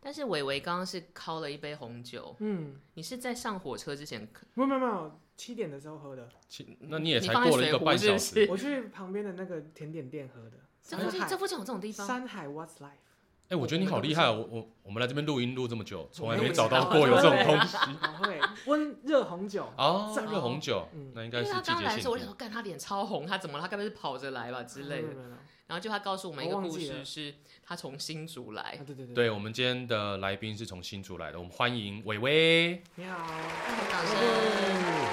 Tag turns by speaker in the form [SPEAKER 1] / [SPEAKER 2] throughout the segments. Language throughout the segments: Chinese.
[SPEAKER 1] 但是伟伟刚刚是敲了一杯红酒，
[SPEAKER 2] 嗯，
[SPEAKER 1] 你是在上火车之前，
[SPEAKER 2] 没有没有没有，七点的时候喝的，
[SPEAKER 3] 其那你也
[SPEAKER 1] 你
[SPEAKER 3] 才
[SPEAKER 1] 放在
[SPEAKER 3] 过了一
[SPEAKER 1] 水
[SPEAKER 3] 个
[SPEAKER 1] 壶
[SPEAKER 3] 半
[SPEAKER 1] 是
[SPEAKER 3] 小
[SPEAKER 1] 不
[SPEAKER 3] 时
[SPEAKER 1] 是，
[SPEAKER 2] 我去旁边的那个甜点店喝的。
[SPEAKER 1] 这附近
[SPEAKER 2] 山海
[SPEAKER 1] 这附近有这种地方？
[SPEAKER 2] 山海 What's Life？
[SPEAKER 3] 哎、我觉得你好厉害、哦！我我我们来这边录音录这么久，从来没找到
[SPEAKER 1] 我
[SPEAKER 3] 过有这种东西。
[SPEAKER 2] 西。好会温热红 酒，
[SPEAKER 3] 哦，
[SPEAKER 2] 赞
[SPEAKER 3] 热红酒
[SPEAKER 2] 嗯，
[SPEAKER 3] 那应
[SPEAKER 1] 因
[SPEAKER 3] 该
[SPEAKER 1] 为
[SPEAKER 3] 是
[SPEAKER 1] 他
[SPEAKER 3] 季
[SPEAKER 1] 刚
[SPEAKER 3] 节
[SPEAKER 1] 来的时
[SPEAKER 3] 性
[SPEAKER 1] 候，我想
[SPEAKER 3] 的。
[SPEAKER 1] 说，干他脸超红，他怎么了？他该不会是跑着来吧之类的
[SPEAKER 2] 没有？没有没有
[SPEAKER 1] 然后就他告诉我们一个
[SPEAKER 2] 我忘
[SPEAKER 1] 故
[SPEAKER 2] 记
[SPEAKER 1] 事，
[SPEAKER 2] 了
[SPEAKER 1] 是他从新竹来
[SPEAKER 2] 啊，。对对对，
[SPEAKER 3] 对我们今天的来宾是从新竹来的，我们欢迎伟伟。
[SPEAKER 2] 你好，
[SPEAKER 1] 掌声！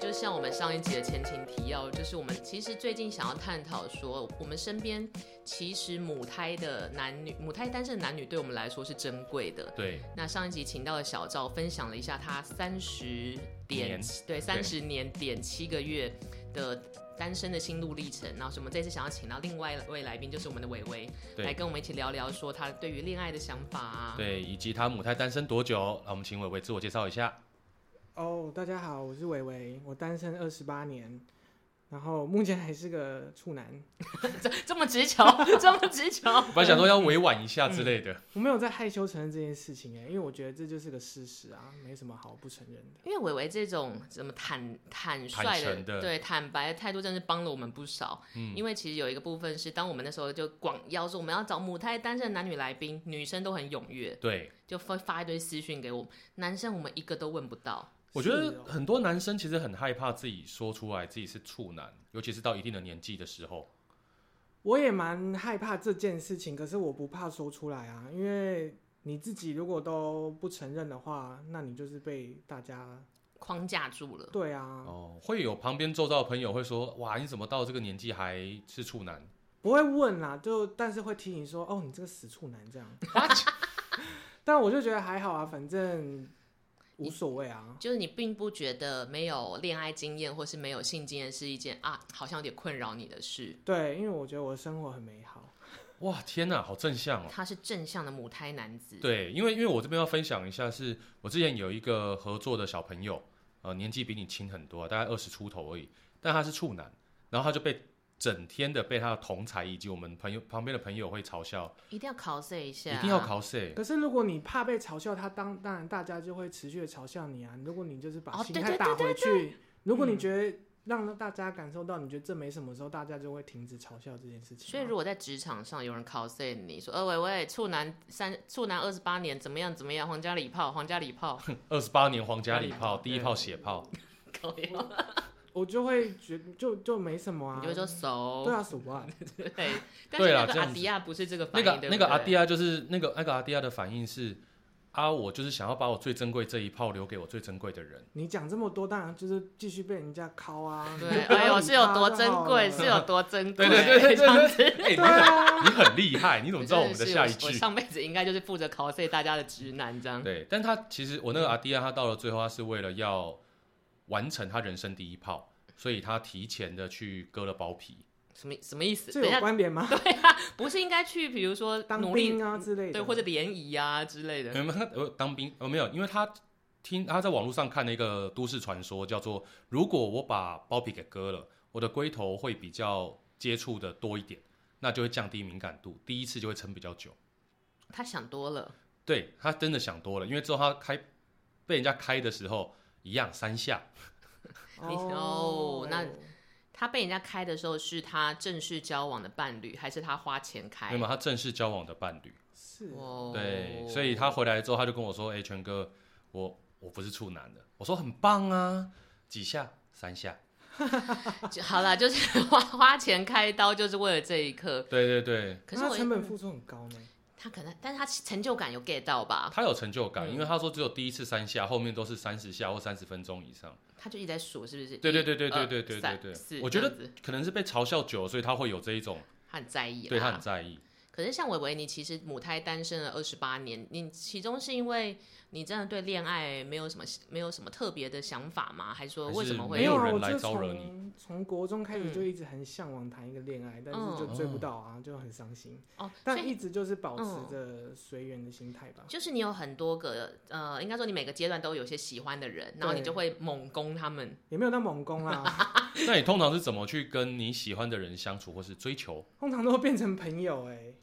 [SPEAKER 1] 就像我们上一集的前情提要，就是我们其实最近想要探讨说，我们身边其实母胎的男女、母胎单身的男女，对我们来说是珍贵的。
[SPEAKER 3] 对，
[SPEAKER 1] 那上一集请到的小赵分享了一下他三十点
[SPEAKER 3] 年
[SPEAKER 1] 对三十年点七个月的单身的心路历程。然后我们这次想要请到另外一位来宾，就是我们的伟伟，
[SPEAKER 3] 对
[SPEAKER 1] 来跟我们一起聊聊说他对于恋爱的想法啊。，
[SPEAKER 3] 对，以及他母胎单身多久？那我们请伟伟自我介绍一下。
[SPEAKER 2] 哦，大家好，我是伟伟，我单身二十八年，然后目前还是个处男，
[SPEAKER 1] 这这么直 球，这么直球。
[SPEAKER 3] 本来想说要委婉一下之类的。
[SPEAKER 1] 嗯
[SPEAKER 2] 我没有在害羞承认这件事情哎、因为我觉得这就是个事实啊，没什么好不承认的。
[SPEAKER 1] 因为伟伟这种怎么坦坦率
[SPEAKER 3] 坦诚的
[SPEAKER 1] 对坦白的态度，真是帮了我们不少。
[SPEAKER 3] 嗯
[SPEAKER 1] 因为其实有一个部分是，当我们那时候就广邀说我们要找母胎单身的男女来宾，女生都很踊跃，
[SPEAKER 3] 对，
[SPEAKER 1] 就发发一堆私讯给我们，男生我们一个都问不到。
[SPEAKER 3] 我觉
[SPEAKER 2] 是
[SPEAKER 3] 得
[SPEAKER 2] 哦
[SPEAKER 3] 很多男生其实很害怕自己说出来自己是处男，尤其是到一定的年纪的时候。
[SPEAKER 2] 我也蛮害怕这件事情，可是我不怕说出来啊，因为你自己如果都不承认的话，那你就是被大家
[SPEAKER 1] 框架住了，
[SPEAKER 2] 对啊，
[SPEAKER 3] 哦，会有旁边周遭的朋友会说：“哇，你怎么到这个年纪还是处男？”
[SPEAKER 2] 不会问啦，就但是会提醒说，哦，你这个死处男这样。 但我就觉得还好啊，反正无所谓啊。
[SPEAKER 1] 就是你并不觉得没有恋爱经验或是没有性经验是一件啊，好像有点困扰你的事。
[SPEAKER 2] 对，因为我觉得我的生活很美好。
[SPEAKER 3] 哇，天哪，好正向哦！
[SPEAKER 1] 他是正向的母胎男子，
[SPEAKER 3] 对，因为因为我这边要分享一下是，我之前有一个合作的小朋友，呃，年纪比你轻很多啊、大概二十出头而已，但他是处男，然后他就被整天的被他的同才以及我们朋友旁边的朋友会嘲笑，
[SPEAKER 1] 一定要 cos 一下，
[SPEAKER 3] 一定要考欸谁？
[SPEAKER 2] 可是如果你怕被嘲笑，他当当然大家就会持续的嘲笑你啊。如果你就是把
[SPEAKER 1] 哦
[SPEAKER 2] 心
[SPEAKER 1] 对
[SPEAKER 2] 态
[SPEAKER 1] 对
[SPEAKER 2] 打回去，如果你
[SPEAKER 1] 嗯
[SPEAKER 2] 觉得让大家感受到你觉得这没什么的时候，大家就会停止嘲笑这件事情啊。
[SPEAKER 1] 所以，如果在职场上有人 cos 你说，呃，喂喂，处男三处男二十八年怎么样怎么样，皇家礼炮，皇家礼 炮，
[SPEAKER 3] 二十八年皇家
[SPEAKER 2] 皇
[SPEAKER 3] 礼
[SPEAKER 2] 家礼
[SPEAKER 3] 炮，
[SPEAKER 2] 炮
[SPEAKER 3] 第一炮血炮，
[SPEAKER 1] 靠腰
[SPEAKER 2] 我就会觉就就没什么啊。
[SPEAKER 1] 你就会说哦
[SPEAKER 2] 对
[SPEAKER 1] 熟，
[SPEAKER 2] 啊，数啊。
[SPEAKER 1] 对，但是
[SPEAKER 3] 对啦
[SPEAKER 1] 那
[SPEAKER 3] 这
[SPEAKER 1] 个阿
[SPEAKER 3] 样子
[SPEAKER 1] 迪亚不是这个反
[SPEAKER 3] 那
[SPEAKER 1] 应，
[SPEAKER 3] 个
[SPEAKER 1] 对
[SPEAKER 3] 那
[SPEAKER 1] 不
[SPEAKER 3] 个阿
[SPEAKER 1] 对
[SPEAKER 3] 迪亚就是那个那个阿迪亚的反应是。啊，我就是想要把我最珍贵这一炮留给我最珍贵的人。
[SPEAKER 2] 你讲这么多，当然就是继续被人家敲啊。
[SPEAKER 1] 对，哎呦，是有多珍贵，是
[SPEAKER 2] 有。
[SPEAKER 1] 有多珍贵，
[SPEAKER 3] 对对对对
[SPEAKER 1] 这样子
[SPEAKER 3] 对 对，
[SPEAKER 2] 对
[SPEAKER 3] 哎、
[SPEAKER 2] 啊，
[SPEAKER 3] 你很厉害，你怎么知道我们的
[SPEAKER 1] 真是
[SPEAKER 3] 下一
[SPEAKER 1] 我
[SPEAKER 3] 句？
[SPEAKER 1] 上辈子应该就是负责 cos 大家的直男这样。
[SPEAKER 3] 对，但他其实我那个阿迪亚，他到了最后，他是为了要完成他人生第一炮，所以他提前的去割了包皮。
[SPEAKER 1] 什么什么意 思？
[SPEAKER 2] 这
[SPEAKER 1] 等一
[SPEAKER 2] 有
[SPEAKER 1] 下，
[SPEAKER 2] 关联吗？
[SPEAKER 1] 不是应该去比如说
[SPEAKER 2] 当
[SPEAKER 1] 努力
[SPEAKER 2] 兵啊之类的，
[SPEAKER 1] 对，或者联谊啊之类的。
[SPEAKER 3] 没有，呃，当兵呃没有，因为他听他在网络上看了一个都市传说，叫做如果我把包皮给割了，我的龟头会比较接触的多一点，那就会降低敏感度，第一次就会撑比较久。
[SPEAKER 1] 他想多了，
[SPEAKER 3] 对他真的想多了，因为之后他开被人家开的时候一样三下，
[SPEAKER 1] 哦那他被人家开的时候是他正式交往的伴侣，还是他花钱开
[SPEAKER 3] 那？么他正式交往的伴侣。
[SPEAKER 2] 是
[SPEAKER 1] 哦
[SPEAKER 3] 对，所以他回来之后，他就跟我说：“哎、全哥，我我不是处男的。”我说：“很棒啊，几下，三下。
[SPEAKER 1] 就好啦，就是 花花钱开刀，就是为了这一”刻。
[SPEAKER 3] 对对对，
[SPEAKER 1] 可是
[SPEAKER 2] 那
[SPEAKER 1] 我嗯
[SPEAKER 2] 他成本付出很高呢。
[SPEAKER 1] 他可能，但是他成就感有 get 到吧？
[SPEAKER 3] 他有成就
[SPEAKER 1] 嗯
[SPEAKER 3] 感，因为他说只有第一次三下，后面都是三十下或三十分钟以上。
[SPEAKER 1] 他就一直在数，是不是？
[SPEAKER 3] 对对
[SPEAKER 1] 一
[SPEAKER 3] 对对对
[SPEAKER 1] 二
[SPEAKER 3] 对对对
[SPEAKER 1] 三
[SPEAKER 3] 对
[SPEAKER 1] 四
[SPEAKER 3] 我觉
[SPEAKER 1] 这样
[SPEAKER 3] 得
[SPEAKER 1] 子
[SPEAKER 3] 可能是被嘲笑久了，所以他会有这一种，
[SPEAKER 1] 他很在意啦。啊
[SPEAKER 3] 对他很在意。
[SPEAKER 1] 可是像伟伟，你其实母胎单身了二十八年，你其中是因为你真的对恋爱没有什么没有什么特别的想法吗？还是说为什么
[SPEAKER 3] 还
[SPEAKER 1] 会
[SPEAKER 2] 没有啊，
[SPEAKER 3] 人
[SPEAKER 2] 我
[SPEAKER 3] 来
[SPEAKER 2] 就
[SPEAKER 3] 招惹
[SPEAKER 2] 从从国中开始
[SPEAKER 1] 嗯
[SPEAKER 2] 就一直很向往谈一个恋爱，但是就
[SPEAKER 3] 嗯
[SPEAKER 2] 追不到啊，就很伤心。
[SPEAKER 1] 哦？所
[SPEAKER 2] 但
[SPEAKER 1] 以
[SPEAKER 2] 一直就是保
[SPEAKER 1] 嗯
[SPEAKER 2] 持着随缘的心态吧。
[SPEAKER 1] 就是你有很多个呃，应该说你每个阶段都有些喜欢的人，然后你
[SPEAKER 2] 对
[SPEAKER 1] 就会猛攻他们。
[SPEAKER 2] 也没有到猛攻啦，
[SPEAKER 3] 那你通常是怎么去跟你喜欢的人相处，或是追求？
[SPEAKER 2] 通常都会变成朋友哎、变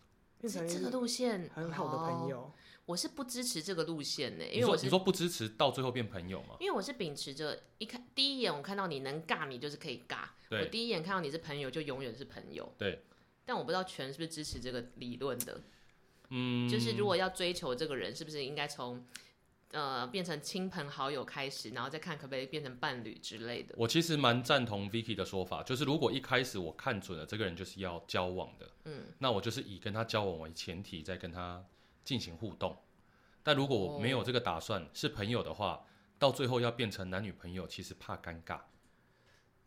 [SPEAKER 1] 这
[SPEAKER 2] 成
[SPEAKER 1] 这个路线
[SPEAKER 2] 很好的朋、
[SPEAKER 1] 哦
[SPEAKER 2] 友。
[SPEAKER 1] 我是不支持这个路线呢，因
[SPEAKER 3] 你
[SPEAKER 1] 为我
[SPEAKER 3] 说
[SPEAKER 1] 是
[SPEAKER 3] 你说不支持，到最后变朋友嘛？
[SPEAKER 1] 因为我是秉持着一看第一眼我看到你能尬，你就是可以尬。我
[SPEAKER 3] 对，
[SPEAKER 1] 第一眼看到你是朋友，就永远是朋友。
[SPEAKER 3] 对。
[SPEAKER 1] 但我不知道全是不是支持这个理论的，
[SPEAKER 3] 嗯，
[SPEAKER 1] 就是如果要追求这个人，是不是应该从呃变成亲朋好友开始，然后再看可不可以变成伴侣之类的？
[SPEAKER 3] 我其实蛮赞同 Vicky 的说法，就是如果一开始我看准了这个人就是要交往的，
[SPEAKER 1] 嗯，
[SPEAKER 3] 那我就是以跟他交往为前提，再跟他进行互动。但如果
[SPEAKER 1] 哦
[SPEAKER 3] 我没有这个打算，是朋友的话，到最后要变成男女朋友，其实怕尴尬。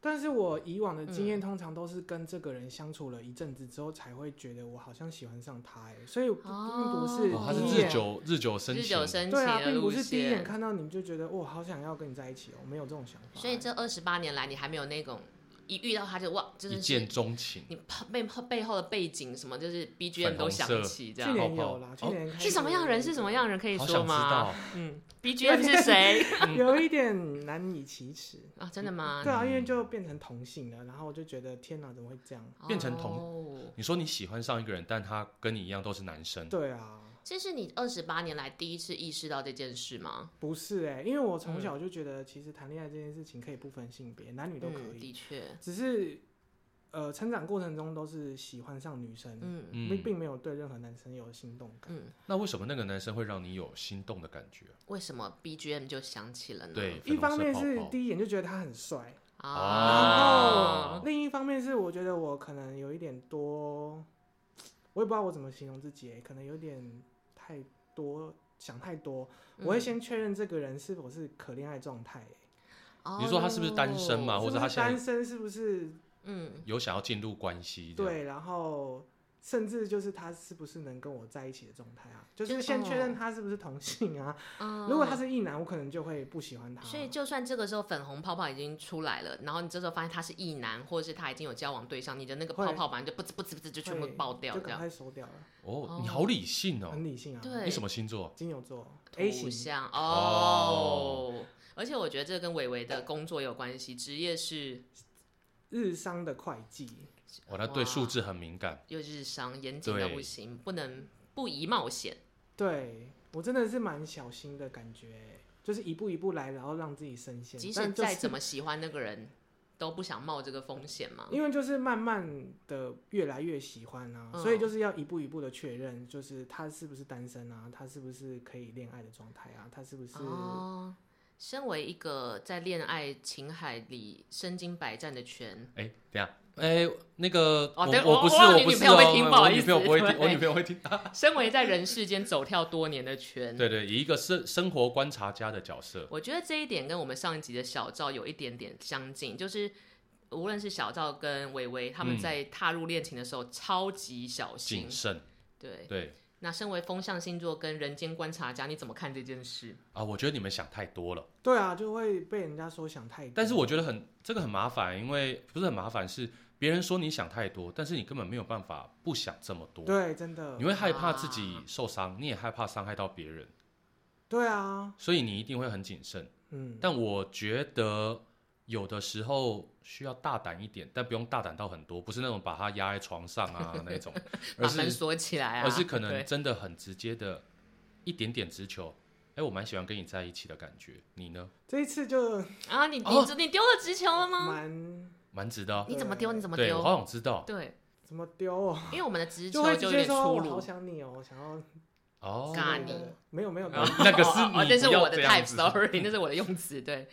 [SPEAKER 2] 但是我以往的
[SPEAKER 1] 嗯
[SPEAKER 2] 经验通常都是跟这个人相处了一阵子之后，才会觉得我好像喜欢上他、欸，所以不并不是
[SPEAKER 1] 哦
[SPEAKER 3] 他是
[SPEAKER 2] 第一
[SPEAKER 3] 日
[SPEAKER 2] 眼，
[SPEAKER 3] 久日久生
[SPEAKER 1] 日
[SPEAKER 3] 情
[SPEAKER 1] 久，生情
[SPEAKER 2] 对啊，
[SPEAKER 1] 的
[SPEAKER 2] 并不
[SPEAKER 1] 路
[SPEAKER 2] 是第一眼
[SPEAKER 1] 线。
[SPEAKER 2] 看到你就觉得我好想要跟你在一起哦、我没有这种想法欸、
[SPEAKER 1] 所以这二十八年来，你还没有那种一遇到他就哇，真
[SPEAKER 3] 一
[SPEAKER 1] 的
[SPEAKER 3] 见
[SPEAKER 1] 是
[SPEAKER 3] 钟情。
[SPEAKER 1] 你背背后的背景什么，就是 BGM
[SPEAKER 3] 粉
[SPEAKER 1] 都
[SPEAKER 3] 红
[SPEAKER 1] 响
[SPEAKER 3] 色
[SPEAKER 1] 起这
[SPEAKER 2] 去
[SPEAKER 1] 样。哦
[SPEAKER 2] 年
[SPEAKER 3] 泡泡
[SPEAKER 2] 有啦，去年开
[SPEAKER 1] 是什么样的人是什么样的 人可以
[SPEAKER 3] 好
[SPEAKER 1] 说
[SPEAKER 3] 想知
[SPEAKER 1] 吗？
[SPEAKER 3] 道，
[SPEAKER 1] 嗯，BGM 是谁
[SPEAKER 2] 人， 有一点难以启齿。
[SPEAKER 1] 啊？真的吗？
[SPEAKER 2] 对啊，
[SPEAKER 3] 嗯
[SPEAKER 2] 因为就变成同性了，然后我就觉得天哪，怎么会这样？
[SPEAKER 3] 变成同
[SPEAKER 1] 哦
[SPEAKER 3] 你说你喜欢上一个人，但他跟你一样都是男生，
[SPEAKER 2] 对啊，
[SPEAKER 1] 这是你二十八年来第一次意识到这件事吗？
[SPEAKER 2] 不是哎、因为我从
[SPEAKER 1] 嗯
[SPEAKER 2] 小就觉得，其实谈恋爱这件事情可以不分性别，男女都可
[SPEAKER 1] 嗯、
[SPEAKER 2] 以。
[SPEAKER 1] 的确，
[SPEAKER 2] 只是，呃，成长过程中都是喜欢上女生，
[SPEAKER 1] 嗯
[SPEAKER 2] 并、
[SPEAKER 3] 嗯，
[SPEAKER 2] 并没有对任何男生有心动感。
[SPEAKER 1] 嗯，
[SPEAKER 3] 那为什么那个男生会让你有心动的感觉？
[SPEAKER 1] 为什么 BGM 就响起了呢？
[SPEAKER 3] 对，
[SPEAKER 2] 一
[SPEAKER 3] 粉红
[SPEAKER 2] 方
[SPEAKER 3] 色
[SPEAKER 2] 面
[SPEAKER 3] 泡
[SPEAKER 2] 是
[SPEAKER 3] 泡
[SPEAKER 2] 第一眼就觉得他很帅，
[SPEAKER 1] 啊
[SPEAKER 3] 哦，
[SPEAKER 2] 另一方面是我觉得我可能有一点多，我也不知道我怎么形容自己欸、可能有点太多想太多。我会
[SPEAKER 1] 嗯
[SPEAKER 2] 先确认这个人是否是可恋爱状态欸、
[SPEAKER 1] 哦
[SPEAKER 3] 你说他是不是单身嘛啊或
[SPEAKER 2] 是
[SPEAKER 3] 者他
[SPEAKER 2] 不是
[SPEAKER 3] 现在
[SPEAKER 2] 单身，是不是
[SPEAKER 1] 嗯，
[SPEAKER 3] 有想要进入关系，，
[SPEAKER 2] 对，然后甚至就是他是不是能跟我在一起的状态啊，就
[SPEAKER 1] 就是
[SPEAKER 2] 先确认
[SPEAKER 1] 哦
[SPEAKER 2] 他是不是同性啊。
[SPEAKER 1] 嗯
[SPEAKER 2] 如果他。是异男，我可能就会不喜欢他。
[SPEAKER 1] 所以，就算这个时候粉红泡泡已经出来了，然后你这时候发现他是异男，或者是他已经有交往对象，你的那个
[SPEAKER 2] 会
[SPEAKER 1] 泡泡反正就不呲不呲不呲就全部
[SPEAKER 2] 会
[SPEAKER 1] 爆掉，
[SPEAKER 2] 就
[SPEAKER 1] 这
[SPEAKER 2] 赶
[SPEAKER 1] 样
[SPEAKER 2] 快收掉了，
[SPEAKER 3] 哦
[SPEAKER 1] 哦，
[SPEAKER 3] 你好理性哦，
[SPEAKER 2] 很理性啊。
[SPEAKER 1] 对
[SPEAKER 3] 你什么星座？
[SPEAKER 2] 金牛座 A
[SPEAKER 1] 图
[SPEAKER 2] 型，
[SPEAKER 1] 像哦
[SPEAKER 3] 哦。
[SPEAKER 1] 而且我觉得这跟伟伟的工作有关系，职业是
[SPEAKER 2] 日商的会计，
[SPEAKER 3] 我他对
[SPEAKER 1] 哇
[SPEAKER 3] 数字很敏感，
[SPEAKER 1] 又日商，严谨到
[SPEAKER 3] 对
[SPEAKER 1] 不行，不能不宜冒险。
[SPEAKER 2] 对我真的是蛮小心的感觉欸，就是一步一步来，然后让自己深陷。
[SPEAKER 1] 即使
[SPEAKER 2] 但就
[SPEAKER 1] 再
[SPEAKER 2] 是
[SPEAKER 1] 怎么喜欢那个人，都不想冒这个风险嘛。
[SPEAKER 2] 因为就是慢慢的越来越喜欢啊，
[SPEAKER 1] 嗯
[SPEAKER 2] 所以就是要一步一步的确认，就是他是不是单身啊，他是不是可以恋爱的状态啊，他是不是、
[SPEAKER 1] 哦，身为一个在恋爱情海里身经百战的全，
[SPEAKER 3] 哎，等一下，哎，那个
[SPEAKER 1] 哦
[SPEAKER 3] 我
[SPEAKER 1] 对我
[SPEAKER 3] 我不是
[SPEAKER 1] 我忘了
[SPEAKER 3] 不
[SPEAKER 1] 你女
[SPEAKER 3] 是
[SPEAKER 1] 朋友会
[SPEAKER 3] 哦
[SPEAKER 1] 听
[SPEAKER 3] 我
[SPEAKER 1] 不好
[SPEAKER 3] 我
[SPEAKER 1] 意
[SPEAKER 3] 女
[SPEAKER 1] 思
[SPEAKER 3] 朋友不会听，
[SPEAKER 1] 对
[SPEAKER 3] 我女朋友会听。
[SPEAKER 1] 身为在人世间走跳多年的全，
[SPEAKER 3] 对对，以一个生生活观察家的角色，
[SPEAKER 1] 我觉得这一点跟我们上一集的小赵有一点点相近，就是。无论是小赵跟薇薇，他们
[SPEAKER 3] 嗯
[SPEAKER 1] 在踏入恋情的时候超级小心。
[SPEAKER 3] 谨慎，
[SPEAKER 1] 对，
[SPEAKER 3] 对
[SPEAKER 1] 那身为风象星座跟人间观察家，你怎么看这件事？
[SPEAKER 3] 啊，我觉得你们想太多了。
[SPEAKER 2] 对啊，就会被人家说想太多。
[SPEAKER 3] 但是我觉得很这个很麻烦，因为不是很麻烦，是别人说你想太多，但是你根本没有办法不想这么多，
[SPEAKER 2] 对真的
[SPEAKER 3] 你会害怕自
[SPEAKER 1] 啊
[SPEAKER 3] 己受伤，你也害怕伤害到别人，
[SPEAKER 2] 对啊，
[SPEAKER 3] 所以你一定会很谨慎。
[SPEAKER 2] 嗯，
[SPEAKER 3] 但我觉得有的时候需要大胆一点，但不用大胆到很多，不是那种把它压在床上啊 那种，而
[SPEAKER 1] 把门
[SPEAKER 3] 是
[SPEAKER 1] 锁起来啊，
[SPEAKER 3] 而是可能
[SPEAKER 1] 对
[SPEAKER 3] 真的很直接的，一点点直球。哎、我蛮喜欢跟你在一起的感觉，你呢？
[SPEAKER 2] 这一次就
[SPEAKER 1] 啊，你你、
[SPEAKER 3] 哦
[SPEAKER 1] 你丢了直球了吗？
[SPEAKER 2] 蛮
[SPEAKER 3] 蛮直的啊、
[SPEAKER 1] 你怎么丢？你怎么
[SPEAKER 3] 对，我
[SPEAKER 1] 丢？
[SPEAKER 3] 好想知道
[SPEAKER 1] 对，
[SPEAKER 2] 怎么丢哦，
[SPEAKER 1] 因为我们的直球
[SPEAKER 2] 就会直
[SPEAKER 1] 有
[SPEAKER 2] 接
[SPEAKER 1] 点
[SPEAKER 2] 说
[SPEAKER 1] 粗
[SPEAKER 2] 我好
[SPEAKER 1] 鲁，
[SPEAKER 2] 想你哦，我想要
[SPEAKER 3] 哦。
[SPEAKER 1] 尬
[SPEAKER 2] 之类的
[SPEAKER 1] 你
[SPEAKER 2] 没有没有没有
[SPEAKER 3] 啊 那个是
[SPEAKER 1] 哦哦哦
[SPEAKER 3] 你
[SPEAKER 1] 那是
[SPEAKER 3] 不要
[SPEAKER 1] 我的
[SPEAKER 3] 这样子
[SPEAKER 1] type，sorry，那是我的用词，对，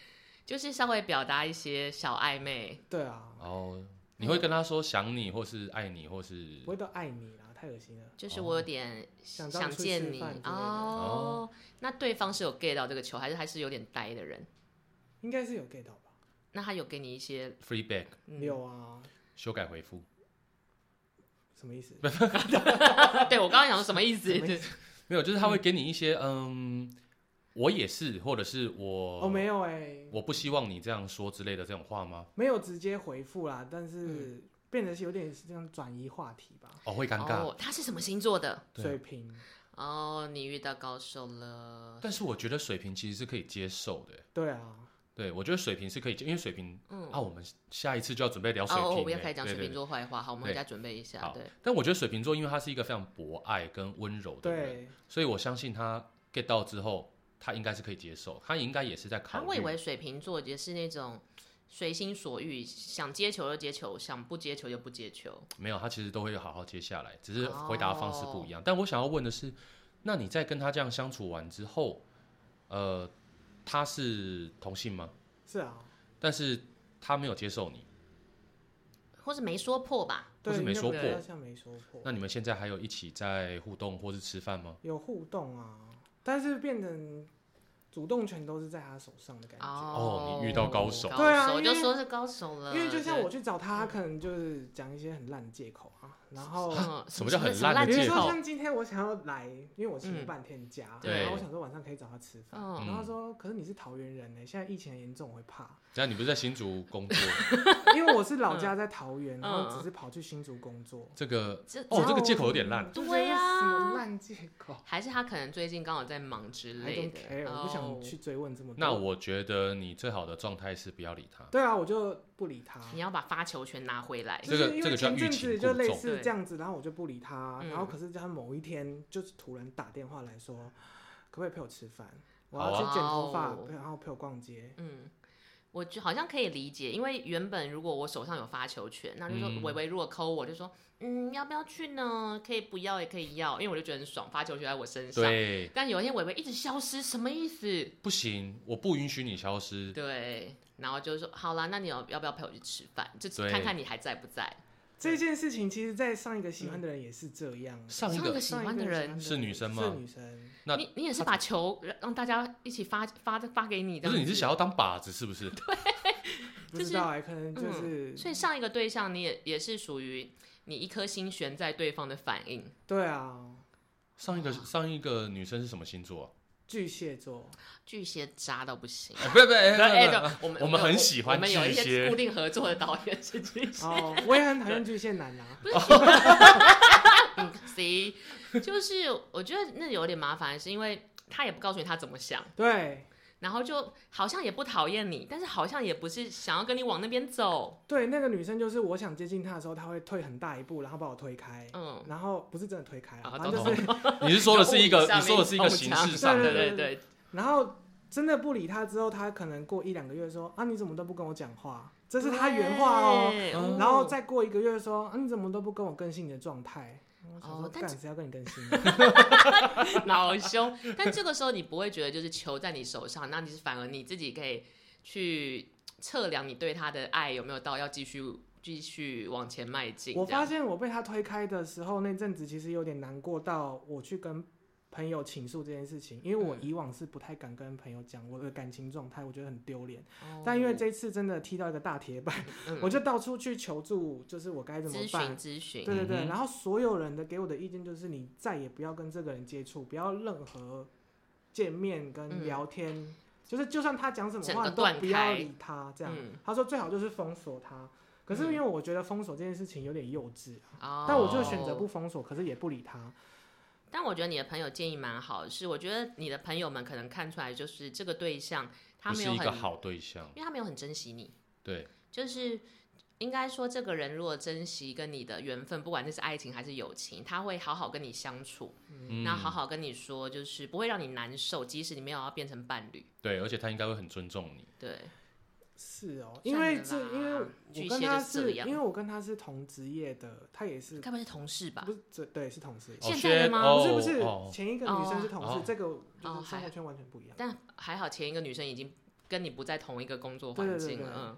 [SPEAKER 1] 就是稍微表达一些小暧昧。
[SPEAKER 2] 对啊，
[SPEAKER 3] 哦，你会跟他说想你，或是爱你，或是
[SPEAKER 2] 不会到爱你啦，太恶心了。
[SPEAKER 1] 就是我有
[SPEAKER 3] 哦
[SPEAKER 1] 点
[SPEAKER 2] 想
[SPEAKER 1] 想
[SPEAKER 2] 出去
[SPEAKER 1] 见
[SPEAKER 2] 吃
[SPEAKER 1] 你
[SPEAKER 2] 饭之类的
[SPEAKER 1] 哦，那对方是有 get 到这个球，还是还是有点呆的人？
[SPEAKER 2] 应该是有 get 到吧？
[SPEAKER 1] 那他有给你一些、
[SPEAKER 3] free back
[SPEAKER 1] 嗯、
[SPEAKER 2] 有啊，
[SPEAKER 3] 修改回复。
[SPEAKER 2] 什么意思？
[SPEAKER 1] 对我刚刚想说什么意思？
[SPEAKER 2] 什么意
[SPEAKER 1] 对
[SPEAKER 3] 没有，就是他会给你一些嗯，我也是，或者是我
[SPEAKER 2] 哦，没有哎、
[SPEAKER 3] 我不希望你这样说之类的这种话吗？
[SPEAKER 2] 没有直接回复啦，但
[SPEAKER 3] 嗯
[SPEAKER 2] 是变得是有点这样转移话题吧。
[SPEAKER 3] 哦，会尴尬。
[SPEAKER 1] 哦，他是什么星座的？
[SPEAKER 3] 对
[SPEAKER 2] 水平，
[SPEAKER 1] 哦，你遇到高手了。
[SPEAKER 3] 但是我觉得水瓶其实是可以接受的，
[SPEAKER 2] 对啊，
[SPEAKER 3] 对我觉得水瓶是可以接，因为水瓶、
[SPEAKER 1] 嗯，
[SPEAKER 3] 啊，我们下一次就要准备聊水瓶、
[SPEAKER 1] 哦，
[SPEAKER 3] 欸
[SPEAKER 1] 我不要开始讲
[SPEAKER 3] 对
[SPEAKER 1] 水
[SPEAKER 3] 对
[SPEAKER 1] 瓶
[SPEAKER 3] 对
[SPEAKER 1] 座坏话，好，我们回
[SPEAKER 3] 对
[SPEAKER 1] 家准备一下。
[SPEAKER 3] 好
[SPEAKER 1] 对，
[SPEAKER 3] 但我觉得水瓶座，因为他是一个非常博爱跟温柔的人，
[SPEAKER 2] 对，
[SPEAKER 3] 所以我相信他 get 到之后，他应该是可以接受，他应该也是在考
[SPEAKER 1] 啊，
[SPEAKER 3] 虑。
[SPEAKER 1] 我以为水瓶座也是那种随心所欲，想接球就接球，想不接球就不接球。
[SPEAKER 3] 没有，他其实都会好好接下来，只是
[SPEAKER 1] 哦
[SPEAKER 3] 回答的方式不一样。但我想要问的是，那你在跟他这样相处完之后，呃，他是同性吗？
[SPEAKER 2] 是啊，
[SPEAKER 3] 但是他没有接受你，
[SPEAKER 1] 或是没说破吧，
[SPEAKER 3] 或
[SPEAKER 2] 对，
[SPEAKER 3] 是没说
[SPEAKER 2] 应该
[SPEAKER 1] 破
[SPEAKER 2] 比较像没说破，
[SPEAKER 3] 那你们现在还有一起在互动或是吃饭吗？
[SPEAKER 2] 有互动啊，但是变成主动权都是在他手上的感觉。
[SPEAKER 1] 哦，
[SPEAKER 3] 你遇到高手
[SPEAKER 2] 对啊
[SPEAKER 1] 我
[SPEAKER 2] 因
[SPEAKER 1] 就
[SPEAKER 2] 为
[SPEAKER 1] 说是高手了，
[SPEAKER 2] 因为就像
[SPEAKER 1] 对
[SPEAKER 2] 我，去找他，他可能就是讲一些很烂的借口啊，然后
[SPEAKER 1] 嗯，
[SPEAKER 3] 什么叫很
[SPEAKER 1] 什么
[SPEAKER 3] 烂
[SPEAKER 1] 烂
[SPEAKER 3] 的
[SPEAKER 2] 比如
[SPEAKER 3] 借
[SPEAKER 2] 说
[SPEAKER 3] 口
[SPEAKER 2] 像今天我想要来，因为我请了
[SPEAKER 1] 嗯
[SPEAKER 2] 半天假，
[SPEAKER 1] 对
[SPEAKER 2] 然后我想说晚上可以找他吃饭，
[SPEAKER 1] 嗯
[SPEAKER 2] 然后他说可是你是桃园人欸呢，现在疫情很严重，我会怕，
[SPEAKER 3] 然后你不是在新竹工作，
[SPEAKER 2] 因为我是老家在桃园，
[SPEAKER 1] 嗯
[SPEAKER 2] 然后只是跑去新竹工作。
[SPEAKER 3] 这个
[SPEAKER 1] 这
[SPEAKER 3] 哦，
[SPEAKER 2] 然
[SPEAKER 3] 这
[SPEAKER 2] 后
[SPEAKER 3] 个借口有点烂。
[SPEAKER 2] 就是
[SPEAKER 1] 对啊
[SPEAKER 2] 什么烂借口
[SPEAKER 1] 还是他可能最近刚好在忙之
[SPEAKER 2] ？I
[SPEAKER 1] 类
[SPEAKER 2] don't
[SPEAKER 1] 的
[SPEAKER 2] care，我不想去。追问这么多。
[SPEAKER 3] 哦那我觉得你最好的状态是不要理他。
[SPEAKER 2] 对啊，我就不理他
[SPEAKER 1] 哦。你要把发球权拿回来，
[SPEAKER 2] 就
[SPEAKER 3] 这个
[SPEAKER 2] 是因
[SPEAKER 3] 这
[SPEAKER 2] 为
[SPEAKER 3] 个叫
[SPEAKER 2] 前
[SPEAKER 3] 欲
[SPEAKER 2] 阵
[SPEAKER 3] 擒
[SPEAKER 2] 子
[SPEAKER 3] 故
[SPEAKER 2] 就类
[SPEAKER 3] 纵
[SPEAKER 2] 似
[SPEAKER 1] 对
[SPEAKER 2] 这样子，然后我就不理他，
[SPEAKER 1] 嗯
[SPEAKER 2] 然后可是他某一天就是突然打电话来说，可不可以陪我吃饭？我
[SPEAKER 3] 好
[SPEAKER 2] 要
[SPEAKER 3] 啊
[SPEAKER 2] 去剪头发
[SPEAKER 1] 哇哦，
[SPEAKER 2] 然后陪我逛街。
[SPEAKER 1] 嗯，我就好像可以理解，因为原本如果我手上有发球权，那就说
[SPEAKER 3] 嗯
[SPEAKER 1] 微微如果抠我，就说嗯要不要去呢？可以不要也可以要，因为我就觉得很爽，发球权在我身上。
[SPEAKER 3] 对，
[SPEAKER 1] 但有一天微微一直消失，什么意思？
[SPEAKER 3] 不行，我不允许你消失。
[SPEAKER 1] 对，然后就说好啦，那你要要不要陪我去吃饭？就
[SPEAKER 3] 对
[SPEAKER 1] 看看你还在不在。
[SPEAKER 2] 这件事情其实，在上一个喜欢的人也是这样。
[SPEAKER 3] 上一
[SPEAKER 1] 上一
[SPEAKER 3] 个
[SPEAKER 1] 个喜欢的人，
[SPEAKER 3] 是啊女生吗
[SPEAKER 2] 是女生。
[SPEAKER 3] 那
[SPEAKER 1] 你你也是把球让让大家一起发发发给你的，
[SPEAKER 3] 不是你是想要当靶子是不是？
[SPEAKER 2] 不
[SPEAKER 1] 就是
[SPEAKER 2] 知道哎、可能就
[SPEAKER 1] 嗯
[SPEAKER 2] 是、
[SPEAKER 1] 所以上一个对象你也也是属于你一颗心悬在对方的反应。
[SPEAKER 2] 对啊，
[SPEAKER 3] 上一个
[SPEAKER 1] 哇
[SPEAKER 3] 上一个女生是什么星座啊？
[SPEAKER 2] 巨蟹 座，
[SPEAKER 1] 巨蟹渣到不行。
[SPEAKER 3] 哎不是不是，
[SPEAKER 1] 然后哎
[SPEAKER 3] 哎不是
[SPEAKER 1] 对我们
[SPEAKER 3] 我们很喜欢
[SPEAKER 1] 我们有一
[SPEAKER 3] 巨蟹
[SPEAKER 1] 些固定合作的导演是巨 蟹，
[SPEAKER 2] 哦，我也很讨厌巨蟹男啊。
[SPEAKER 1] 嗯，C，就是我觉得那有点麻烦，是因为他也不告诉你他怎么想，
[SPEAKER 2] 对
[SPEAKER 1] 然后就好像也不讨厌你，但是好像也不是想要跟你往那边走，
[SPEAKER 2] 对，那个女生就是我想接近她的时候，她会退很大一步，然后把我推开，
[SPEAKER 1] 嗯，
[SPEAKER 2] 然后不是真的推开啊，
[SPEAKER 1] 啊，
[SPEAKER 2] 反正
[SPEAKER 1] 懂
[SPEAKER 2] 就是
[SPEAKER 1] 懂懂，
[SPEAKER 3] 你是说的是一个
[SPEAKER 1] 物理上
[SPEAKER 3] 你说的是一个
[SPEAKER 1] 面
[SPEAKER 3] 形
[SPEAKER 1] 冲
[SPEAKER 3] 式
[SPEAKER 1] 撞
[SPEAKER 3] 上
[SPEAKER 1] 对
[SPEAKER 3] 的
[SPEAKER 1] 对对，
[SPEAKER 2] 然后真的不理他之后，他可能过一两个月说啊，你怎么都不跟我讲话？这是他原话哦。
[SPEAKER 1] 对
[SPEAKER 3] 嗯
[SPEAKER 2] 然后再过一个月说啊，你怎么都不跟我更新你的状态？我想说
[SPEAKER 1] 哦但
[SPEAKER 2] 干谁要跟你更新啊？
[SPEAKER 1] 老凶。但这个时候你不会觉得就是球在你手上，那你是反而你自己可以去测量你对他的爱有没有到要继续继续往前迈进。
[SPEAKER 2] 我
[SPEAKER 1] 这样
[SPEAKER 2] 发现我被他推开的时候，那阵子其实有点难过到我去跟朋友倾诉这件事情，因为我
[SPEAKER 1] 嗯
[SPEAKER 2] 以往是不太敢跟朋友讲我的感情状态，我觉得很丢脸。
[SPEAKER 1] 哦
[SPEAKER 2] 但因为这次真的踢到一个大铁板，
[SPEAKER 1] 嗯
[SPEAKER 2] 我就到处去求助，就是我该怎么
[SPEAKER 1] 咨
[SPEAKER 2] 办
[SPEAKER 1] 询？咨询，
[SPEAKER 2] 对对对，
[SPEAKER 3] 嗯哼
[SPEAKER 2] 然后所有人的给我的意见就是，你再也不要跟这个人接触，不要任何见面跟
[SPEAKER 1] 嗯
[SPEAKER 2] 聊天，就是就算他讲什么
[SPEAKER 1] 整
[SPEAKER 2] 话，
[SPEAKER 1] 个
[SPEAKER 2] 你都
[SPEAKER 1] 断
[SPEAKER 2] 不要
[SPEAKER 1] 开
[SPEAKER 2] 理他。这样，
[SPEAKER 1] 嗯
[SPEAKER 2] 他说最好就是封锁他。可是因为我觉得封锁这件事情有点幼稚啊，
[SPEAKER 1] 哦
[SPEAKER 2] 但我就选择不。封锁，可是也不理他。
[SPEAKER 1] 但我觉得你的朋友建议蛮好的，是我觉得你的朋友们可能看出来，就是这个对象他
[SPEAKER 3] 不
[SPEAKER 1] 没
[SPEAKER 3] 是
[SPEAKER 1] 有
[SPEAKER 3] 一
[SPEAKER 1] 很，
[SPEAKER 3] 个好对象。
[SPEAKER 1] 因为他没有很珍惜你，
[SPEAKER 3] 对，
[SPEAKER 1] 就是。应该说，这个人如果珍惜跟你的缘分，不管那是爱情还是友情，他会好好跟你相处。
[SPEAKER 3] 嗯
[SPEAKER 1] 那好好跟你说，就是不会让你难受，即使你没有要变成伴侣。
[SPEAKER 3] 对，而且他应该会很尊重你。
[SPEAKER 1] 对，
[SPEAKER 2] 是哦，
[SPEAKER 1] 算
[SPEAKER 2] 因为
[SPEAKER 1] 了
[SPEAKER 2] 这
[SPEAKER 1] 啦
[SPEAKER 2] 因为我
[SPEAKER 1] 巨
[SPEAKER 2] 跟
[SPEAKER 1] 蟹
[SPEAKER 2] 他
[SPEAKER 1] 就是这
[SPEAKER 2] 是
[SPEAKER 1] 样
[SPEAKER 2] 因为我跟他是同职业的，他也是
[SPEAKER 1] 该不会是同事吧
[SPEAKER 2] 不？是这对是同事。
[SPEAKER 1] 哦现在的吗
[SPEAKER 3] 哦
[SPEAKER 2] 不是不
[SPEAKER 3] shit，
[SPEAKER 2] 是
[SPEAKER 3] 哦，哦
[SPEAKER 2] 前一个女生是同事
[SPEAKER 3] 哦，
[SPEAKER 2] 这个就
[SPEAKER 1] 哦
[SPEAKER 2] 是生活
[SPEAKER 1] 还
[SPEAKER 2] 圈完全不一样。
[SPEAKER 1] 但还好，前一个女生已经跟你不在同一个工作
[SPEAKER 2] 对
[SPEAKER 1] 环
[SPEAKER 2] 对对
[SPEAKER 1] 境
[SPEAKER 2] 对
[SPEAKER 1] 了。嗯，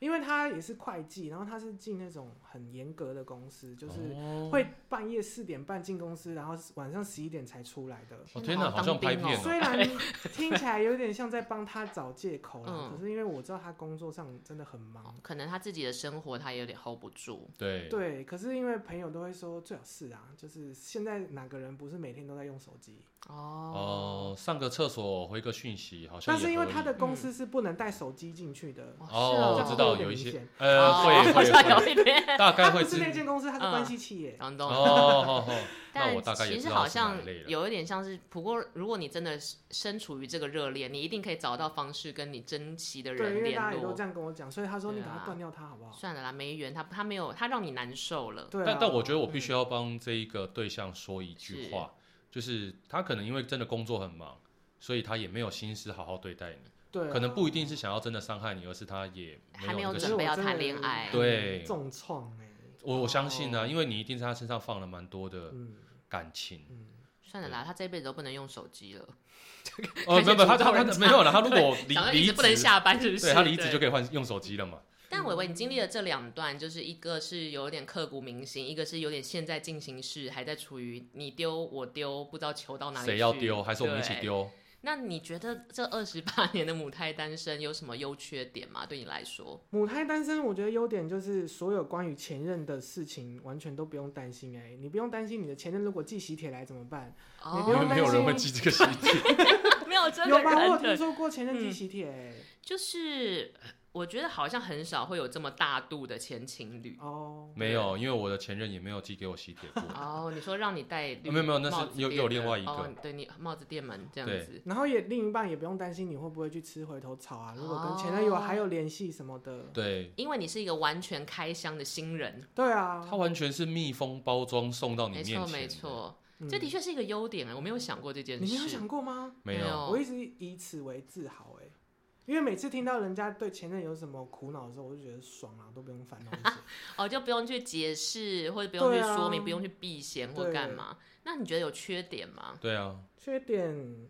[SPEAKER 2] 因为他也是会计，然后他是进那种很严格的公司，就是
[SPEAKER 3] 哦
[SPEAKER 2] 会半夜四点半进公司，然后晚上十一点才出来的。
[SPEAKER 3] 哦天哪，好像拍片哦。
[SPEAKER 2] 虽然 听起来有点像在帮他找借口啦，
[SPEAKER 1] 嗯
[SPEAKER 2] 可是因为我知道他工作上真的很忙
[SPEAKER 1] 哦，可能他自己的生活他也有点 hold 不住，
[SPEAKER 3] 对，
[SPEAKER 2] 对，可是因为朋友都会说最好是啊，就是现在哪个人不是每天都在用手机？
[SPEAKER 1] 哦
[SPEAKER 3] 哦，上个厕所回个讯息，好像
[SPEAKER 2] 但
[SPEAKER 3] 也合
[SPEAKER 2] 是
[SPEAKER 3] 理。嗯
[SPEAKER 2] 因为他的公司是不能带手机进去的，
[SPEAKER 3] 哦，
[SPEAKER 1] 是啊
[SPEAKER 3] 我知道有一
[SPEAKER 2] 这
[SPEAKER 3] 些
[SPEAKER 2] 样，
[SPEAKER 3] 呃，
[SPEAKER 1] 哦
[SPEAKER 3] 会
[SPEAKER 1] 好
[SPEAKER 3] 会
[SPEAKER 1] 像
[SPEAKER 3] 会，
[SPEAKER 1] 有一 点，
[SPEAKER 3] 大概
[SPEAKER 2] 他
[SPEAKER 3] 会
[SPEAKER 2] 不是
[SPEAKER 3] 知
[SPEAKER 2] 那间公司，他是
[SPEAKER 1] 嗯
[SPEAKER 2] 关系企业。
[SPEAKER 1] 懂
[SPEAKER 3] 哦
[SPEAKER 1] 懂。
[SPEAKER 3] 哦哦，那
[SPEAKER 1] 但
[SPEAKER 3] 我大概也
[SPEAKER 1] 其
[SPEAKER 3] 知
[SPEAKER 1] 实
[SPEAKER 3] 道
[SPEAKER 1] 好
[SPEAKER 3] 是哪
[SPEAKER 1] 像
[SPEAKER 3] 一类了
[SPEAKER 1] 有一点像是，不过如果你真的是身处于这个热恋，你一定可以找到方式跟你珍惜
[SPEAKER 3] 嗯
[SPEAKER 1] 的
[SPEAKER 2] 对，因
[SPEAKER 1] 人
[SPEAKER 2] 为大
[SPEAKER 1] 联
[SPEAKER 2] 家也都
[SPEAKER 1] 络
[SPEAKER 2] 这。样跟我讲，所以他说你
[SPEAKER 1] 对
[SPEAKER 2] 赶快
[SPEAKER 1] 啊
[SPEAKER 2] 断掉他好不好？
[SPEAKER 1] 算了啦，没缘，他他没有，他让你难受了。
[SPEAKER 2] 对啊，
[SPEAKER 3] 但但我觉得我
[SPEAKER 1] 嗯
[SPEAKER 3] 必须要帮这一个对象说一句话，就是他可能因为真的工作很忙，所以他也没有心思好好对待你，
[SPEAKER 2] 对啊
[SPEAKER 3] 可能不一定是想要真的伤害你，而是他也
[SPEAKER 1] 还没
[SPEAKER 3] 有
[SPEAKER 1] 有
[SPEAKER 2] 可
[SPEAKER 3] 那个
[SPEAKER 2] 是
[SPEAKER 1] 准
[SPEAKER 2] 我
[SPEAKER 1] 备要
[SPEAKER 2] 真的
[SPEAKER 1] 谈恋爱
[SPEAKER 3] 对
[SPEAKER 2] 重创哎，
[SPEAKER 3] 我我相信呢、
[SPEAKER 1] 哦
[SPEAKER 3] 因为你一定在他身上放了蛮多的
[SPEAKER 2] 嗯
[SPEAKER 3] 感情。
[SPEAKER 2] 嗯，
[SPEAKER 1] 算了啦，他这辈子都不能用手机了。
[SPEAKER 3] 哦，
[SPEAKER 1] 感
[SPEAKER 3] 没
[SPEAKER 1] 谢
[SPEAKER 3] 有没有，他
[SPEAKER 1] 诅咒
[SPEAKER 3] 他他
[SPEAKER 1] 人家
[SPEAKER 3] 没有了。他如果 离
[SPEAKER 1] 想到一
[SPEAKER 3] 离
[SPEAKER 1] 直
[SPEAKER 3] 职，
[SPEAKER 1] 不能下班，是不是？
[SPEAKER 3] 对他离职就可以换用手机了嘛？
[SPEAKER 1] 但伟伟，你经历了这两段，就是一个是有点刻骨铭心，一个是有点现在进行式，还在处于你丢我丢，不知道球到哪里去。
[SPEAKER 3] 谁要丢？还是我们一起
[SPEAKER 1] 对？
[SPEAKER 3] 丢？
[SPEAKER 1] 那你觉得这二十八年的母胎单身有什么优缺点吗？对你来说，
[SPEAKER 2] 母胎单身，我觉得优点就是所有关于前任的事情完全都不用担心哎、你不用担心你的前任如果寄喜帖来怎么办，你不
[SPEAKER 3] 哦因为
[SPEAKER 2] 用
[SPEAKER 3] 没
[SPEAKER 2] 担心
[SPEAKER 3] 有人会记这个细节。
[SPEAKER 1] 没有真
[SPEAKER 2] 有
[SPEAKER 1] 的
[SPEAKER 2] 吧？我有
[SPEAKER 1] 人
[SPEAKER 2] 听
[SPEAKER 1] 的，
[SPEAKER 2] 说过前任寄
[SPEAKER 1] 嗯
[SPEAKER 2] 喜帖、欸
[SPEAKER 1] 就是我觉得好像很少会有这么大度的前情侣。
[SPEAKER 2] 哦，
[SPEAKER 3] 没有，因为我的前任也没有寄给我喜帖 过。
[SPEAKER 1] 哦，你说让你戴绿
[SPEAKER 3] 没有没有那是
[SPEAKER 1] 帽子
[SPEAKER 3] 有
[SPEAKER 1] 店
[SPEAKER 3] 有
[SPEAKER 1] 的
[SPEAKER 3] 另外一个
[SPEAKER 1] 哦、对你帽子店门这样
[SPEAKER 3] 对
[SPEAKER 1] 子。
[SPEAKER 2] 然后也另一半也不用担心你会不会去吃回头草啊，如果跟前
[SPEAKER 1] 哦
[SPEAKER 2] 任有还有联系什么的，
[SPEAKER 3] 对，
[SPEAKER 1] 因为你是一个完全开箱的新人，
[SPEAKER 2] 对啊
[SPEAKER 3] 它，完全是密封包装送到你
[SPEAKER 1] 没
[SPEAKER 3] 面前
[SPEAKER 1] 错
[SPEAKER 3] 的。
[SPEAKER 1] 没错，
[SPEAKER 2] 嗯
[SPEAKER 1] 这的确是一个优点哎，我没有想过这件事。
[SPEAKER 2] 你没有想过吗？
[SPEAKER 3] 没
[SPEAKER 1] 没
[SPEAKER 3] 有。
[SPEAKER 1] 有哦
[SPEAKER 2] 我一直以此为自豪哎、因为每次听到人家对前任有什么苦恼的时候，我就觉得爽啊，都不用烦恼 这些。
[SPEAKER 1] 哦，就不用去解释，或者不用去
[SPEAKER 2] 对啊
[SPEAKER 1] 说明，不用去避嫌或
[SPEAKER 2] 对
[SPEAKER 1] 干嘛。那你觉得有缺点吗？
[SPEAKER 3] 对啊，
[SPEAKER 2] 缺点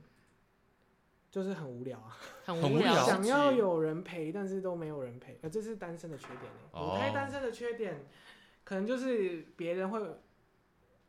[SPEAKER 2] 就是很无聊啊，
[SPEAKER 1] 很
[SPEAKER 3] 很无
[SPEAKER 1] 聊
[SPEAKER 3] 聊
[SPEAKER 1] 是
[SPEAKER 2] 想
[SPEAKER 1] 指，
[SPEAKER 2] 要有人陪，但是都没有人陪，呃，这是单身的缺点欸、
[SPEAKER 3] 哦
[SPEAKER 2] 母胎单身的缺点，可能就是别人会。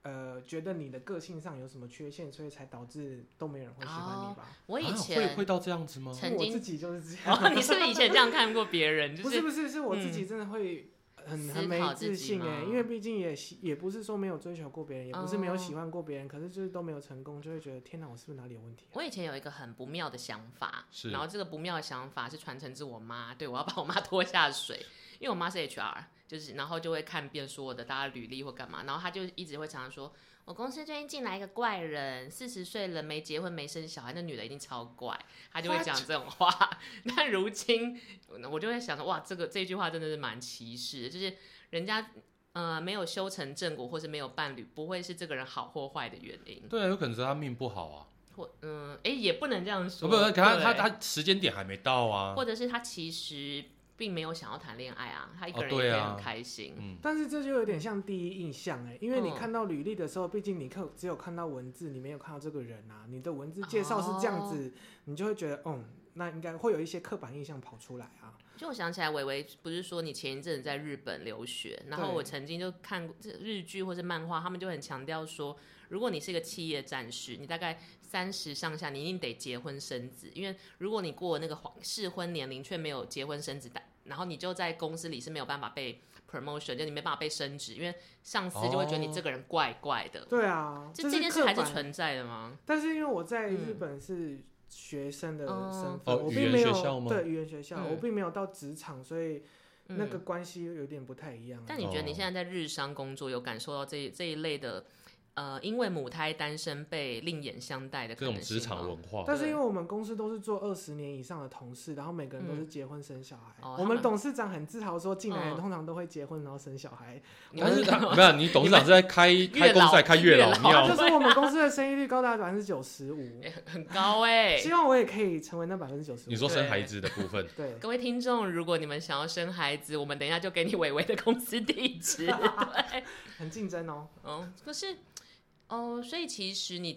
[SPEAKER 2] 呃，觉得你的个性上有什么缺陷，所以才导致都没有人会喜欢你吧？
[SPEAKER 1] 我以
[SPEAKER 3] 啊
[SPEAKER 1] 前
[SPEAKER 3] 会会到这样子吗？
[SPEAKER 1] 哦曾
[SPEAKER 2] 因为我
[SPEAKER 1] 经
[SPEAKER 2] 自己就是这样，
[SPEAKER 1] 哦，你是不是以前这样看过别人？ 就
[SPEAKER 2] 不是
[SPEAKER 1] 是
[SPEAKER 2] 不是，是我自己真的会很、
[SPEAKER 1] 思
[SPEAKER 2] 很没
[SPEAKER 1] 考自
[SPEAKER 2] 自
[SPEAKER 1] 己
[SPEAKER 2] 信哎、
[SPEAKER 1] 吗
[SPEAKER 2] 因为毕竟也喜也不是说没有追求过别人，也不是没有
[SPEAKER 1] 哦
[SPEAKER 2] 喜欢过别人，可是就是都没有成功，就会觉得天哪，我是不是哪里有问题啊、
[SPEAKER 1] 我以前有一个很不妙的想法，
[SPEAKER 3] 是
[SPEAKER 1] 然后这个不妙的想法是传承自我妈，对我要把我妈 拖下水，因为我妈是 HR，就是然后就会看遍所有的大家履历或干嘛，然后她就一直会常常说，我公司最近进来一个怪人，四十岁了没结婚没生小孩，那女的一定超怪，她就会
[SPEAKER 2] What？
[SPEAKER 1] 讲这种话。 但如今我就会想说，哇，这个这句话真的是蛮歧视的，就是人家。呃，没有修成正果，或是没有伴侣，不会是这个人好或坏的原因。
[SPEAKER 3] 对啊，有可能是他命不好啊，呃
[SPEAKER 1] 或嗯，哎、也不能这样说，
[SPEAKER 3] 哦不，可他他
[SPEAKER 1] 对，
[SPEAKER 3] 他时间点还没到啊。
[SPEAKER 1] 或者是他其实并没有想要谈恋爱啊，他一个
[SPEAKER 3] 哦
[SPEAKER 1] 人
[SPEAKER 3] 对
[SPEAKER 1] 也可以
[SPEAKER 3] 啊
[SPEAKER 1] 很开心。
[SPEAKER 3] 嗯，
[SPEAKER 2] 但是这就有点像第一印象哎、因为你
[SPEAKER 1] 嗯
[SPEAKER 2] 看到履历的时候，毕竟你看只有看到文字，你没有看到这个人啊，你的文字介绍是这样
[SPEAKER 1] 哦
[SPEAKER 2] 子，你就会觉得，嗯，那应该会有一些刻板印象跑出来啊。
[SPEAKER 1] 就我想起来，伟伟不是说你前一阵子在日本留学，然后
[SPEAKER 2] 对
[SPEAKER 1] 我曾经就看过这日剧或是漫画，他们就很强调说，如果你是一个企业战士，你大概三十上下，你一定得结婚生子，因为如果你过了那个黄适婚年龄却没有结婚生子，但然后你就在公司里是没有办法被 promotion，就你没办法被升职，因为上司就会觉得
[SPEAKER 3] 哦
[SPEAKER 1] 你这个人怪怪的。
[SPEAKER 2] 对啊，
[SPEAKER 1] 这
[SPEAKER 2] 是
[SPEAKER 1] 这件事
[SPEAKER 2] 刻
[SPEAKER 1] 还是
[SPEAKER 2] 板
[SPEAKER 1] 存在的吗？
[SPEAKER 2] 但是因为我在日
[SPEAKER 1] 嗯
[SPEAKER 2] 本是学生的
[SPEAKER 1] 哦
[SPEAKER 2] 身份，
[SPEAKER 3] 哦
[SPEAKER 2] 我
[SPEAKER 3] 语
[SPEAKER 2] 并
[SPEAKER 3] 言
[SPEAKER 2] 没
[SPEAKER 3] 学
[SPEAKER 2] 有
[SPEAKER 3] 校吗
[SPEAKER 2] 对语言学校，我
[SPEAKER 1] 嗯
[SPEAKER 2] 并没有到职场，所以那
[SPEAKER 1] 嗯
[SPEAKER 2] 个关系有点不太一样啊。
[SPEAKER 1] 但你觉得你
[SPEAKER 3] 哦
[SPEAKER 1] 现在在日商工作，有感受到这一这一类的，呃，因为母胎单身被另眼相待的可
[SPEAKER 3] 这种
[SPEAKER 1] 能
[SPEAKER 3] 职
[SPEAKER 1] 性
[SPEAKER 3] 场
[SPEAKER 1] 吗
[SPEAKER 3] 文化，
[SPEAKER 2] 但是
[SPEAKER 1] 对
[SPEAKER 2] 因为我们公司都是做二十年以上的同事，然后每个人都是
[SPEAKER 1] 嗯
[SPEAKER 2] 结婚生小孩。
[SPEAKER 1] 哦
[SPEAKER 2] 我
[SPEAKER 1] 他
[SPEAKER 2] 们
[SPEAKER 1] 们
[SPEAKER 2] 董事长很自豪说，进来的
[SPEAKER 1] 嗯
[SPEAKER 2] 通常都会结婚然后生小 孩。
[SPEAKER 1] 你
[SPEAKER 3] 但
[SPEAKER 1] 们
[SPEAKER 3] 是
[SPEAKER 1] 是
[SPEAKER 3] 他没有，你董事长是在开开公司在开月老
[SPEAKER 1] 月
[SPEAKER 2] 他
[SPEAKER 1] 老
[SPEAKER 2] 就
[SPEAKER 3] 庙，
[SPEAKER 2] 说我们公司的生育率高达百分之九十五，
[SPEAKER 1] 很高 哎、
[SPEAKER 2] 希望我也可以成为那百分之九十五。
[SPEAKER 3] 你说生孩子的 部分，
[SPEAKER 2] 对，
[SPEAKER 1] 各位听众，如果你们想要生孩子，我们等一下就给你伟伟的公司地址。对，
[SPEAKER 2] 很竞争哦。
[SPEAKER 1] 嗯，可是，哦，所以其实你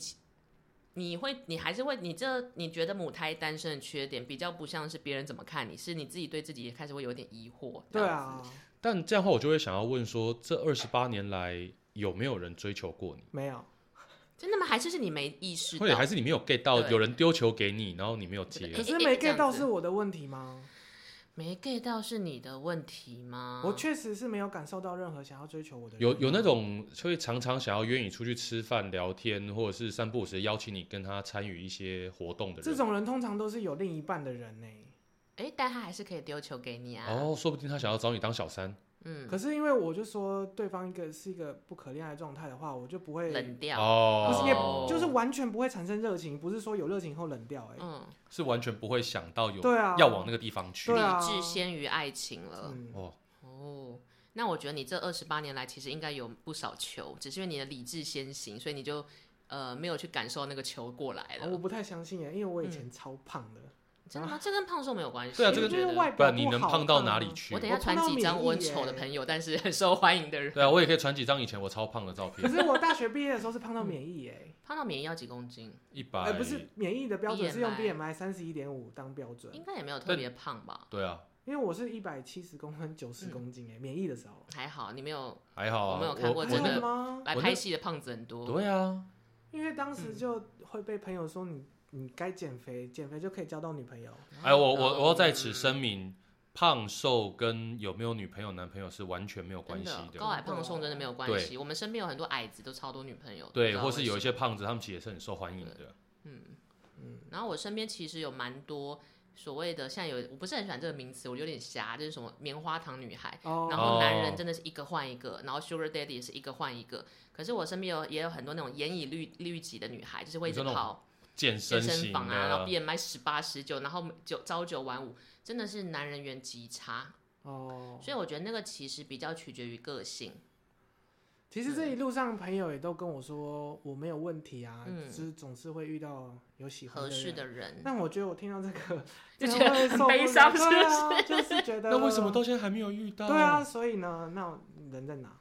[SPEAKER 1] 你会，你还是会，你这你觉得母胎单身的缺点比较不像是别人怎么看你，是你自己对自己也开始会有点疑惑。
[SPEAKER 2] 对，啊，
[SPEAKER 3] 但这样的话，我就会想要问说，这二十八年来有没有人追求过你？
[SPEAKER 2] 没有，
[SPEAKER 1] 真的吗？还是是你没意识
[SPEAKER 3] 或者
[SPEAKER 1] 到？
[SPEAKER 3] 还是你没有 get 到
[SPEAKER 1] 对
[SPEAKER 3] 有人丢球给你，然后你没有
[SPEAKER 1] 对
[SPEAKER 3] 接
[SPEAKER 1] 诶？
[SPEAKER 2] 可
[SPEAKER 1] 诶
[SPEAKER 2] 是没
[SPEAKER 1] 哎这样
[SPEAKER 2] get 到
[SPEAKER 1] 子
[SPEAKER 2] 是我的问题吗？
[SPEAKER 1] 没 get 到是你的问题吗？
[SPEAKER 2] 我确实是没有感受到任何想要追求我的人
[SPEAKER 3] 有有那种会常常想要约你出去吃饭、聊天，或者是三不五时邀请你跟他参与一些活动的
[SPEAKER 2] 这
[SPEAKER 3] 人。
[SPEAKER 2] 种人，通常都是有另一半的人呢、
[SPEAKER 1] 哎、但他还是可以丢球给你啊。
[SPEAKER 3] 哦，说不定他想要找你当小三
[SPEAKER 1] 嗯，
[SPEAKER 2] 可是因为我就说对方一个是一个不可恋爱状态的话，我就不会，
[SPEAKER 1] 冷掉。
[SPEAKER 3] 哦，
[SPEAKER 2] 不是也就是
[SPEAKER 3] 是
[SPEAKER 2] 完全不会产生热情，不是说有热情后冷掉哎、
[SPEAKER 1] 嗯，
[SPEAKER 3] 完全不会想到有
[SPEAKER 2] 对啊，
[SPEAKER 3] 要往那个地方去。
[SPEAKER 2] 对啊
[SPEAKER 1] 理智先于爱情了。
[SPEAKER 2] 嗯，
[SPEAKER 3] 哦，
[SPEAKER 1] 哦，那我觉得你这二十八年来其实应该有不少球，只是因为你的理智先行，所以你就呃没有去感受那个球过来了。
[SPEAKER 2] 我不太相信哎、因为我以前超胖的，
[SPEAKER 1] 真的吗？这跟胖瘦没有关系。
[SPEAKER 3] 嗯对啊
[SPEAKER 1] 我
[SPEAKER 3] 这
[SPEAKER 2] 就
[SPEAKER 3] 个
[SPEAKER 1] 觉
[SPEAKER 2] 是
[SPEAKER 1] 得
[SPEAKER 2] 外
[SPEAKER 3] 不
[SPEAKER 2] 表
[SPEAKER 3] 然你能
[SPEAKER 2] 好
[SPEAKER 3] 胖到
[SPEAKER 2] 啊
[SPEAKER 3] 哪里？去
[SPEAKER 1] 我？等一下
[SPEAKER 2] 我碰
[SPEAKER 1] 传
[SPEAKER 2] 到
[SPEAKER 1] 几
[SPEAKER 2] 免
[SPEAKER 1] 张我
[SPEAKER 2] 疫
[SPEAKER 1] 很丑的
[SPEAKER 2] 耶
[SPEAKER 1] 朋友，但是很受欢迎的人。
[SPEAKER 3] 对啊，我也可以传几张以前我超胖的照
[SPEAKER 2] 可
[SPEAKER 3] 片，
[SPEAKER 2] 是我大学毕业的时候是胖到
[SPEAKER 1] 嗯
[SPEAKER 2] 免疫哎、
[SPEAKER 1] 胖到免疫要几公斤？
[SPEAKER 3] 一
[SPEAKER 2] 哎、
[SPEAKER 3] 百
[SPEAKER 2] 不是免疫的标准是用
[SPEAKER 1] BMI
[SPEAKER 2] BMI 三十一点五当标准，
[SPEAKER 1] 应该也没有特
[SPEAKER 3] 但
[SPEAKER 1] 别胖吧？
[SPEAKER 3] 对啊，
[SPEAKER 2] 因为我是一百七十公分九十
[SPEAKER 1] 嗯
[SPEAKER 2] 公斤哎、免疫的时候，
[SPEAKER 1] 还好你没有
[SPEAKER 3] 还好啊。
[SPEAKER 1] 我没有看过
[SPEAKER 3] 我
[SPEAKER 1] 真的
[SPEAKER 2] 的吗？
[SPEAKER 1] 来
[SPEAKER 3] 我
[SPEAKER 1] 拍
[SPEAKER 3] 那
[SPEAKER 1] 戏的胖子很多。
[SPEAKER 3] 对啊，
[SPEAKER 2] 因为当时就会被朋友说你你该减肥，减肥就可以交到女朋友。
[SPEAKER 3] 哎，我我我要在此
[SPEAKER 1] 嗯
[SPEAKER 3] 声明，胖瘦跟有没有女朋友、男朋友是完全没有关
[SPEAKER 1] 真
[SPEAKER 3] 系
[SPEAKER 1] 的
[SPEAKER 3] 的。
[SPEAKER 1] 高矮胖瘦真的没有关
[SPEAKER 3] 对
[SPEAKER 1] 系。我们身边有很多矮子都超多女朋友，不
[SPEAKER 3] 对，
[SPEAKER 1] 知道
[SPEAKER 3] 或
[SPEAKER 1] 为
[SPEAKER 3] 是
[SPEAKER 1] 什
[SPEAKER 3] 有一
[SPEAKER 1] 么
[SPEAKER 3] 些胖子，他们其实也是很受欢迎的。
[SPEAKER 1] 然后我身边其实有蛮多所谓的，现在有我不是很喜欢这个名词，我有点狭，就是什么棉花糖女孩。
[SPEAKER 2] 哦，
[SPEAKER 1] 嗯然后男
[SPEAKER 3] 哦
[SPEAKER 1] 人真的是一个换一个，然后 Sugar Daddy 也是一个换一个。可是我身边有也有很多那种严以律律己的女孩，就是会一
[SPEAKER 3] 你
[SPEAKER 1] 直
[SPEAKER 3] 说那种
[SPEAKER 1] 跑
[SPEAKER 3] 健
[SPEAKER 1] 健
[SPEAKER 3] 身
[SPEAKER 1] 身
[SPEAKER 3] 型
[SPEAKER 1] 房啊，然后
[SPEAKER 3] 的，
[SPEAKER 1] BMI 十八十九，然后九朝九晚五，真的是男人缘极差。
[SPEAKER 2] 哦，
[SPEAKER 1] 所以我觉得那个其实比较取决于个性。
[SPEAKER 2] 其实这一路上朋友也都跟我说我没有问题啊，
[SPEAKER 1] 嗯
[SPEAKER 2] 就是总是会遇到有喜欢
[SPEAKER 1] 合适
[SPEAKER 2] 的人。
[SPEAKER 1] 的人，
[SPEAKER 2] 但我觉得我听到这个，
[SPEAKER 1] 就
[SPEAKER 2] 真
[SPEAKER 1] 觉
[SPEAKER 2] 的
[SPEAKER 1] 得
[SPEAKER 2] 会
[SPEAKER 1] 很
[SPEAKER 2] 受不
[SPEAKER 1] 悲
[SPEAKER 2] 了
[SPEAKER 1] 伤
[SPEAKER 2] 对啊，就是觉得
[SPEAKER 3] 那为什么到现在还没有遇到？
[SPEAKER 2] 对啊？，所以呢，那人在哪？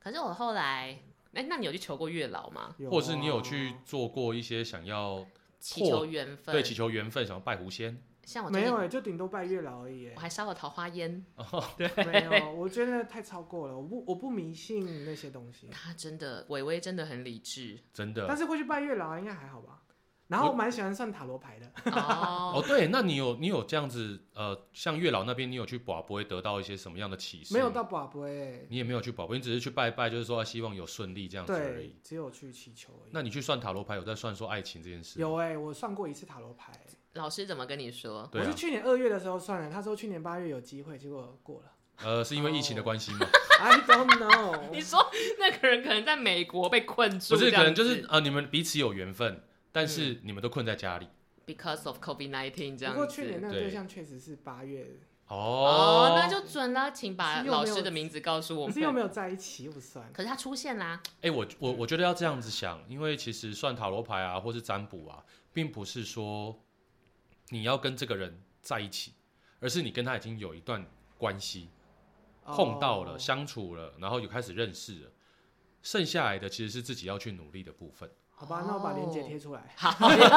[SPEAKER 1] 可是我后来，哎，那你有去求过月老吗？
[SPEAKER 2] 有
[SPEAKER 3] 或者是你有
[SPEAKER 2] 啊
[SPEAKER 3] 去做过一些想要
[SPEAKER 1] 祈求缘分。
[SPEAKER 3] 对祈求缘分，想要拜狐仙？
[SPEAKER 1] 像我最
[SPEAKER 2] 没
[SPEAKER 1] 近
[SPEAKER 2] 有哎、就顶多拜月老而已欸
[SPEAKER 1] 我还烧了桃花烟，
[SPEAKER 2] 没有，我觉得太超过了，我不我不迷信那些东西。
[SPEAKER 1] 他真的伟伟真的很理智
[SPEAKER 3] 真的
[SPEAKER 2] 但是会去拜月老啊应该还好吧？然后我蛮喜欢算塔罗牌的，
[SPEAKER 1] 哦。
[SPEAKER 3] 哦，对，那你有你有这样子呃，像月老那边，你有去卜不会得到一些什么样的启示？
[SPEAKER 2] 没有，到卜卜哎，
[SPEAKER 3] 你也没有去卜卜，你只是去拜拜，就是说啊希望有顺利这样子而
[SPEAKER 2] 对
[SPEAKER 3] 已。，
[SPEAKER 2] 只有去祈求而已。
[SPEAKER 3] 那你去算塔罗牌，有在算说爱情这件事吗？
[SPEAKER 2] 有哎、我算过一次塔罗牌，
[SPEAKER 1] 老师怎么跟你说？
[SPEAKER 3] 对
[SPEAKER 2] 我
[SPEAKER 3] 啊
[SPEAKER 2] 是，去年二月的时候算的，他说去年八月有机会，结果过了。
[SPEAKER 3] 呃，是因
[SPEAKER 1] 哦
[SPEAKER 3] 为疫情的 关系吗？
[SPEAKER 2] I don't
[SPEAKER 1] 你
[SPEAKER 2] know，
[SPEAKER 1] 说那个人可能在美国被困住，
[SPEAKER 3] 不是，
[SPEAKER 1] 这
[SPEAKER 3] 可
[SPEAKER 1] 样
[SPEAKER 3] 能就是
[SPEAKER 1] 子
[SPEAKER 3] 啊，你们彼此有缘分，但
[SPEAKER 1] 嗯
[SPEAKER 3] 是你们都困在家里。
[SPEAKER 1] because of COVID nineteen 这样
[SPEAKER 2] 不
[SPEAKER 1] 子。
[SPEAKER 2] 过去年那个
[SPEAKER 3] 对
[SPEAKER 2] 对象确实是八月，
[SPEAKER 1] 哦
[SPEAKER 3] 哦，，
[SPEAKER 1] 那就准了，请把
[SPEAKER 2] 可是又没
[SPEAKER 1] 老
[SPEAKER 2] 有
[SPEAKER 1] 师的名字告诉我
[SPEAKER 2] 可
[SPEAKER 1] 们
[SPEAKER 2] 是。又没有在一起，又不算。
[SPEAKER 1] 可是他出现啦，
[SPEAKER 3] 哎、我我我觉得要这样子想，因为其实算塔罗牌啊，或是占卜啊，并不是说你要跟这个人在一起，而是你跟他已经有一段关系，碰到了、
[SPEAKER 2] 哦
[SPEAKER 3] 相处了，然后有开始认识了，剩下来的其实是自己要去努力的部分。
[SPEAKER 2] 好吧，那我把链接
[SPEAKER 1] 哦
[SPEAKER 2] 贴出来。
[SPEAKER 1] 好，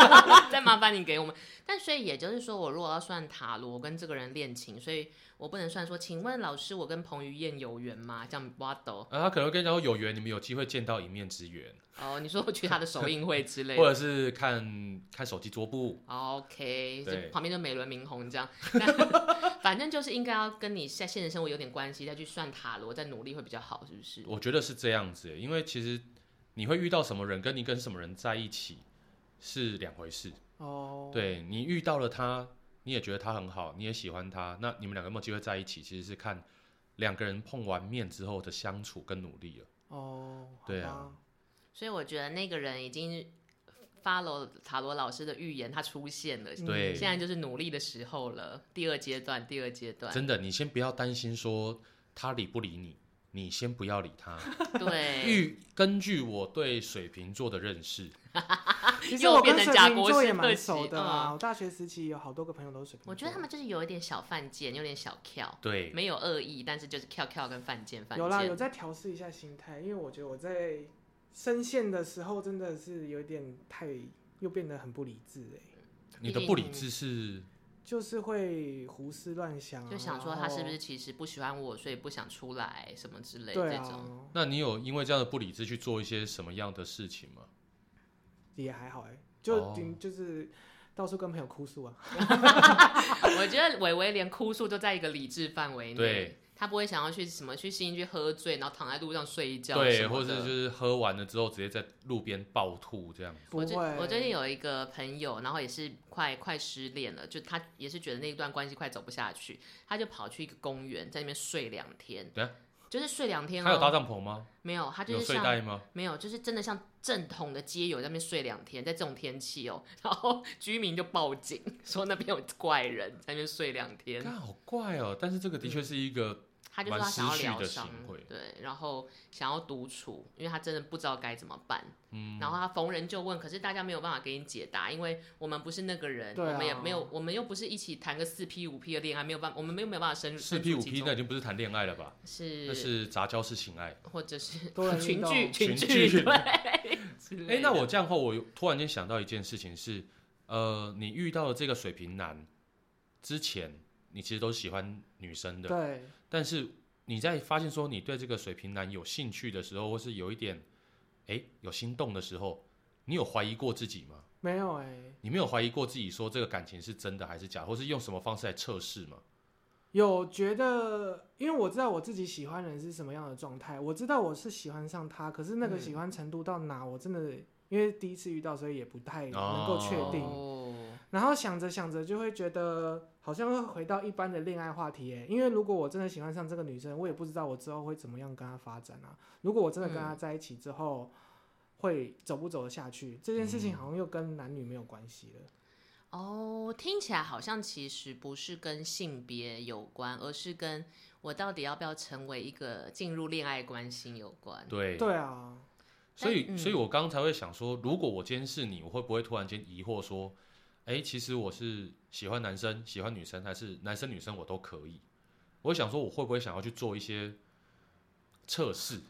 [SPEAKER 1] 再麻烦你给我们。但所以也就是说，我如果要算塔罗，我跟这个人恋情，所以我不能算说，请问老师，我跟彭于晏有缘吗？这样挖斗
[SPEAKER 3] 啊，他可能会跟你讲说有缘，你们有机会见到一面之缘，
[SPEAKER 1] 哦，你说我去他的首映会之类的 哦
[SPEAKER 3] 或，者是看看手机桌布。
[SPEAKER 1] OK，
[SPEAKER 3] 对
[SPEAKER 1] 就旁边就美轮明宏 这样，那反正就是应该要跟你在现实生活有点关系，再去算塔罗，再努力会比较好，是不是？
[SPEAKER 3] 我觉得是这样子欸耶，因为其实你会遇到什么人，跟你跟什么人在一起是两回事。
[SPEAKER 2] 哦，，
[SPEAKER 3] 对你遇到了他，你也觉得他很好，你也喜欢他，那你们两个有没有机会在一起，其实是看两个人碰完面之后的相处跟努力了。
[SPEAKER 2] 哦，好
[SPEAKER 3] 对啊
[SPEAKER 2] 吧，
[SPEAKER 1] 所以我觉得那个人已经 follow 塔罗老师的预言，他出现了，
[SPEAKER 2] 嗯
[SPEAKER 3] 对
[SPEAKER 1] 现，在就是努力的时候了。第二阶段，第二阶段，
[SPEAKER 3] 真的，你先不要担心说他理不理你，你先不要理他。
[SPEAKER 1] 对，
[SPEAKER 3] 据根据我对水瓶座的认识，
[SPEAKER 2] 其实
[SPEAKER 1] 又
[SPEAKER 2] 我
[SPEAKER 1] 变
[SPEAKER 2] 跟
[SPEAKER 1] 成
[SPEAKER 2] 水
[SPEAKER 1] 假
[SPEAKER 2] 瓶
[SPEAKER 1] 国
[SPEAKER 2] 座
[SPEAKER 1] 师
[SPEAKER 2] 也
[SPEAKER 1] 特
[SPEAKER 2] 蛮
[SPEAKER 1] 辑
[SPEAKER 2] 熟的啊，
[SPEAKER 1] 嗯
[SPEAKER 2] 我大学时期有好多个朋友都是水瓶座。
[SPEAKER 1] 我觉得他们就是有一点小犯贱，有点小跳，
[SPEAKER 3] 对，
[SPEAKER 1] 没有恶意，但是就是跳跳跟犯贱犯
[SPEAKER 2] 有啦，有
[SPEAKER 1] 贱。
[SPEAKER 2] 在调试一下心态，因为我觉得我在深陷的时候真的是有点太又变得很不理智哎、
[SPEAKER 3] 你的
[SPEAKER 1] 嗯
[SPEAKER 3] 不理智是
[SPEAKER 2] 就是会胡思乱想啊、
[SPEAKER 1] 就想说他是不是
[SPEAKER 2] 然
[SPEAKER 1] 其实不喜欢我，所以不想出来什么之类
[SPEAKER 2] 后对
[SPEAKER 1] 这种。
[SPEAKER 2] 啊，
[SPEAKER 3] 那你有因为这样的不理智去做一些什么样的事情吗？
[SPEAKER 2] 也还好哎、就、
[SPEAKER 3] 哦
[SPEAKER 2] 顶就是到处跟朋友哭诉啊，
[SPEAKER 1] 我觉得伟伟连哭诉都在一个理智范围内，
[SPEAKER 3] 对，
[SPEAKER 1] 他不会想要去什么去新一去喝醉，然后躺在路上睡一觉，
[SPEAKER 3] 对，或者就是喝完了之后直接在路边暴吐这样。
[SPEAKER 2] 不
[SPEAKER 1] 我
[SPEAKER 2] 会
[SPEAKER 1] 最我最近有一个朋友，然后也是快快失恋了，就他也是觉得那一段关系快走不下去，他就跑去一个公园，在那边睡两天，
[SPEAKER 3] 对啊
[SPEAKER 1] 就是睡两天
[SPEAKER 3] 他有搭
[SPEAKER 1] 哦，
[SPEAKER 3] 帐篷吗？
[SPEAKER 1] 没有，他就
[SPEAKER 3] 有
[SPEAKER 1] 是
[SPEAKER 3] 睡
[SPEAKER 1] 像
[SPEAKER 3] 袋吗？
[SPEAKER 1] 没有，就是真的像正统的街友在那边睡两天，在这种天气哦，然后 居民就报警说那边有怪人在那边睡两天，
[SPEAKER 3] 看好怪哦，但是这个的确是一个
[SPEAKER 1] 他就说他
[SPEAKER 3] 蛮
[SPEAKER 1] 想要
[SPEAKER 3] 失序
[SPEAKER 1] 疗
[SPEAKER 3] 的
[SPEAKER 1] 伤
[SPEAKER 3] 行为，
[SPEAKER 1] 对，然后想要独处，因为他真的不知道该怎么办。
[SPEAKER 3] 嗯，
[SPEAKER 1] 然后他逢人就问，可是大家没有办法给你解答，因为我们不是那个人，
[SPEAKER 2] 对啊
[SPEAKER 1] 我们也没有，我们又不是一起谈个四 P 五 P 的恋爱，没有办，我们没有没有办法深入
[SPEAKER 3] 四 P
[SPEAKER 1] 深入
[SPEAKER 3] 五
[SPEAKER 1] 其
[SPEAKER 3] P
[SPEAKER 1] 中
[SPEAKER 3] 那已经不是谈恋爱了吧？那
[SPEAKER 1] 是
[SPEAKER 3] 是杂交式情爱。
[SPEAKER 1] 或者是
[SPEAKER 2] 多人运
[SPEAKER 1] 群
[SPEAKER 2] 动
[SPEAKER 1] 聚
[SPEAKER 3] 群
[SPEAKER 1] 聚
[SPEAKER 3] 聚
[SPEAKER 1] 对，
[SPEAKER 3] 哎、
[SPEAKER 1] 哎
[SPEAKER 3] 那我这样后，我有突然间想到一件事情是，呃，你遇到的这个水瓶男之前，你其实都是喜欢女生的，
[SPEAKER 2] 对，
[SPEAKER 3] 但是你在发现说你对这个水瓶男有兴趣的时候，或是有一点哎、有心动的时候，你有怀疑过自己吗？
[SPEAKER 2] 没有哎、
[SPEAKER 3] 你没有怀疑过自己说这个感情是真的还是假，或是用什么方式来测试吗？
[SPEAKER 2] 有觉得，因为我知道我自己喜欢人是什么样的状态，我知道我是喜欢上他，可是那个
[SPEAKER 1] 嗯
[SPEAKER 2] 喜欢程度到哪，我真的因为第一次遇到，所以也不太能够确定。
[SPEAKER 1] 哦，
[SPEAKER 2] 然后想着想着就会觉得好像会回到一般的恋爱话题耶，因为如果我真的喜欢上这个女生，我也不知道我之后会怎么样跟她发展啊。如果我真的跟她在一起之后，会走不走得下去，这件事情好像又跟男女没有关系了。
[SPEAKER 1] 哦，听起来好像其实不是跟性别有关，而是跟我到底要不要成为一个进入恋爱关系有关。
[SPEAKER 3] 对，
[SPEAKER 2] 对啊，
[SPEAKER 3] 所以，
[SPEAKER 1] 嗯但
[SPEAKER 3] 所以我刚刚才会想说，如果我今天是你，我会不会突然间疑惑说，哎、其实我是喜欢男生、喜欢女生，还是男生女生我都可以？我会想说，我会不会想要去做一些测试？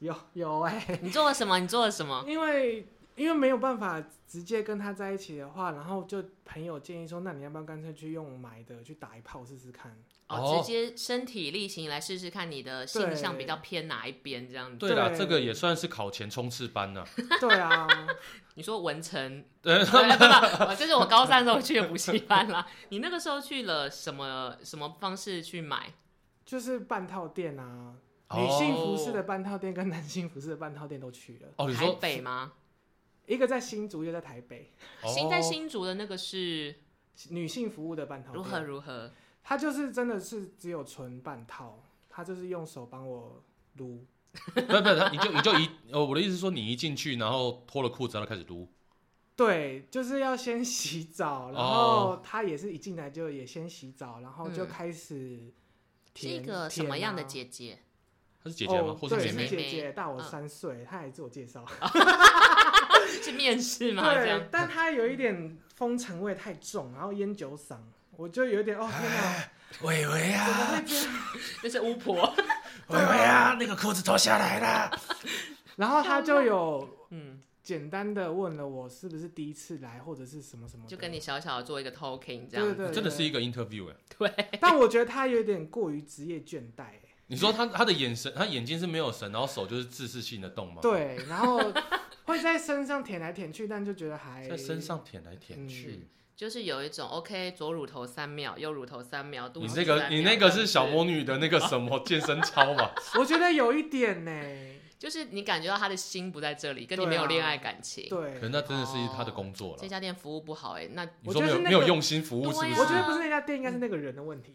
[SPEAKER 2] 有有哎、
[SPEAKER 1] 你做了什么？你做了什么？
[SPEAKER 2] 因为因为没有办法直接跟他在一起的话，然后就朋友建议说，那你要不要干脆去用买的去打一炮试试看？
[SPEAKER 1] 哦，
[SPEAKER 3] 哦
[SPEAKER 1] 直接身体力行来试试看你的性向比较偏哪一边这样子。
[SPEAKER 3] 对啦，
[SPEAKER 2] 对
[SPEAKER 3] 这个也算是考前冲刺班呢、
[SPEAKER 2] 对啊，
[SPEAKER 1] 你说文 成， 对，不不不，这是我高三的时候去的补习班啦。你那个时候去了什么什么方式去买？
[SPEAKER 2] 就是半套店啊。
[SPEAKER 3] 哦
[SPEAKER 2] 女性服饰的半套店跟男性服饰的半套店都去了，
[SPEAKER 3] 哦，你
[SPEAKER 1] 台
[SPEAKER 3] 说
[SPEAKER 1] 北吗？
[SPEAKER 2] 一个在新竹，一个在台北。
[SPEAKER 1] 新在
[SPEAKER 3] 哦
[SPEAKER 1] 新竹的那个是
[SPEAKER 2] 女性服务的半套
[SPEAKER 1] 如何
[SPEAKER 3] 哦
[SPEAKER 2] 店，
[SPEAKER 1] 如何？
[SPEAKER 2] 它就是真的是只有纯半套，它就是用手帮我撸，
[SPEAKER 3] 不不不，你就你就一呃，我的意思是说，你一进去，然后脱了裤子，然后开始撸。
[SPEAKER 2] 对，就是要先洗澡，然后他也是一进来就也先洗澡，然后就
[SPEAKER 1] 哦嗯
[SPEAKER 2] 开始
[SPEAKER 1] 是
[SPEAKER 2] 舔。
[SPEAKER 1] 一个什
[SPEAKER 2] 舔
[SPEAKER 1] 么样的
[SPEAKER 2] 啊
[SPEAKER 1] 姐姐？
[SPEAKER 3] 她是姐姐吗？
[SPEAKER 2] 哦
[SPEAKER 3] 或是
[SPEAKER 2] 对
[SPEAKER 3] 姐妹？
[SPEAKER 1] 是
[SPEAKER 2] 姐姐大我
[SPEAKER 1] 嗯
[SPEAKER 2] 三岁，她也自我介绍。
[SPEAKER 1] 是面试吗？这样
[SPEAKER 2] 对，但她有一点风尘味太重，然后烟酒嗓，我就有点哦天 哪，
[SPEAKER 3] 伟伟
[SPEAKER 2] 怎么，会这样？
[SPEAKER 1] 那是巫 婆。
[SPEAKER 3] 伟伟啊，那个裤子脱下来啦。
[SPEAKER 2] 然后她就有
[SPEAKER 1] 嗯，
[SPEAKER 2] 简单的问了我是不是第一次来，或者是什么什么的，
[SPEAKER 1] 就跟你小小的做一个 talking 这样子。
[SPEAKER 2] 对对
[SPEAKER 3] 真的是一个 interview 哎、
[SPEAKER 2] 但我觉得他有点过于职业倦怠欸，
[SPEAKER 3] 你说他他的眼神，他眼睛是没有神，然后手就是自视性的动吗？，
[SPEAKER 2] 对，然后会在身上舔来舔去，但就觉得还
[SPEAKER 3] 在身上舔来舔去。
[SPEAKER 1] 就是有一种 OK，左乳头三秒，右乳头三秒，
[SPEAKER 2] 嗯
[SPEAKER 1] 肚
[SPEAKER 3] 你
[SPEAKER 1] 子
[SPEAKER 3] 这个
[SPEAKER 1] 三秒
[SPEAKER 3] 你那个
[SPEAKER 1] 这样
[SPEAKER 3] 是
[SPEAKER 1] 子
[SPEAKER 3] 小魔女的那个什么健身 操吧？
[SPEAKER 2] 我觉得有一点呢、
[SPEAKER 1] 就是你感觉到他的心不在这里，跟你
[SPEAKER 2] 对啊
[SPEAKER 1] 没有恋爱感情。
[SPEAKER 2] 对
[SPEAKER 3] 可，能那真的是他的工作了
[SPEAKER 1] 这。家店服务不好哎、那
[SPEAKER 3] 你
[SPEAKER 2] 我觉
[SPEAKER 3] 说没
[SPEAKER 2] 得
[SPEAKER 3] 有
[SPEAKER 2] 是那个
[SPEAKER 3] 没有用心服务是不
[SPEAKER 1] 对啊
[SPEAKER 3] 是？嗯
[SPEAKER 2] 我觉得不是那家店，应该是那个人的问题。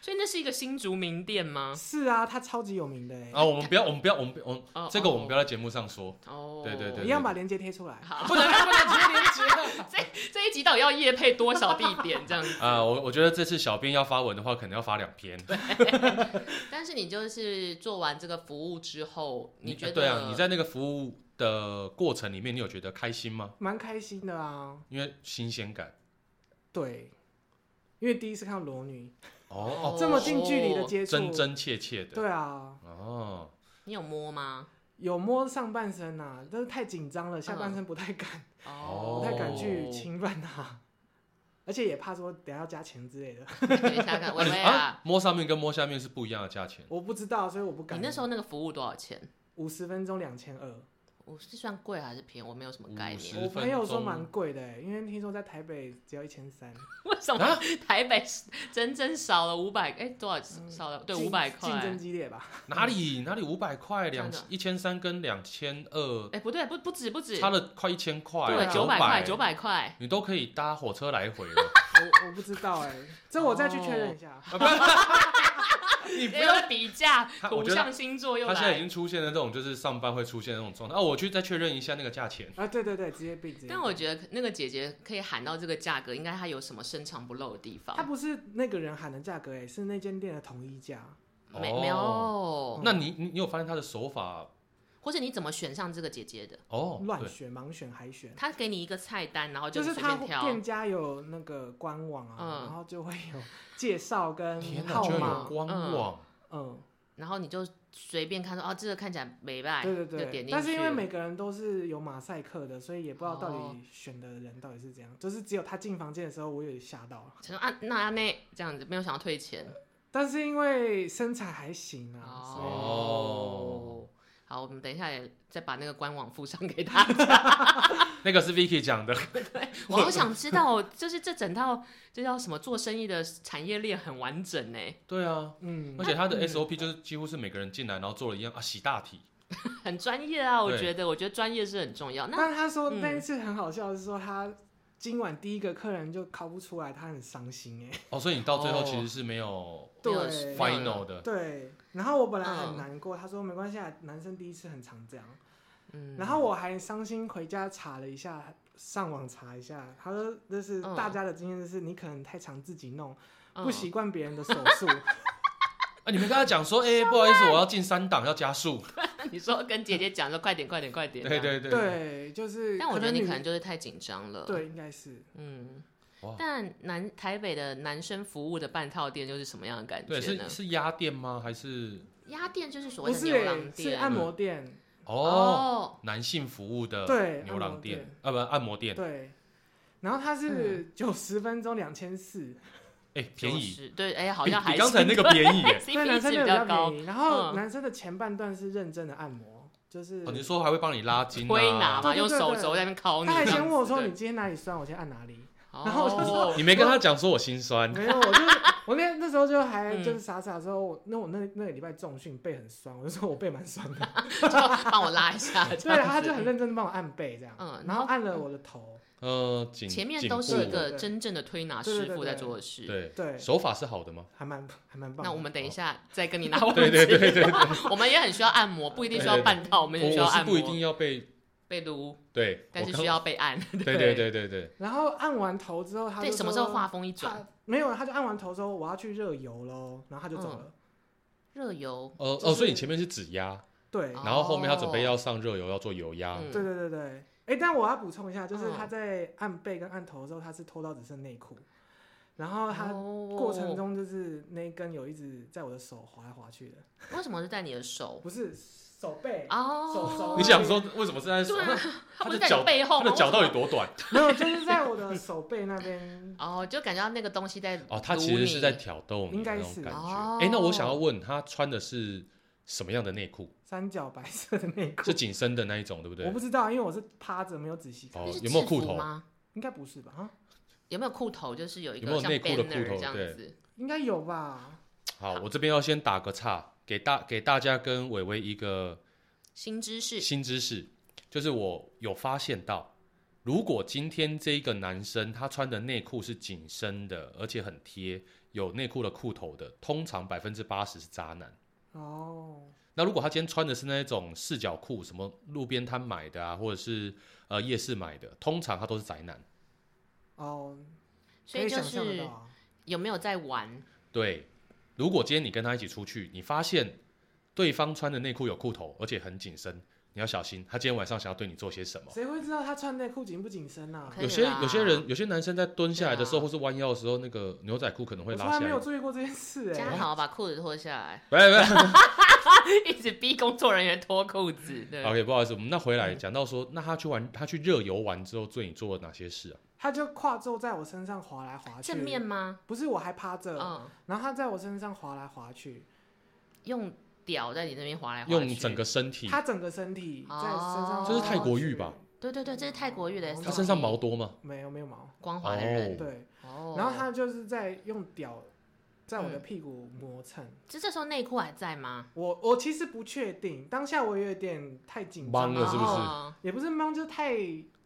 [SPEAKER 1] 所以那是一个新竹名店吗？
[SPEAKER 2] 是啊，他超级有名的哎、
[SPEAKER 3] 啊，我们不要我们不要我们不我们
[SPEAKER 1] 哦
[SPEAKER 3] 这个我们不要在节目上说。
[SPEAKER 1] 哦，
[SPEAKER 3] 对对对
[SPEAKER 2] 一样把链接贴出来。
[SPEAKER 1] 好，
[SPEAKER 3] 不能不能直接连接
[SPEAKER 1] 这这一集到底要夜配多少地点这样子？
[SPEAKER 3] 啊！我我觉得这次小编要发文的话，可能要发两篇。
[SPEAKER 1] 但是你就是做完这个服务之后，
[SPEAKER 3] 你
[SPEAKER 1] 觉得
[SPEAKER 3] 对啊？你在那个服务的过程里面，你有觉得开心吗？
[SPEAKER 2] 蛮开心的啊，
[SPEAKER 3] 因为新鲜感
[SPEAKER 2] 对，因为第一次看到裸女，
[SPEAKER 3] 哦
[SPEAKER 1] 哦
[SPEAKER 2] 这么近距离的接
[SPEAKER 3] 哦，
[SPEAKER 2] 触，
[SPEAKER 3] 真真切切的
[SPEAKER 2] 对啊，
[SPEAKER 3] 哦。
[SPEAKER 1] 你有摸吗？
[SPEAKER 2] 有摸上半身呐、但是太紧
[SPEAKER 1] 嗯
[SPEAKER 2] 张了，下半身不太敢，
[SPEAKER 1] 哦，
[SPEAKER 2] 不太敢去侵犯他，而且也怕说等下要加钱 之类的，
[SPEAKER 1] 等一下 看，薇薇啊，
[SPEAKER 3] 摸上面跟摸下面是不一样的 价钱。
[SPEAKER 2] 我不知道，所以我不
[SPEAKER 1] 你
[SPEAKER 2] 敢。
[SPEAKER 1] 那时候那个服务多少钱？
[SPEAKER 2] 五十分钟两千二，
[SPEAKER 1] 我是算贵还是便宜？我没有什么概
[SPEAKER 3] 50
[SPEAKER 1] 念。
[SPEAKER 2] 我朋友说蛮贵的、因为听说在台北只要一千三，
[SPEAKER 1] 为什
[SPEAKER 3] 啊
[SPEAKER 1] 么台北是整整少了五百？哎，多少
[SPEAKER 2] 嗯
[SPEAKER 1] 少了？对，
[SPEAKER 2] 竞
[SPEAKER 1] 五百
[SPEAKER 2] 竞争
[SPEAKER 1] 块。
[SPEAKER 2] 激烈吧？
[SPEAKER 3] 哪里哪里五百块，
[SPEAKER 1] 真
[SPEAKER 3] 两
[SPEAKER 1] 的
[SPEAKER 3] 一千三跟两千二，
[SPEAKER 1] 哎，不对，不不止不止，
[SPEAKER 3] 差了快一千块，
[SPEAKER 1] 对，九
[SPEAKER 3] 百
[SPEAKER 1] 百块，九，百块。
[SPEAKER 3] 你都可以搭火车来回 了。
[SPEAKER 2] 我我不知道哎、这我再去确认一
[SPEAKER 1] 哦
[SPEAKER 2] 下。
[SPEAKER 3] 你不
[SPEAKER 1] 哎
[SPEAKER 3] 要，
[SPEAKER 1] 又比价，
[SPEAKER 3] 他
[SPEAKER 1] 图
[SPEAKER 3] 我觉得
[SPEAKER 1] 像星座又
[SPEAKER 3] 他现在已
[SPEAKER 1] 来。
[SPEAKER 3] 经出现了这种就是上班会出现的那种状态。哦，我去再确认一下那个价钱。
[SPEAKER 2] 啊，对对对，直接闭直接闭。
[SPEAKER 1] 但我觉得那个姐姐可以喊到这个价格，应该她有什么深藏不露的地
[SPEAKER 2] 他
[SPEAKER 1] 方？
[SPEAKER 2] 不是那个人喊的价格、哎，是那间店的统一价。
[SPEAKER 1] 没
[SPEAKER 3] 哦
[SPEAKER 1] 没有？
[SPEAKER 3] 那你你你有发现他的手法
[SPEAKER 1] 或是你怎么选上这个姐姐的？
[SPEAKER 3] 哦？
[SPEAKER 2] 乱
[SPEAKER 3] 对，
[SPEAKER 2] 选、盲选、海选，
[SPEAKER 1] 她给你一个菜单，然后
[SPEAKER 2] 就是
[SPEAKER 1] 随便
[SPEAKER 2] 他
[SPEAKER 1] 挑
[SPEAKER 2] 店。家有那个官网啊，
[SPEAKER 1] 嗯
[SPEAKER 2] 然后就会有介绍跟
[SPEAKER 3] 天哪，
[SPEAKER 2] 号
[SPEAKER 3] 居然有
[SPEAKER 2] 码，
[SPEAKER 3] 官网，
[SPEAKER 2] 嗯，
[SPEAKER 1] 然后你就随便看说，哦，这个看起来没败，
[SPEAKER 2] 对对
[SPEAKER 1] 就
[SPEAKER 2] 对
[SPEAKER 1] 点进。去。
[SPEAKER 2] 但是因为每个人都是有马赛克的，所以也不知道到
[SPEAKER 1] 哦
[SPEAKER 2] 底选的人到底是怎样。就是只有他进房间的时候，我有吓到了。
[SPEAKER 1] 想说啊，那那这样子没有想要退钱
[SPEAKER 2] 但是因为身材还行啊，所
[SPEAKER 3] 哦。
[SPEAKER 1] 好，我们等一下也再把那个官网附上给 他。
[SPEAKER 3] 那个是 Vicky 讲 的，
[SPEAKER 1] 我好想知道，就是这整套这叫什么做生意的产业链很完整呢，
[SPEAKER 3] 对啊。
[SPEAKER 2] 以
[SPEAKER 1] 哦
[SPEAKER 2] 嗯
[SPEAKER 3] 而，且他的 SOP 就是几乎是每个人进来，然后做了一样啊洗大体，
[SPEAKER 1] 很专业啊。我
[SPEAKER 3] 对
[SPEAKER 1] 觉得，我觉得专业是很重要。那
[SPEAKER 2] 但他说
[SPEAKER 1] 嗯
[SPEAKER 2] 那一次很好笑的是说他。今晚第一个客人就考不出来，他很伤心哎、
[SPEAKER 3] 哦，所以你到最后
[SPEAKER 1] 哦
[SPEAKER 3] 其实是没有
[SPEAKER 1] 没有
[SPEAKER 2] 对
[SPEAKER 1] 没有
[SPEAKER 3] final 的，
[SPEAKER 2] 对，然后我本来
[SPEAKER 1] 嗯
[SPEAKER 2] 很难过，他说没关系，啊，男生第一次很常这样。
[SPEAKER 1] 嗯
[SPEAKER 2] 然后我还伤心回家查了一下，上网查一下，他说这是
[SPEAKER 1] 嗯
[SPEAKER 2] 大家的经验，就是你可能太常自己弄，
[SPEAKER 1] 嗯
[SPEAKER 2] 不习惯别人的手速。
[SPEAKER 3] 啊，你们跟他讲说，哎，不好意思，我要进三档，要加速，
[SPEAKER 1] 你说跟姐姐讲说快点，快点，快点。
[SPEAKER 3] 对
[SPEAKER 1] 这样。
[SPEAKER 3] 对对，
[SPEAKER 2] 对，就是。
[SPEAKER 1] 但我觉得你可能
[SPEAKER 2] 女
[SPEAKER 1] 就是太紧张了。，
[SPEAKER 2] 对，应该是
[SPEAKER 1] 嗯
[SPEAKER 3] 哇。
[SPEAKER 1] 但南台北的男生服务的半套店又是什么样的感
[SPEAKER 3] 对
[SPEAKER 1] 觉
[SPEAKER 3] 是
[SPEAKER 1] 呢？
[SPEAKER 3] 是鸭店吗？还是
[SPEAKER 1] 鸭店就是所谓
[SPEAKER 2] 不
[SPEAKER 1] 的
[SPEAKER 2] 是
[SPEAKER 1] 牛郎
[SPEAKER 2] 欸是
[SPEAKER 1] 店
[SPEAKER 2] 按摩店？
[SPEAKER 3] 哦男性服务的
[SPEAKER 2] 对
[SPEAKER 3] 牛郎
[SPEAKER 2] 按
[SPEAKER 3] 店啊不按摩店，
[SPEAKER 2] 对。然后它
[SPEAKER 1] 嗯
[SPEAKER 2] 是九十分钟两千四，
[SPEAKER 3] 哎便宜，
[SPEAKER 1] 宜，对， 哎，好
[SPEAKER 3] 比
[SPEAKER 1] 像还
[SPEAKER 3] 比刚才那个便 宜耶，
[SPEAKER 1] 是
[SPEAKER 2] 对
[SPEAKER 1] CP
[SPEAKER 2] 男生
[SPEAKER 1] 值
[SPEAKER 2] 的
[SPEAKER 1] 比
[SPEAKER 2] 比较
[SPEAKER 1] 较高
[SPEAKER 2] 便，宜。然后
[SPEAKER 1] 嗯
[SPEAKER 2] 男生的前半段是认真的按摩，就是
[SPEAKER 3] 哦你说还会帮你拉筋
[SPEAKER 1] 推拿
[SPEAKER 3] 啊，
[SPEAKER 1] 嘛，
[SPEAKER 2] 对对
[SPEAKER 1] 用
[SPEAKER 2] 对
[SPEAKER 1] 手
[SPEAKER 2] 对
[SPEAKER 1] 肘在那边敲你。
[SPEAKER 2] 他还先问我说
[SPEAKER 3] 对
[SPEAKER 2] 你今天哪里酸，我先按哪里。
[SPEAKER 1] 哦，
[SPEAKER 2] 然后我就说
[SPEAKER 3] 你没跟他讲说我心酸，
[SPEAKER 2] 没有，我就是我那那时候就还
[SPEAKER 1] 嗯
[SPEAKER 2] 就是傻傻说，我那我那那个礼拜重训背很酸，我就说我背蛮酸 的，
[SPEAKER 1] 就帮我拉一下，这
[SPEAKER 2] 对，啊
[SPEAKER 1] 样
[SPEAKER 2] 他就
[SPEAKER 1] 子
[SPEAKER 2] 很认真的帮我按背这样，
[SPEAKER 1] 嗯
[SPEAKER 2] 然后
[SPEAKER 1] 然后
[SPEAKER 2] 按了我的头，
[SPEAKER 3] 呃颈
[SPEAKER 1] 前面
[SPEAKER 3] 颈
[SPEAKER 1] 都是一
[SPEAKER 3] 部
[SPEAKER 1] 个
[SPEAKER 2] 颈部
[SPEAKER 1] 真正的推拿师傅在做的事。
[SPEAKER 3] 啊对
[SPEAKER 2] 对，
[SPEAKER 3] 手法是好的吗？
[SPEAKER 2] 还蛮还蛮棒的。
[SPEAKER 1] 那我们等一下再跟你拿我
[SPEAKER 3] 对
[SPEAKER 1] 们
[SPEAKER 3] 对
[SPEAKER 1] 自
[SPEAKER 3] 对对
[SPEAKER 1] 己，
[SPEAKER 3] 对，
[SPEAKER 1] 我们也很需要按摩，不一定需要
[SPEAKER 3] 对对对
[SPEAKER 1] 半套，我们也需
[SPEAKER 3] 我
[SPEAKER 1] 要
[SPEAKER 3] 我是
[SPEAKER 1] 按
[SPEAKER 3] 不一
[SPEAKER 1] 摩
[SPEAKER 3] 定要被
[SPEAKER 1] 被撸，
[SPEAKER 3] 对，
[SPEAKER 1] 但是
[SPEAKER 3] 我刚
[SPEAKER 1] 需要被按。
[SPEAKER 3] 对对对对对，
[SPEAKER 2] 然后按完头之后，他
[SPEAKER 1] 对，
[SPEAKER 2] 就
[SPEAKER 1] 什么时
[SPEAKER 2] 说
[SPEAKER 1] 候画风一转？
[SPEAKER 2] 他没有，他就按完头说我要去热油喽，然后他就
[SPEAKER 1] 嗯
[SPEAKER 2] 走了。
[SPEAKER 1] 热油，
[SPEAKER 3] 呃
[SPEAKER 2] 就是
[SPEAKER 3] 哦，所以你前面是指压，
[SPEAKER 2] 对
[SPEAKER 1] 哦
[SPEAKER 3] 然后后面他准备要上热油，要做油压。
[SPEAKER 1] 嗯
[SPEAKER 2] 对对对对，哎，但我要补充一下，就是
[SPEAKER 1] 嗯
[SPEAKER 2] 他在按背跟按头的时候，他是脱到只剩内裤，然后他
[SPEAKER 1] 哦
[SPEAKER 2] 过
[SPEAKER 1] 过
[SPEAKER 2] 程中就是那一根有一直在我的手滑来滑去的，
[SPEAKER 1] 为什么是在你的手？
[SPEAKER 2] 不是手背，手
[SPEAKER 1] 哦
[SPEAKER 2] 手，
[SPEAKER 3] 你想说为什么是在手？
[SPEAKER 1] 对啊
[SPEAKER 3] 那
[SPEAKER 1] 他
[SPEAKER 3] 他
[SPEAKER 1] 不是
[SPEAKER 3] 的
[SPEAKER 1] 在
[SPEAKER 3] 脚
[SPEAKER 1] 你，背后
[SPEAKER 3] 他
[SPEAKER 1] 吗？
[SPEAKER 3] 的脚
[SPEAKER 1] 为
[SPEAKER 3] 到
[SPEAKER 1] 什
[SPEAKER 3] 底
[SPEAKER 1] 么。
[SPEAKER 3] 多短？
[SPEAKER 2] 没有，就是在我的手背那边
[SPEAKER 1] 哦，就感觉到那个东西在
[SPEAKER 3] 哦，他
[SPEAKER 1] 撸
[SPEAKER 3] 其实是在
[SPEAKER 1] 你
[SPEAKER 3] 挑逗
[SPEAKER 2] 应
[SPEAKER 3] 你的
[SPEAKER 2] 该
[SPEAKER 3] 那种
[SPEAKER 2] 是
[SPEAKER 3] 感
[SPEAKER 1] 哦
[SPEAKER 3] 觉。哎，那我想要问他穿的是什么样的内裤？
[SPEAKER 2] 三角白色的内裤
[SPEAKER 3] 是，紧身的那一种，对不
[SPEAKER 2] 我
[SPEAKER 3] 对？
[SPEAKER 2] 不知道，因为我是趴着，没有仔细看，
[SPEAKER 1] 那
[SPEAKER 3] 哦
[SPEAKER 1] 是，
[SPEAKER 3] 有没有
[SPEAKER 1] 制
[SPEAKER 3] 裤
[SPEAKER 1] 服
[SPEAKER 3] 头？
[SPEAKER 1] 吗？
[SPEAKER 2] 应该不是吧？
[SPEAKER 3] 嗯
[SPEAKER 2] 啊，
[SPEAKER 1] 有没有裤头？就是有一
[SPEAKER 3] 有没
[SPEAKER 1] 个
[SPEAKER 3] 有
[SPEAKER 1] 像
[SPEAKER 3] 内裤的裤
[SPEAKER 1] banner
[SPEAKER 3] 头
[SPEAKER 1] 这样
[SPEAKER 3] 对
[SPEAKER 1] 子。
[SPEAKER 2] 应该有吧？
[SPEAKER 3] 好，我这边要先打个岔，给大给大家跟伟伟一个
[SPEAKER 1] 新知识，
[SPEAKER 3] 新知识，就是我有发现到，如果今天这个男生他穿的内裤是紧身的，而且很贴，有内裤的裤头的，通常百分之八十是渣男。
[SPEAKER 2] 哦，
[SPEAKER 3] 那如果他今天穿的是那一种四角裤，什么路边摊买的啊，或者是呃夜市买的，通常他都是宅男。
[SPEAKER 2] 哦，
[SPEAKER 1] 所
[SPEAKER 2] 可
[SPEAKER 1] 以就
[SPEAKER 2] 想象得
[SPEAKER 1] 是
[SPEAKER 2] 到啊。
[SPEAKER 1] 有没有在玩？
[SPEAKER 3] 对，如果今天你跟他一起出去，你发现对方穿的内裤有裤头，而且很紧身，你要小心，他今天晚上想要对你做些什么。
[SPEAKER 2] 谁会知道他穿内裤紧不紧身啊呐、
[SPEAKER 1] 可以
[SPEAKER 3] 有些
[SPEAKER 1] 啦
[SPEAKER 3] 有些人有些男生在蹲下来的时候，
[SPEAKER 1] 对啊
[SPEAKER 3] 或是弯腰的时候，那个牛仔裤可能会
[SPEAKER 2] 我从
[SPEAKER 3] 拉
[SPEAKER 2] 来
[SPEAKER 3] 下
[SPEAKER 2] 没
[SPEAKER 3] 来
[SPEAKER 2] 有。注意过这件事哎、
[SPEAKER 1] 嘉豪把裤子脱下来，
[SPEAKER 3] 喂喂
[SPEAKER 1] 一直逼工作人员脱裤子。对，
[SPEAKER 3] ，OK，不好意思，我们那回来讲到说，那他去玩，他去热游玩之后，对你做了哪些事啊？
[SPEAKER 2] 他就跨坐在我身上滑来滑去，
[SPEAKER 1] 正面吗？
[SPEAKER 2] 不是我还趴着，
[SPEAKER 1] 嗯，
[SPEAKER 2] 然后他在我身上滑来滑去，
[SPEAKER 1] 用屌在你那边滑来滑去。
[SPEAKER 3] 用整个身体，
[SPEAKER 2] 他整个身体在身上滑来滑去，
[SPEAKER 1] 这是泰
[SPEAKER 3] 国浴吧
[SPEAKER 1] 对对对，这是泰国浴的
[SPEAKER 2] 哦
[SPEAKER 1] SOP。
[SPEAKER 3] 他身上毛多吗？
[SPEAKER 2] 没有没有毛，
[SPEAKER 3] 哦
[SPEAKER 1] 光滑的人。
[SPEAKER 2] 对，
[SPEAKER 1] 哦，
[SPEAKER 2] 然后他就是在用屌在我的
[SPEAKER 1] 嗯
[SPEAKER 2] 屁股磨蹭，
[SPEAKER 1] 这这时候内裤还在吗？
[SPEAKER 2] 我我其实不确定，当下我有点太紧张
[SPEAKER 3] 懵了是不是
[SPEAKER 2] 然后
[SPEAKER 1] 哦
[SPEAKER 2] 也不是懵，就是太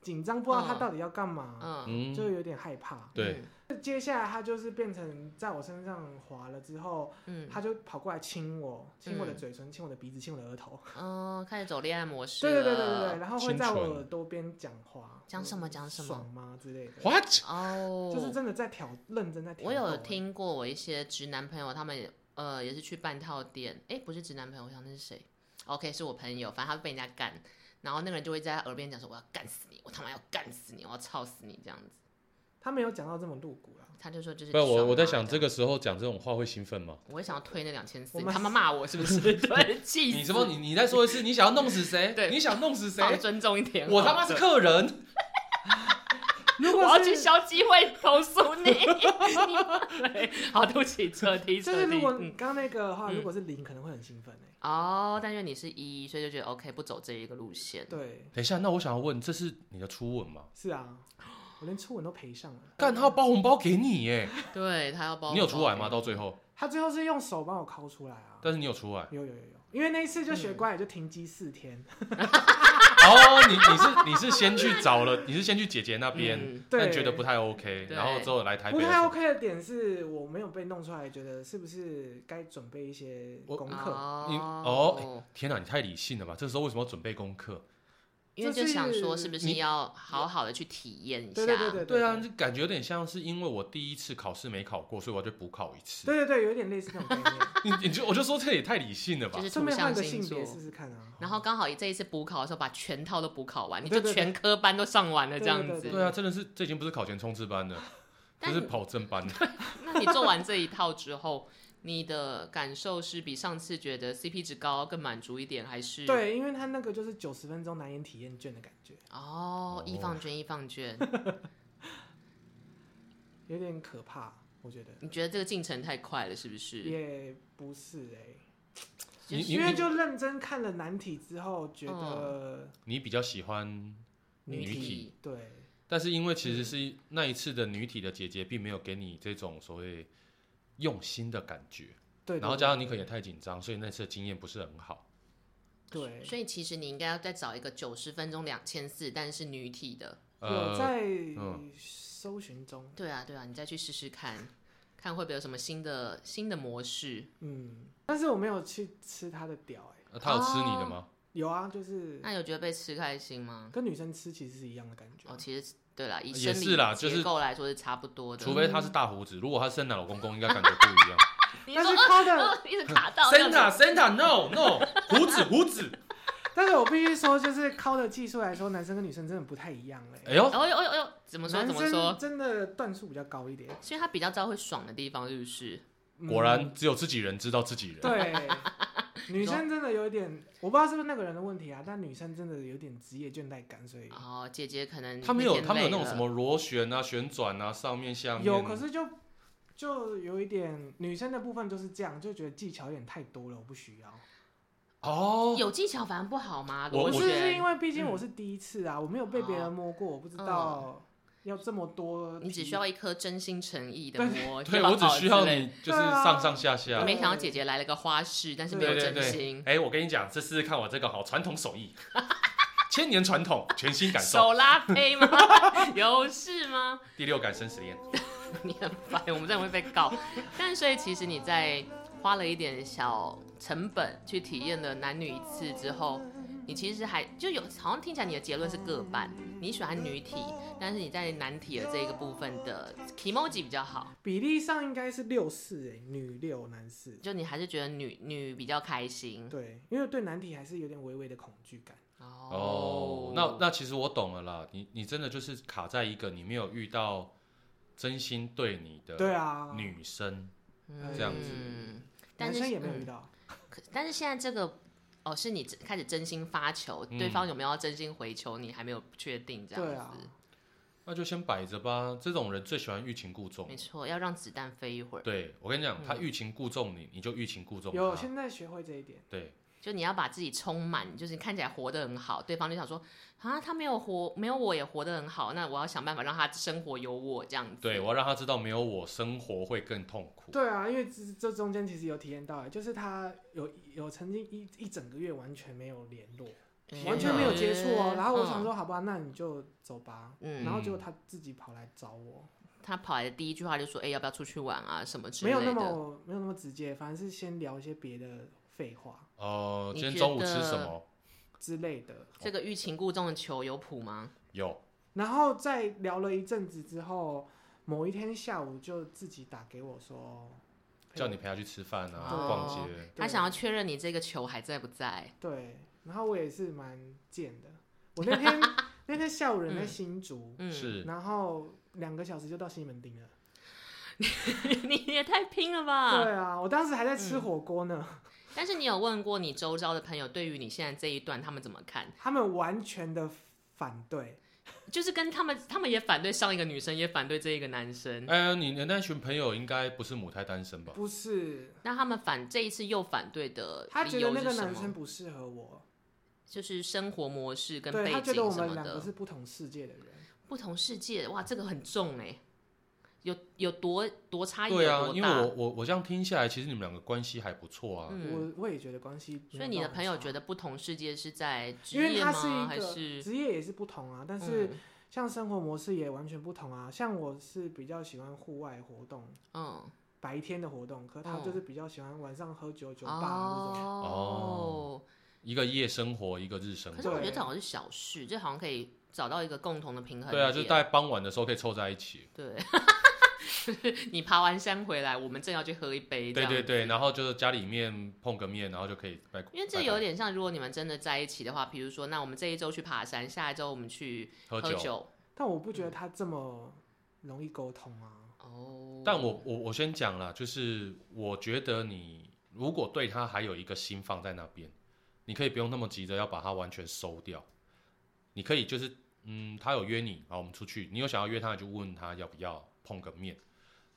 [SPEAKER 2] 紧张，不知道他
[SPEAKER 1] 嗯
[SPEAKER 2] 到底要干嘛，
[SPEAKER 1] 嗯，
[SPEAKER 3] 嗯，
[SPEAKER 2] 就有点害怕。
[SPEAKER 3] 对，
[SPEAKER 2] 接下来他就是变成在我身上滑了之后，
[SPEAKER 1] 嗯，
[SPEAKER 2] 他就跑过来亲我，亲我的
[SPEAKER 1] 嗯
[SPEAKER 2] 嘴唇，亲我的鼻子，亲我的额头。
[SPEAKER 1] 哦，开始走恋爱模式
[SPEAKER 2] 对对对对
[SPEAKER 1] 了
[SPEAKER 2] 对对，然后会
[SPEAKER 3] 清
[SPEAKER 2] 在我
[SPEAKER 3] 纯
[SPEAKER 2] 耳朵边讲话，
[SPEAKER 1] 讲什么讲什么
[SPEAKER 2] 爽吗之类的，
[SPEAKER 3] what？
[SPEAKER 1] 哦，
[SPEAKER 2] 就是真的在挑，认真在挑逗。
[SPEAKER 1] 我有听过我一些直男朋友，他们也呃也是去半套店，哎，不是直男朋友，我想那是谁？OK，是我朋友，反正他被人家干，然后那个人就会在他耳边讲说：“我要干死你，我他妈要干死你，我要操死你！”这样子，
[SPEAKER 2] 他没有讲到这么露骨啊了。
[SPEAKER 1] 他就说就是
[SPEAKER 3] 不，我我在
[SPEAKER 1] 爽
[SPEAKER 3] 想，
[SPEAKER 1] 啊
[SPEAKER 3] 这，个时候讲这种话会兴奋吗？
[SPEAKER 1] 我也想要推那两千四，
[SPEAKER 2] 我
[SPEAKER 1] 你
[SPEAKER 2] 们
[SPEAKER 1] 他妈骂我是不 是？对，气死
[SPEAKER 3] 你什么？你你再说一次，你想要弄死谁？
[SPEAKER 1] 对
[SPEAKER 3] 你想弄死
[SPEAKER 1] 放
[SPEAKER 3] 谁？
[SPEAKER 1] 尊重一点，
[SPEAKER 3] 我他妈是客人，
[SPEAKER 2] 如
[SPEAKER 1] 我要
[SPEAKER 2] 果
[SPEAKER 1] 去
[SPEAKER 2] 是
[SPEAKER 1] 消基会投诉你。 你对，好，对不起，撤题，
[SPEAKER 2] 就是
[SPEAKER 1] 撤
[SPEAKER 2] 如
[SPEAKER 1] 题。
[SPEAKER 2] 果
[SPEAKER 1] 嗯
[SPEAKER 2] 刚刚那个的话，
[SPEAKER 1] 嗯
[SPEAKER 2] 如果是零，可能会很兴奋哎。
[SPEAKER 1] 哦，但因为你是一，所以就觉得 OK，不走这一个路线。
[SPEAKER 2] 对，
[SPEAKER 3] 等一下，那我想要问，这是你的初吻吗？
[SPEAKER 2] 是啊，我连初吻都赔上了。
[SPEAKER 3] 干，他要包红包给你耶！
[SPEAKER 1] 对，他要包。
[SPEAKER 3] 你有出来吗？？到最后，
[SPEAKER 2] 他最后是用手帮我抠出来啊。
[SPEAKER 3] 但是你有出来
[SPEAKER 2] 有有有有，因为那一次就学乖，也就停机四天。
[SPEAKER 3] 哦。你你是你是先去找了，你是先去姐姐那边，
[SPEAKER 1] 嗯，
[SPEAKER 2] 对，
[SPEAKER 3] 但觉得不太 OK，
[SPEAKER 1] 对
[SPEAKER 3] 然后之后来台
[SPEAKER 2] 不
[SPEAKER 3] 北的时
[SPEAKER 2] 太
[SPEAKER 3] 候。
[SPEAKER 2] OK 的点是我没有被弄出来，觉得是不是该准备一些
[SPEAKER 3] 我
[SPEAKER 2] 功课？
[SPEAKER 3] 你
[SPEAKER 1] 哦
[SPEAKER 3] 哦，天哪，你太理性了吧！这时候为什么要准备功课？
[SPEAKER 1] 因为就想说是不是
[SPEAKER 3] 你
[SPEAKER 1] 要好好的去体验一下？
[SPEAKER 2] 对对对对
[SPEAKER 3] 对啊，这感觉有点像是因为我第一次考试没考过，所以我要去补考一次。
[SPEAKER 2] 对对对，有一点类似那种概念。
[SPEAKER 3] 你你就我就说这也太理性了吧
[SPEAKER 1] 就？是
[SPEAKER 2] 顺
[SPEAKER 1] 图
[SPEAKER 2] 便
[SPEAKER 1] 像
[SPEAKER 2] 换个
[SPEAKER 1] 星
[SPEAKER 2] 性
[SPEAKER 1] 座
[SPEAKER 2] 别。试试看啊。
[SPEAKER 1] 然后刚好这一次补考的时候，把全套都补考完，你
[SPEAKER 2] 对
[SPEAKER 1] 就
[SPEAKER 2] 对对
[SPEAKER 1] 全科班都上完了这
[SPEAKER 2] 对对
[SPEAKER 1] 样
[SPEAKER 2] 对
[SPEAKER 1] 子。
[SPEAKER 3] 对啊，真的是这已经不是考前冲刺班了，这
[SPEAKER 1] 但
[SPEAKER 3] 是跑正 班了。
[SPEAKER 1] 那你做完这一套之后，你的感受是比上次觉得 CP 值高更满足一点，还是？
[SPEAKER 2] 对，因为他那个就是九十分钟难言体验卷的感觉，
[SPEAKER 1] 哦
[SPEAKER 3] 哦，
[SPEAKER 1] 易放卷，易放 卷。
[SPEAKER 2] 有点可怕，我觉得
[SPEAKER 1] 你觉得这个进程太快了，是不是？
[SPEAKER 2] 也不是哎、
[SPEAKER 3] 你你
[SPEAKER 2] 因为
[SPEAKER 3] 你
[SPEAKER 2] 就认真看了难题之后，觉得
[SPEAKER 3] 你比较喜欢，女体
[SPEAKER 1] 体
[SPEAKER 2] 对
[SPEAKER 3] 但是因为其实是那一次的女体的姐姐并没有给你这种所谓用心的感觉，
[SPEAKER 2] 对，
[SPEAKER 3] 然后
[SPEAKER 2] 对
[SPEAKER 3] 加上你可能也太紧张，所以那次的经验不是很好。
[SPEAKER 2] 对，
[SPEAKER 1] 所以其实你应该要再找一个九十分钟两千四，但是女体的。
[SPEAKER 2] 有
[SPEAKER 3] 呃，
[SPEAKER 2] 在
[SPEAKER 3] 嗯
[SPEAKER 2] 搜寻中，
[SPEAKER 1] 对啊，对啊，你再去试试看，看会不会有什么新的新的模式。
[SPEAKER 2] 嗯，但是我没有去吃他的屌哎、
[SPEAKER 3] 那她有吃你的吗？
[SPEAKER 2] 有啊，就是
[SPEAKER 1] 那有觉得被吃开心吗？
[SPEAKER 2] 跟女生吃其实是一样的感觉
[SPEAKER 1] 哦，，其实对啦，以
[SPEAKER 3] 也
[SPEAKER 1] 生
[SPEAKER 3] 是啦
[SPEAKER 1] 理
[SPEAKER 3] 就是
[SPEAKER 1] 结构来说是差不
[SPEAKER 2] 哦
[SPEAKER 1] 多的。
[SPEAKER 3] 除非她是大胡子，如果她生老公公，应该感觉不 一样。
[SPEAKER 1] 你
[SPEAKER 2] 但
[SPEAKER 1] 说
[SPEAKER 2] 是
[SPEAKER 3] 哦
[SPEAKER 2] 抠的
[SPEAKER 1] 呃一直卡到这样子
[SPEAKER 3] Santa Santa No No，胡 子胡子，
[SPEAKER 2] 但是我必须说，就是敲的技术来说，男生跟女生真的不太一样哎、
[SPEAKER 3] 哎呦，
[SPEAKER 1] 哎呦哎呦哎呦，怎么说
[SPEAKER 2] 男
[SPEAKER 1] 怎么
[SPEAKER 2] 生
[SPEAKER 1] 说？
[SPEAKER 2] 真的段数比较高一点，
[SPEAKER 1] 所以他比较知道会爽的地方，是不是？
[SPEAKER 2] 嗯
[SPEAKER 3] 果然只有自己人知道自己人。
[SPEAKER 2] 对。女生真的有一点，我不知道是不是那个人的问题啊，但女生真的有点职业倦怠感，所以
[SPEAKER 1] 哦，姐姐可能
[SPEAKER 3] 他们有
[SPEAKER 1] 天
[SPEAKER 3] 他们有
[SPEAKER 1] 累
[SPEAKER 3] 那种
[SPEAKER 1] 了
[SPEAKER 3] 什么螺旋啊、旋转啊，上面下面
[SPEAKER 2] 有，可是就就有一点女生的部分就是这样，就觉得技巧有点太多了，我不需要。
[SPEAKER 3] 哦，
[SPEAKER 1] 有技巧反而不好吗？螺
[SPEAKER 3] 我
[SPEAKER 2] 不是是
[SPEAKER 1] 旋
[SPEAKER 2] 因为毕竟我是第一次啊，我没有被别人摸过，我不知道要这么多皮。
[SPEAKER 1] 你只需要一颗真心诚意的摸，
[SPEAKER 3] 对
[SPEAKER 1] 就把
[SPEAKER 3] 我只需要
[SPEAKER 1] 好之类
[SPEAKER 3] 你
[SPEAKER 1] 的。
[SPEAKER 3] 就是上上下
[SPEAKER 2] 对啊
[SPEAKER 3] 下。
[SPEAKER 1] 没想到姐姐来了个花式，但是没有
[SPEAKER 3] 对对
[SPEAKER 1] 真
[SPEAKER 3] 对
[SPEAKER 1] 心。
[SPEAKER 3] 哎、我跟你讲，这试试看我这个好传统手 艺，千年传统，全新感受，
[SPEAKER 1] 手拉胚吗？ 有事吗？
[SPEAKER 3] 第六感生实验。
[SPEAKER 1] 你很烦，我们这样会被告。但所以其实你在花了一点小成本去体验了男女一次之后，你其实还就有好像听起来你的结论是各半，你喜欢女体，但是你在男体的这个部分的 e m o j i 比较好，
[SPEAKER 2] 比例上应该是六四哎，女六男四。
[SPEAKER 1] 就你还是觉得女女比较开心。
[SPEAKER 2] 对，因为对男体还是有点微微的恐惧感。
[SPEAKER 3] 哦，那那其实我懂了啦，你你真的就是卡在一个你没有遇到真心对你
[SPEAKER 2] 对
[SPEAKER 3] 的
[SPEAKER 2] 啊，
[SPEAKER 3] 女生，
[SPEAKER 1] 嗯
[SPEAKER 3] 这样子
[SPEAKER 1] 但
[SPEAKER 2] 男
[SPEAKER 1] 是
[SPEAKER 2] 生也没有遇
[SPEAKER 1] 嗯
[SPEAKER 2] 到，
[SPEAKER 1] 可但是现在这个哦，是你真开始真心发球，对
[SPEAKER 3] 嗯
[SPEAKER 1] 方有没有要真心回球，你还没有确定这样
[SPEAKER 2] 对
[SPEAKER 1] 子。
[SPEAKER 2] 啊
[SPEAKER 3] 那就先摆着吧。这种人最喜欢欲擒故纵
[SPEAKER 1] 没，错，要让子弹飞一会儿，
[SPEAKER 3] 对我跟你讲，
[SPEAKER 1] 嗯
[SPEAKER 3] 他欲擒故纵你，你就欲擒故纵
[SPEAKER 2] 有
[SPEAKER 3] 他。
[SPEAKER 2] 现在学会这一点，
[SPEAKER 3] 对，
[SPEAKER 1] 就你要把自己充满，就是你看起来活得很好，对方就想说啊，他没有活，没有我也活得很好，那我要想办法让他生活有我这样子。
[SPEAKER 3] 对我要让他知道，没有我生活会更痛苦。
[SPEAKER 2] 对啊，因为这这中间其实有体验到，欸就是他有有曾经一一整个月完全没有联络，
[SPEAKER 1] 嗯
[SPEAKER 2] 完全没有接触哦。然后我想，
[SPEAKER 1] 嗯
[SPEAKER 2] 说，好吧，那你就走吧。
[SPEAKER 1] 嗯
[SPEAKER 2] 然后结果他自己跑来找我，
[SPEAKER 1] 他跑来的第一句话就说，哎、要不要出去玩啊，什么之
[SPEAKER 2] 没
[SPEAKER 1] 类的。
[SPEAKER 2] 有那么没有那么直接，反正是先聊一些别的废话
[SPEAKER 3] 哦，
[SPEAKER 1] 你
[SPEAKER 3] 今天
[SPEAKER 1] 觉
[SPEAKER 3] 中午吃
[SPEAKER 1] 得
[SPEAKER 3] 什么？
[SPEAKER 2] 之类的。
[SPEAKER 1] 这个欲擒故纵的球有谱吗？
[SPEAKER 3] 有，
[SPEAKER 2] 然后在聊了一阵子之后，某一天下午就自己打给我说，
[SPEAKER 3] 叫你陪他去吃饭啊，
[SPEAKER 1] 哦
[SPEAKER 3] 逛街。
[SPEAKER 1] 他想要确认你这个球还在不在。
[SPEAKER 2] 对，然后我也是蛮贱的，我那 天那天下午人在新竹，
[SPEAKER 1] 嗯，
[SPEAKER 3] 是，
[SPEAKER 2] 然后两个小时就到西门町了。
[SPEAKER 1] 你也太拼了吧！
[SPEAKER 2] 对啊，我当时还在
[SPEAKER 1] 嗯
[SPEAKER 2] 吃火锅呢，
[SPEAKER 1] 但是你有问过你周遭的朋友，对于你现在这一段他们怎么看？
[SPEAKER 2] 他们完全的反对，
[SPEAKER 1] 就是跟他们，他们也反对上一个女生，也反对这一个男生。
[SPEAKER 3] 哎，你的那群朋友应该不是母胎单身吧？
[SPEAKER 2] 不是
[SPEAKER 1] 那他们反这一次又反对的
[SPEAKER 2] 他
[SPEAKER 1] 理
[SPEAKER 2] 觉得
[SPEAKER 1] 由
[SPEAKER 2] 那
[SPEAKER 1] 是
[SPEAKER 2] 个
[SPEAKER 1] 什
[SPEAKER 2] 男生
[SPEAKER 1] 么？
[SPEAKER 2] 不适合我，
[SPEAKER 1] 就是生活模式跟
[SPEAKER 2] 对
[SPEAKER 1] 背
[SPEAKER 2] 他觉得
[SPEAKER 1] 景
[SPEAKER 2] 我
[SPEAKER 1] 什
[SPEAKER 2] 们
[SPEAKER 1] 么
[SPEAKER 2] 两个
[SPEAKER 1] 的，
[SPEAKER 2] 是不同世界的人。
[SPEAKER 1] 不同世界。哇，这个很重哎、有有多多差异
[SPEAKER 3] 对
[SPEAKER 1] 有
[SPEAKER 3] 啊，
[SPEAKER 1] 多
[SPEAKER 3] 因为我
[SPEAKER 1] 大？
[SPEAKER 3] 我我这样听下来，其实你们两个关系还不错啊。
[SPEAKER 1] 嗯，
[SPEAKER 2] 我我也觉得关系没有到很差，
[SPEAKER 1] 所以你的朋友觉得不同世界是在职
[SPEAKER 2] 因为
[SPEAKER 1] 业
[SPEAKER 2] 他是
[SPEAKER 1] 吗？
[SPEAKER 2] 一
[SPEAKER 1] 还
[SPEAKER 2] 个
[SPEAKER 1] 是
[SPEAKER 2] 职业也是不同啊，但是
[SPEAKER 1] 嗯
[SPEAKER 2] 像生活模式也完全不同啊。像我是比较喜欢户外活动，
[SPEAKER 1] 嗯
[SPEAKER 2] 白天的活动，可他
[SPEAKER 1] 嗯
[SPEAKER 2] 就是比较喜欢晚上喝酒、酒吧那种。
[SPEAKER 1] 哦。
[SPEAKER 3] 一个夜生活，一个日生
[SPEAKER 1] 可是
[SPEAKER 3] 活。
[SPEAKER 1] 我觉得
[SPEAKER 2] 对
[SPEAKER 1] 这好像是小事，这好像可以找到一个共同的平衡
[SPEAKER 3] 对啊，就是
[SPEAKER 1] 点
[SPEAKER 3] 大概傍晚的时候可以凑在一起。
[SPEAKER 1] 对， 你爬完山回来，我们正要去喝一杯，这
[SPEAKER 3] 对
[SPEAKER 1] 样
[SPEAKER 3] 对对，然后就是家里面碰个面，然后就可以拜。
[SPEAKER 1] 因为这
[SPEAKER 3] 拜拜
[SPEAKER 1] 有点像，如果你们真的在一起的话，比如说，那我们这一周去爬山，下一周我们去
[SPEAKER 3] 喝
[SPEAKER 1] 酒，
[SPEAKER 3] 酒。啊
[SPEAKER 2] 但我不
[SPEAKER 1] 嗯
[SPEAKER 2] 觉得他这么容易沟通啊。
[SPEAKER 1] 哦。
[SPEAKER 3] 但我我我先讲啦，就是我觉得你如果对他还有一个心放在那边，你可以不用那么急着要把他完全收掉，你可以就是嗯，他有约你啊，我们出去，你有想要约他，你就问他要不要碰个面，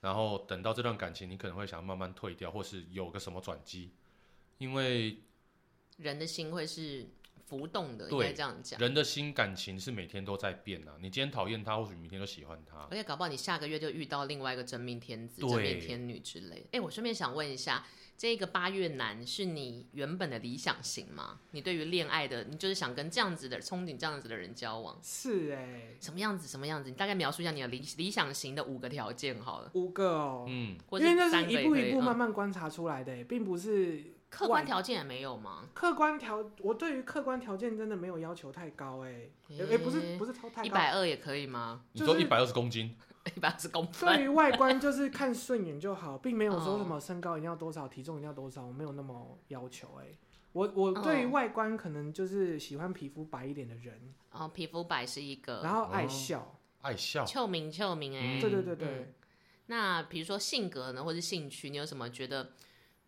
[SPEAKER 3] 然后等到这段感情，你可能会想要慢慢退掉，或是有个什么转机，因为
[SPEAKER 1] 人的心会是浮动的，应
[SPEAKER 3] 对
[SPEAKER 1] 该这样讲。
[SPEAKER 3] 人的心感情是每天都在变啊，你今天讨厌他，或许明天就喜欢
[SPEAKER 2] 啊
[SPEAKER 3] 他。
[SPEAKER 1] 而且搞不好你下个月就遇到另外一个真命天子、
[SPEAKER 3] 对
[SPEAKER 1] 真命天女之类的。哎、我顺便想问一下，这个八月男是你原本的理想型吗？你对于恋爱的，你就是想跟这样子的、憧憬这样子的人交往，
[SPEAKER 2] 是哎、
[SPEAKER 1] 什么样子？什么样子？你大概描述一下你的理理想型的五个条件好了，
[SPEAKER 2] 五个哦、
[SPEAKER 3] 嗯，
[SPEAKER 1] 或
[SPEAKER 2] 因为那
[SPEAKER 1] 三
[SPEAKER 2] 是
[SPEAKER 1] 个也
[SPEAKER 2] 一步
[SPEAKER 1] 可
[SPEAKER 2] 一
[SPEAKER 1] 以
[SPEAKER 2] 步
[SPEAKER 1] 嗯
[SPEAKER 2] 慢慢观察出来的、欸并不是
[SPEAKER 1] 客
[SPEAKER 2] 外
[SPEAKER 1] 观条件也没有吗？
[SPEAKER 2] 客观条。我对于客观条件真的没有要求太高哎、哎、
[SPEAKER 1] 诶
[SPEAKER 2] 诶不是不是超太
[SPEAKER 1] 一
[SPEAKER 2] 高，
[SPEAKER 1] 百二也可以吗？
[SPEAKER 3] 你说
[SPEAKER 2] 就
[SPEAKER 3] 一
[SPEAKER 2] 是
[SPEAKER 3] 百二十公斤，
[SPEAKER 1] 一百二十公分，
[SPEAKER 2] 对于外观就是看顺眼就好，并没有说
[SPEAKER 1] 哦
[SPEAKER 2] 什么身高一定要多少，体重一定要多少，我没有那么要求哎、我我对于
[SPEAKER 1] 哦
[SPEAKER 2] 外观可能就是喜欢皮肤白一点的人，
[SPEAKER 1] 然后皮肤白是一
[SPEAKER 2] 然
[SPEAKER 1] 个，
[SPEAKER 2] 后爱
[SPEAKER 3] 哦
[SPEAKER 2] 笑，
[SPEAKER 3] 爱笑。
[SPEAKER 1] 臭名臭名哎、
[SPEAKER 3] 嗯
[SPEAKER 2] 对对对对，
[SPEAKER 1] 嗯那比如说性格呢，或是兴趣，你有什么觉得，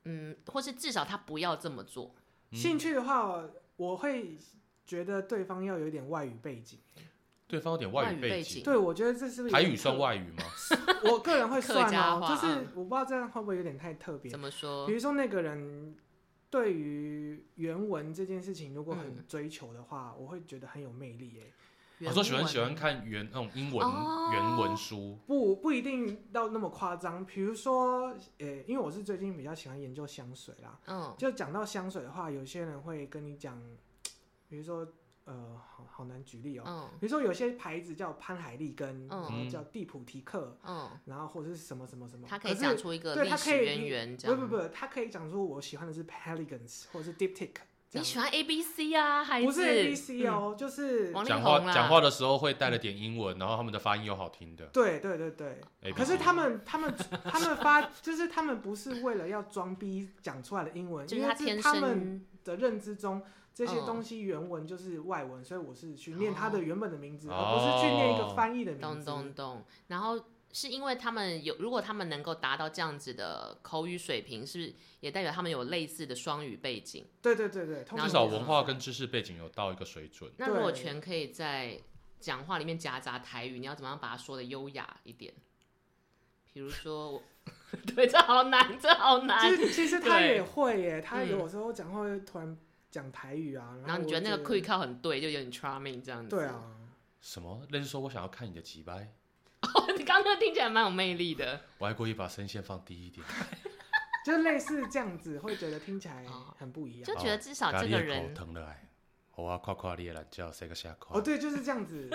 [SPEAKER 1] 嗯，或是至少他不要这么做，
[SPEAKER 3] 嗯
[SPEAKER 2] 兴趣的话，我会觉得对方要有一点外语背景。
[SPEAKER 3] 对方有点
[SPEAKER 1] 外
[SPEAKER 3] 外
[SPEAKER 1] 语
[SPEAKER 3] 语
[SPEAKER 1] 背
[SPEAKER 3] 背
[SPEAKER 1] 景
[SPEAKER 3] 景，
[SPEAKER 2] 对，我觉得这是不是有
[SPEAKER 3] 台
[SPEAKER 2] 点
[SPEAKER 3] 语算
[SPEAKER 2] 特？
[SPEAKER 3] 外语吗？
[SPEAKER 2] 我个人会
[SPEAKER 1] 客
[SPEAKER 2] 算
[SPEAKER 1] 家
[SPEAKER 2] 哦、
[SPEAKER 1] 话
[SPEAKER 2] 就是
[SPEAKER 1] 嗯
[SPEAKER 2] 我不知道这样会不会有点太特别
[SPEAKER 1] 怎。么说
[SPEAKER 2] 比？如说那个人对于原文这件事情如果
[SPEAKER 1] 嗯
[SPEAKER 2] 很追求的话，我会觉得很有魅力耶、
[SPEAKER 3] 我哦说喜欢喜欢看原那种英文
[SPEAKER 1] 哦
[SPEAKER 3] 原文书，
[SPEAKER 2] 不不一定到那么夸张，比如说，呃、因为我是最近比较喜欢研究香水啦，
[SPEAKER 1] 嗯，
[SPEAKER 2] 就讲到香水的话，有些人会跟你讲，比如说，呃，好好难举例哦、
[SPEAKER 1] 嗯
[SPEAKER 2] 比如说有些牌子叫潘海利根，
[SPEAKER 1] 嗯
[SPEAKER 2] 然后叫蒂普提克，
[SPEAKER 1] 嗯，
[SPEAKER 2] 然后或者是什么什么什么，
[SPEAKER 1] 他可以
[SPEAKER 2] 是
[SPEAKER 1] 讲出一个
[SPEAKER 2] 对
[SPEAKER 1] 历
[SPEAKER 2] 他可
[SPEAKER 1] 史
[SPEAKER 2] 以
[SPEAKER 1] 渊源，这
[SPEAKER 2] 不
[SPEAKER 1] 样
[SPEAKER 2] 不不，他可以讲出我喜欢的是 Pelicans 或者是 Diptych，
[SPEAKER 1] 你
[SPEAKER 2] 这样
[SPEAKER 1] 喜欢 A B C 啊，孩子？
[SPEAKER 2] 不是 A B C
[SPEAKER 1] 嗯
[SPEAKER 2] 哦，就是
[SPEAKER 1] 王力
[SPEAKER 3] 讲
[SPEAKER 1] 宏啊
[SPEAKER 3] 话
[SPEAKER 1] 啦
[SPEAKER 3] 讲话的时候会带了点英文，然后他们的发音有好听的。
[SPEAKER 2] 对对对对。
[SPEAKER 3] ABC
[SPEAKER 2] 可是他们他们他们发就是他们不是为了要装逼讲出来的英文，
[SPEAKER 1] 嗯，就是
[SPEAKER 2] 因
[SPEAKER 1] 他
[SPEAKER 2] 为
[SPEAKER 1] 天
[SPEAKER 2] 是他们
[SPEAKER 1] 生
[SPEAKER 2] 的认知中，这些
[SPEAKER 1] 嗯
[SPEAKER 2] 东西原文就是外文，所以我是去念它的原本的名字，
[SPEAKER 3] 哦
[SPEAKER 2] 而不是去念一个翻译的名
[SPEAKER 1] 懂
[SPEAKER 2] 字。
[SPEAKER 1] 懂懂。然后是因为他们有，如果他们能够达到这样子的口语水平，是不是也代表他们有类似的双语背景？
[SPEAKER 2] 对对对对，通常
[SPEAKER 3] 至少
[SPEAKER 2] 都是
[SPEAKER 3] 文
[SPEAKER 2] 这
[SPEAKER 3] 化
[SPEAKER 2] 样
[SPEAKER 3] 跟知识背景有到一个水准。
[SPEAKER 1] 那如果
[SPEAKER 2] 对
[SPEAKER 1] 全可以在讲话里面夹杂台语，你要怎么样把它说的优雅一点？比如说 我，对，这好难，这好难。
[SPEAKER 2] 其实其实他
[SPEAKER 1] 啊对
[SPEAKER 2] 也会耶，他
[SPEAKER 1] 嗯
[SPEAKER 2] 有时候讲话会突然讲台语啊，
[SPEAKER 1] 然后你
[SPEAKER 2] 我
[SPEAKER 1] 觉得那个
[SPEAKER 2] quick
[SPEAKER 1] quick 靠很对，就有点 charming 这样子。
[SPEAKER 2] 对，啊，
[SPEAKER 3] 什么？类似说我想要看你的几掰，
[SPEAKER 1] 哦你刚刚那个听起来蛮有魅力的。
[SPEAKER 3] 我还故意把声线放低 一点。
[SPEAKER 2] 就类似这样子，会觉得听起来很不一样。
[SPEAKER 1] 哦就觉得至少这个人
[SPEAKER 3] 口疼了哎，我要夸夸你的懒觉，塞个下夸
[SPEAKER 2] 哦，。对，就是这样子。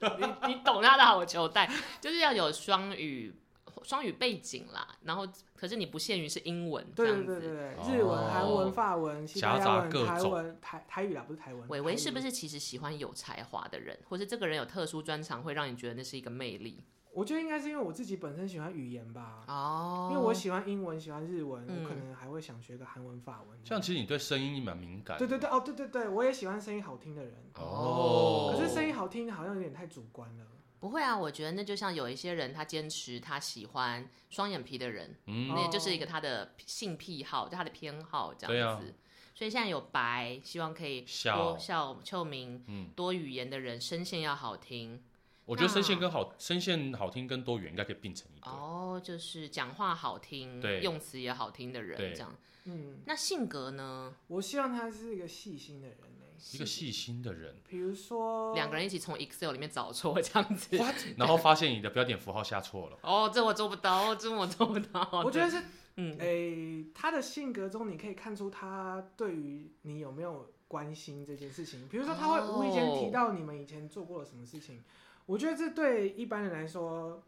[SPEAKER 1] 你你懂他的好球带，就是要有双语双语背景啦。然后可是你不限于是英文这
[SPEAKER 2] 对
[SPEAKER 1] 样
[SPEAKER 2] 对对对
[SPEAKER 1] 子。哦
[SPEAKER 2] 对，
[SPEAKER 3] 哦
[SPEAKER 2] 日文、韩文、法文、西班牙
[SPEAKER 3] 夹杂各
[SPEAKER 2] 文、台
[SPEAKER 3] 种
[SPEAKER 2] 文、台台语啦，不是台文。
[SPEAKER 1] 伟伟是不
[SPEAKER 2] 是？
[SPEAKER 1] 是其实喜欢有才华的人，或是这个人有特殊专长，会让你觉得那是一个魅力
[SPEAKER 2] 我觉得应该是因为我自己本身喜欢语言吧，
[SPEAKER 1] 哦
[SPEAKER 2] 因为我喜欢英文，喜欢日文，
[SPEAKER 1] 嗯
[SPEAKER 2] 我可能还会想学个韩文、法文。
[SPEAKER 3] 这样其实你对声音蛮敏感。
[SPEAKER 2] 对对对，哦，对对对，我也喜欢声音好听的人，
[SPEAKER 3] 哦
[SPEAKER 2] 可是声音好听好像有点太主观了。
[SPEAKER 1] 不会啊，我觉得那就像有一些人，他坚持他喜欢双眼皮的人，
[SPEAKER 3] 嗯，
[SPEAKER 1] 那
[SPEAKER 2] 哦
[SPEAKER 1] 就是一个他的性癖好，就他的偏好这
[SPEAKER 3] 对
[SPEAKER 1] 样
[SPEAKER 3] 啊
[SPEAKER 1] 子。所以现在有白，希望可以
[SPEAKER 3] 笑
[SPEAKER 1] 多。笑秋明，
[SPEAKER 3] 嗯，
[SPEAKER 1] 多语言的人声线要好听
[SPEAKER 3] 我觉得声线跟好声线好听跟多元应该可以并成一对。
[SPEAKER 1] 哦，就是讲话好听，
[SPEAKER 3] 对
[SPEAKER 1] 用词也好听的人
[SPEAKER 3] 对
[SPEAKER 1] 这样。
[SPEAKER 2] 嗯，
[SPEAKER 1] 那性格呢？
[SPEAKER 2] 我希望他是一个细心的人呢、
[SPEAKER 3] 一个细心的人，
[SPEAKER 2] 比如说
[SPEAKER 1] 两个人一起从 Excel 里面找错这样 子。
[SPEAKER 3] 然后发现你的标点符号下错了，
[SPEAKER 1] 哦，这我做不到，哦这我做不到。
[SPEAKER 2] 我觉得是，
[SPEAKER 1] 嗯，
[SPEAKER 2] 诶、他的性格中你可以看出他对于你有没有关心这件事情。比如说，他会无意间
[SPEAKER 1] 哦
[SPEAKER 2] 提到你们以前做过了什么事情，我觉得这对一般人来说，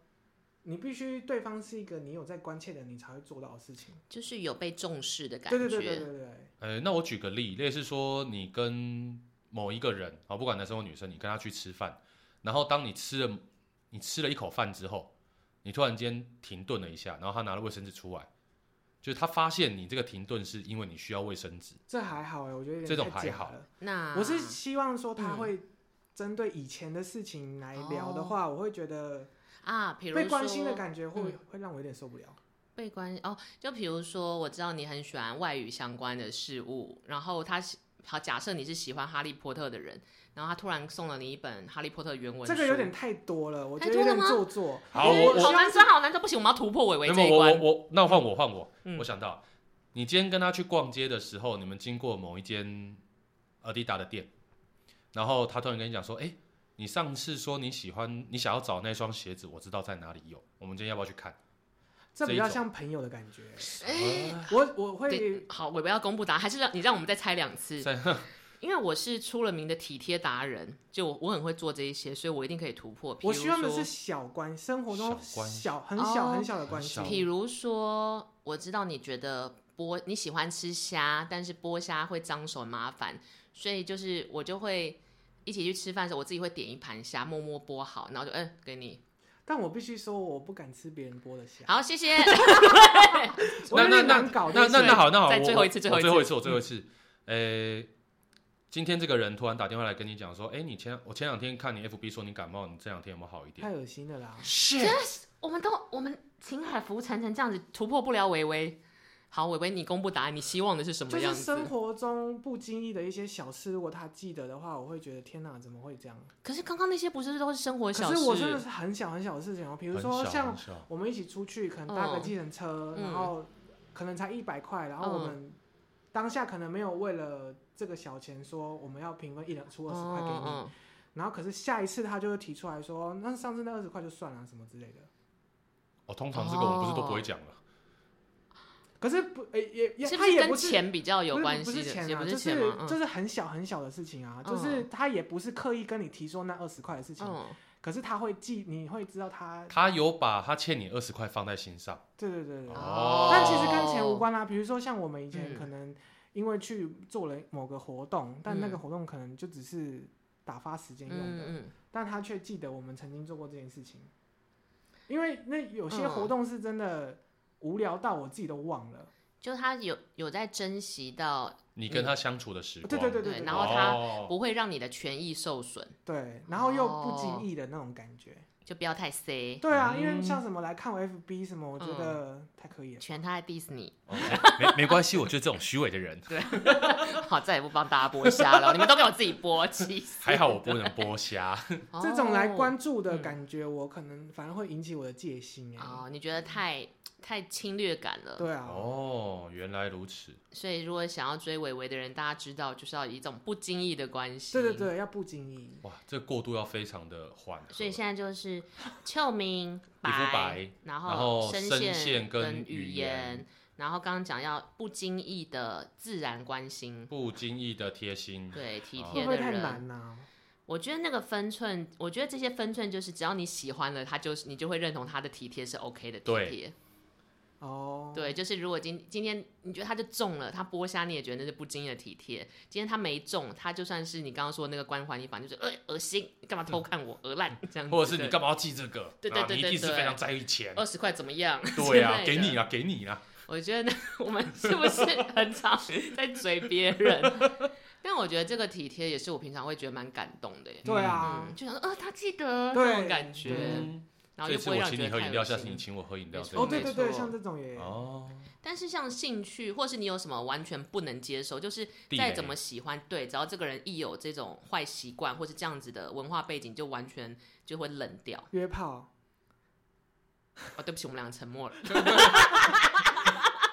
[SPEAKER 2] 你必须对方是一个你有在关切的，你才会做到的事情。
[SPEAKER 1] 就是有被重视的感
[SPEAKER 2] 对
[SPEAKER 1] 觉。
[SPEAKER 2] 对对对对对，
[SPEAKER 3] 呃，那我举个例，类似说你跟某一个人啊，不管男生或女生，你跟他去吃饭，然后当你吃了你吃了一口饭之后，你突然间停顿了一下，然后他拿了卫生纸出来，就是他发现你这个停顿是因为你需要卫生纸，
[SPEAKER 2] 这还好哎、我觉得有
[SPEAKER 3] 这
[SPEAKER 2] 点
[SPEAKER 3] 种
[SPEAKER 2] 太
[SPEAKER 3] 还
[SPEAKER 2] 假
[SPEAKER 3] 好
[SPEAKER 2] 了。
[SPEAKER 1] 那
[SPEAKER 2] 我是希望说他
[SPEAKER 1] 嗯
[SPEAKER 2] 会针对以前的事情来聊的话，我会觉得
[SPEAKER 1] 啊，哦比如
[SPEAKER 2] 被关心的
[SPEAKER 1] 说
[SPEAKER 2] 感觉会、
[SPEAKER 1] 嗯
[SPEAKER 2] 会让我有点受不了。
[SPEAKER 1] 被关哦，就比如说，我知道你很喜欢外语相关的事物，然后他喜好，假设你是喜欢哈利波特的人，然后他突然送了你一本哈利波特原文书，
[SPEAKER 2] 这个有点太多了，我觉
[SPEAKER 1] 太
[SPEAKER 2] 得
[SPEAKER 1] 多
[SPEAKER 2] 有
[SPEAKER 1] 了
[SPEAKER 2] 点
[SPEAKER 1] 吗
[SPEAKER 2] 做作。
[SPEAKER 3] 好我我
[SPEAKER 1] 好难说，好难说，不行，我们要突破伟伟
[SPEAKER 3] 那
[SPEAKER 1] 这
[SPEAKER 3] 么
[SPEAKER 1] 一
[SPEAKER 3] 我我
[SPEAKER 1] 关。
[SPEAKER 3] 我那换我换我，
[SPEAKER 1] 嗯
[SPEAKER 3] 我想到，你今天跟他去逛街的时候，你们经过某一间阿迪达的店，然后他突然跟你讲说，哎、你上次说你喜欢你想要找那双鞋子，我知道在哪里有，我们今天要不要去看？
[SPEAKER 2] 这比较
[SPEAKER 3] 这一种
[SPEAKER 2] 像朋友的感觉。
[SPEAKER 3] 哎、
[SPEAKER 2] 我我 会
[SPEAKER 1] 对，好，伟伟要公布答案，还是让你让我们再猜两次
[SPEAKER 3] 再？
[SPEAKER 1] 因为我是出了名的体贴达人，就我我很会做这一些，所以我一定可以突破。比
[SPEAKER 2] 我
[SPEAKER 1] 如
[SPEAKER 2] 希望的
[SPEAKER 1] 说
[SPEAKER 2] 是小关，生活中
[SPEAKER 3] 小关
[SPEAKER 2] 小很小
[SPEAKER 1] 哦
[SPEAKER 2] 很小的关
[SPEAKER 3] 很
[SPEAKER 2] 系
[SPEAKER 3] 小。
[SPEAKER 1] 比如说，我知道你觉得剥你喜欢吃虾，但是剥虾会脏手麻烦，所以就是我就会一起去吃饭的时候，我自己会点一盘虾，默默剥好，然后就嗯给你，
[SPEAKER 2] 但我必须说，我不敢吃别人剥的虾，
[SPEAKER 1] 好谢 谢。
[SPEAKER 2] 我有
[SPEAKER 3] 那
[SPEAKER 2] 点
[SPEAKER 3] 那
[SPEAKER 2] 难搞。
[SPEAKER 3] 那
[SPEAKER 2] 就是
[SPEAKER 3] 那那好，那好，
[SPEAKER 1] 再
[SPEAKER 3] 我
[SPEAKER 1] 最后一次
[SPEAKER 3] 我
[SPEAKER 1] 最后一次
[SPEAKER 3] 最后一次，我最后一次。呃、今天这个人突然打电话来跟你讲说，哎、你前我前两天看你 FB 说你感冒，你这两天有没有好一点
[SPEAKER 2] 太恶心了啦！
[SPEAKER 3] ？shit，
[SPEAKER 1] 我们都我们情海浮沉成这样子，突破不了微微。好，微微，你公布答案，你希望的是什
[SPEAKER 2] 就
[SPEAKER 1] 么样
[SPEAKER 2] 是
[SPEAKER 1] 子？
[SPEAKER 2] 生活中不经意的一些小事，如果他记得的话，我会觉得天哪，怎么会这样？
[SPEAKER 1] 可是刚刚那些不是都是生活小
[SPEAKER 2] 可
[SPEAKER 1] 事？
[SPEAKER 2] 是我真的是很小很小的事情哦，比如
[SPEAKER 3] 很
[SPEAKER 2] 说
[SPEAKER 3] 小
[SPEAKER 2] 像
[SPEAKER 3] 很小
[SPEAKER 2] 我们一起出去，可能搭个计程车，
[SPEAKER 1] 嗯
[SPEAKER 2] 然后可能才一百块，然后我们当下可能没有为了这个小钱说我们要平分一两出二十块给你，
[SPEAKER 1] 嗯嗯
[SPEAKER 2] 然后可是下一次他就会提出来说，那上次那二十块就算了、什么之类的。
[SPEAKER 3] 哦，通常这个我们不是都不会讲了。
[SPEAKER 2] 可是不，诶、也也
[SPEAKER 1] 是不
[SPEAKER 2] 他
[SPEAKER 1] 是
[SPEAKER 2] 也
[SPEAKER 1] 跟
[SPEAKER 2] 不是
[SPEAKER 1] 钱比较
[SPEAKER 2] 不
[SPEAKER 1] 有
[SPEAKER 2] 是
[SPEAKER 1] 关
[SPEAKER 2] 不
[SPEAKER 1] 系
[SPEAKER 2] 是
[SPEAKER 1] 的？
[SPEAKER 2] 钱
[SPEAKER 1] 也
[SPEAKER 2] 啊，
[SPEAKER 1] 不
[SPEAKER 2] 就是
[SPEAKER 1] 钱吗？嗯
[SPEAKER 2] 就是很小很小的事情啊，就是他也不是刻意跟你提说那二十块的事情，
[SPEAKER 1] 嗯，
[SPEAKER 2] 可是他会记，你会知道他，
[SPEAKER 3] 他有把他欠你二十块放在心上，
[SPEAKER 2] 对对对对。对
[SPEAKER 3] 哦
[SPEAKER 2] 但其实跟钱无关啊啦、比如说像我们以
[SPEAKER 1] 嗯
[SPEAKER 2] 前可能因为去做了某个活动，但那
[SPEAKER 1] 嗯
[SPEAKER 2] 个活动可能就只是打发时间用的，
[SPEAKER 1] 嗯嗯，
[SPEAKER 2] 但他却记得我们曾经做过这件事情。因为那有些
[SPEAKER 1] 嗯
[SPEAKER 2] 活动是真的无聊到我自己都忘了，
[SPEAKER 1] 就他有有在珍惜到，
[SPEAKER 3] 你跟他相处的时
[SPEAKER 2] 嗯
[SPEAKER 3] 光，
[SPEAKER 2] 对对对
[SPEAKER 1] 对然后他
[SPEAKER 3] 哦
[SPEAKER 1] 不会让你的权益受损，
[SPEAKER 2] 对，然后又不
[SPEAKER 1] 哦
[SPEAKER 2] 经意的那种感觉。
[SPEAKER 1] 就不要太 C，
[SPEAKER 2] 对啊，因
[SPEAKER 3] 嗯
[SPEAKER 2] 为像什么来看我 FB 什么，我觉得
[SPEAKER 1] 嗯
[SPEAKER 2] 太可以了。
[SPEAKER 1] 全他在 diss 你，
[SPEAKER 3] 哦没没关系，我就是这种虚伪的人，
[SPEAKER 1] 好，再也不帮大家剥虾了，你们都给我自己剥，气死！
[SPEAKER 3] 还好我不能剥虾。
[SPEAKER 2] 这种来
[SPEAKER 1] 关。
[SPEAKER 2] 关注的感觉，我可能反而会引起我的戒心哎、
[SPEAKER 1] 哦，你觉得太太侵略感了，
[SPEAKER 2] 对啊，
[SPEAKER 3] 哦，原来如此。
[SPEAKER 1] 所以如果想要追伟伟的人，大家知道就是要以一种不经意的关系。
[SPEAKER 2] 对对。对，要不经意。
[SPEAKER 3] 哇，这过渡要非常的缓和。
[SPEAKER 1] 所以现在就是秋明
[SPEAKER 3] 皮肤白，
[SPEAKER 1] 然
[SPEAKER 3] 然后
[SPEAKER 1] 声
[SPEAKER 3] 声线跟
[SPEAKER 1] 跟
[SPEAKER 3] 语
[SPEAKER 1] 言
[SPEAKER 3] 言，
[SPEAKER 1] 然后刚刚讲要不经意的自然关心，
[SPEAKER 3] 不经意的贴心，
[SPEAKER 1] 对体
[SPEAKER 2] 会
[SPEAKER 1] 贴
[SPEAKER 2] 不会
[SPEAKER 1] 的
[SPEAKER 2] 太
[SPEAKER 1] 人。
[SPEAKER 2] 难啊呐、
[SPEAKER 1] 我觉得那个分寸，我觉得这些分寸就是只要你喜欢了，他就是你就会认同他的体贴是 OK 的体
[SPEAKER 3] 对
[SPEAKER 1] 贴。
[SPEAKER 2] 哦，
[SPEAKER 1] 对，就是如果今今天你觉得他就中了，他剥虾你也觉得那是不经意的体贴。今天他没中，他就算是你刚刚说那个关怀你反，就是呃恶心，你干嘛偷看我，恶烂这样子。
[SPEAKER 3] 或者是你干嘛要记这个？
[SPEAKER 1] 对对
[SPEAKER 3] 啊
[SPEAKER 1] 对
[SPEAKER 3] 你一
[SPEAKER 1] 对
[SPEAKER 3] 定是
[SPEAKER 1] 对
[SPEAKER 3] 非常在意钱。
[SPEAKER 1] 二十块怎么样？
[SPEAKER 3] 对啊，
[SPEAKER 1] 之类
[SPEAKER 3] 给
[SPEAKER 1] 的
[SPEAKER 3] 你。啊，给你啊。
[SPEAKER 1] 我觉得我们是不是很 常在嘴别人？但我觉得这个体贴也是我平常会觉得蛮感动的耶。
[SPEAKER 2] 对啊，
[SPEAKER 1] 嗯，就想说，呃，他记得
[SPEAKER 2] 对
[SPEAKER 1] 这种感觉，
[SPEAKER 3] 嗯
[SPEAKER 1] 然后
[SPEAKER 3] 这
[SPEAKER 1] 就
[SPEAKER 3] 次
[SPEAKER 1] 不会
[SPEAKER 3] 我
[SPEAKER 1] 让
[SPEAKER 3] 请
[SPEAKER 1] 觉
[SPEAKER 3] 你
[SPEAKER 1] 得
[SPEAKER 3] 喝
[SPEAKER 1] 太
[SPEAKER 3] 饮料，
[SPEAKER 1] 恶
[SPEAKER 3] 下次
[SPEAKER 1] 心
[SPEAKER 3] 你请我喝饮料。
[SPEAKER 1] 没
[SPEAKER 3] 这
[SPEAKER 1] 错
[SPEAKER 2] 哦
[SPEAKER 3] 种
[SPEAKER 2] 对对对，
[SPEAKER 1] 错
[SPEAKER 2] 像这种也，
[SPEAKER 3] 嗯哦，
[SPEAKER 1] 但是像兴趣，或是你有什么完全不能接受，就是
[SPEAKER 3] 地
[SPEAKER 1] 再
[SPEAKER 3] 雷
[SPEAKER 1] 怎么喜欢，对，只要这个人一有这种坏习惯或是这样子的文化背景，就完全就会冷掉。
[SPEAKER 2] 约炮，
[SPEAKER 1] 哦，对不起，我们两个沉默了。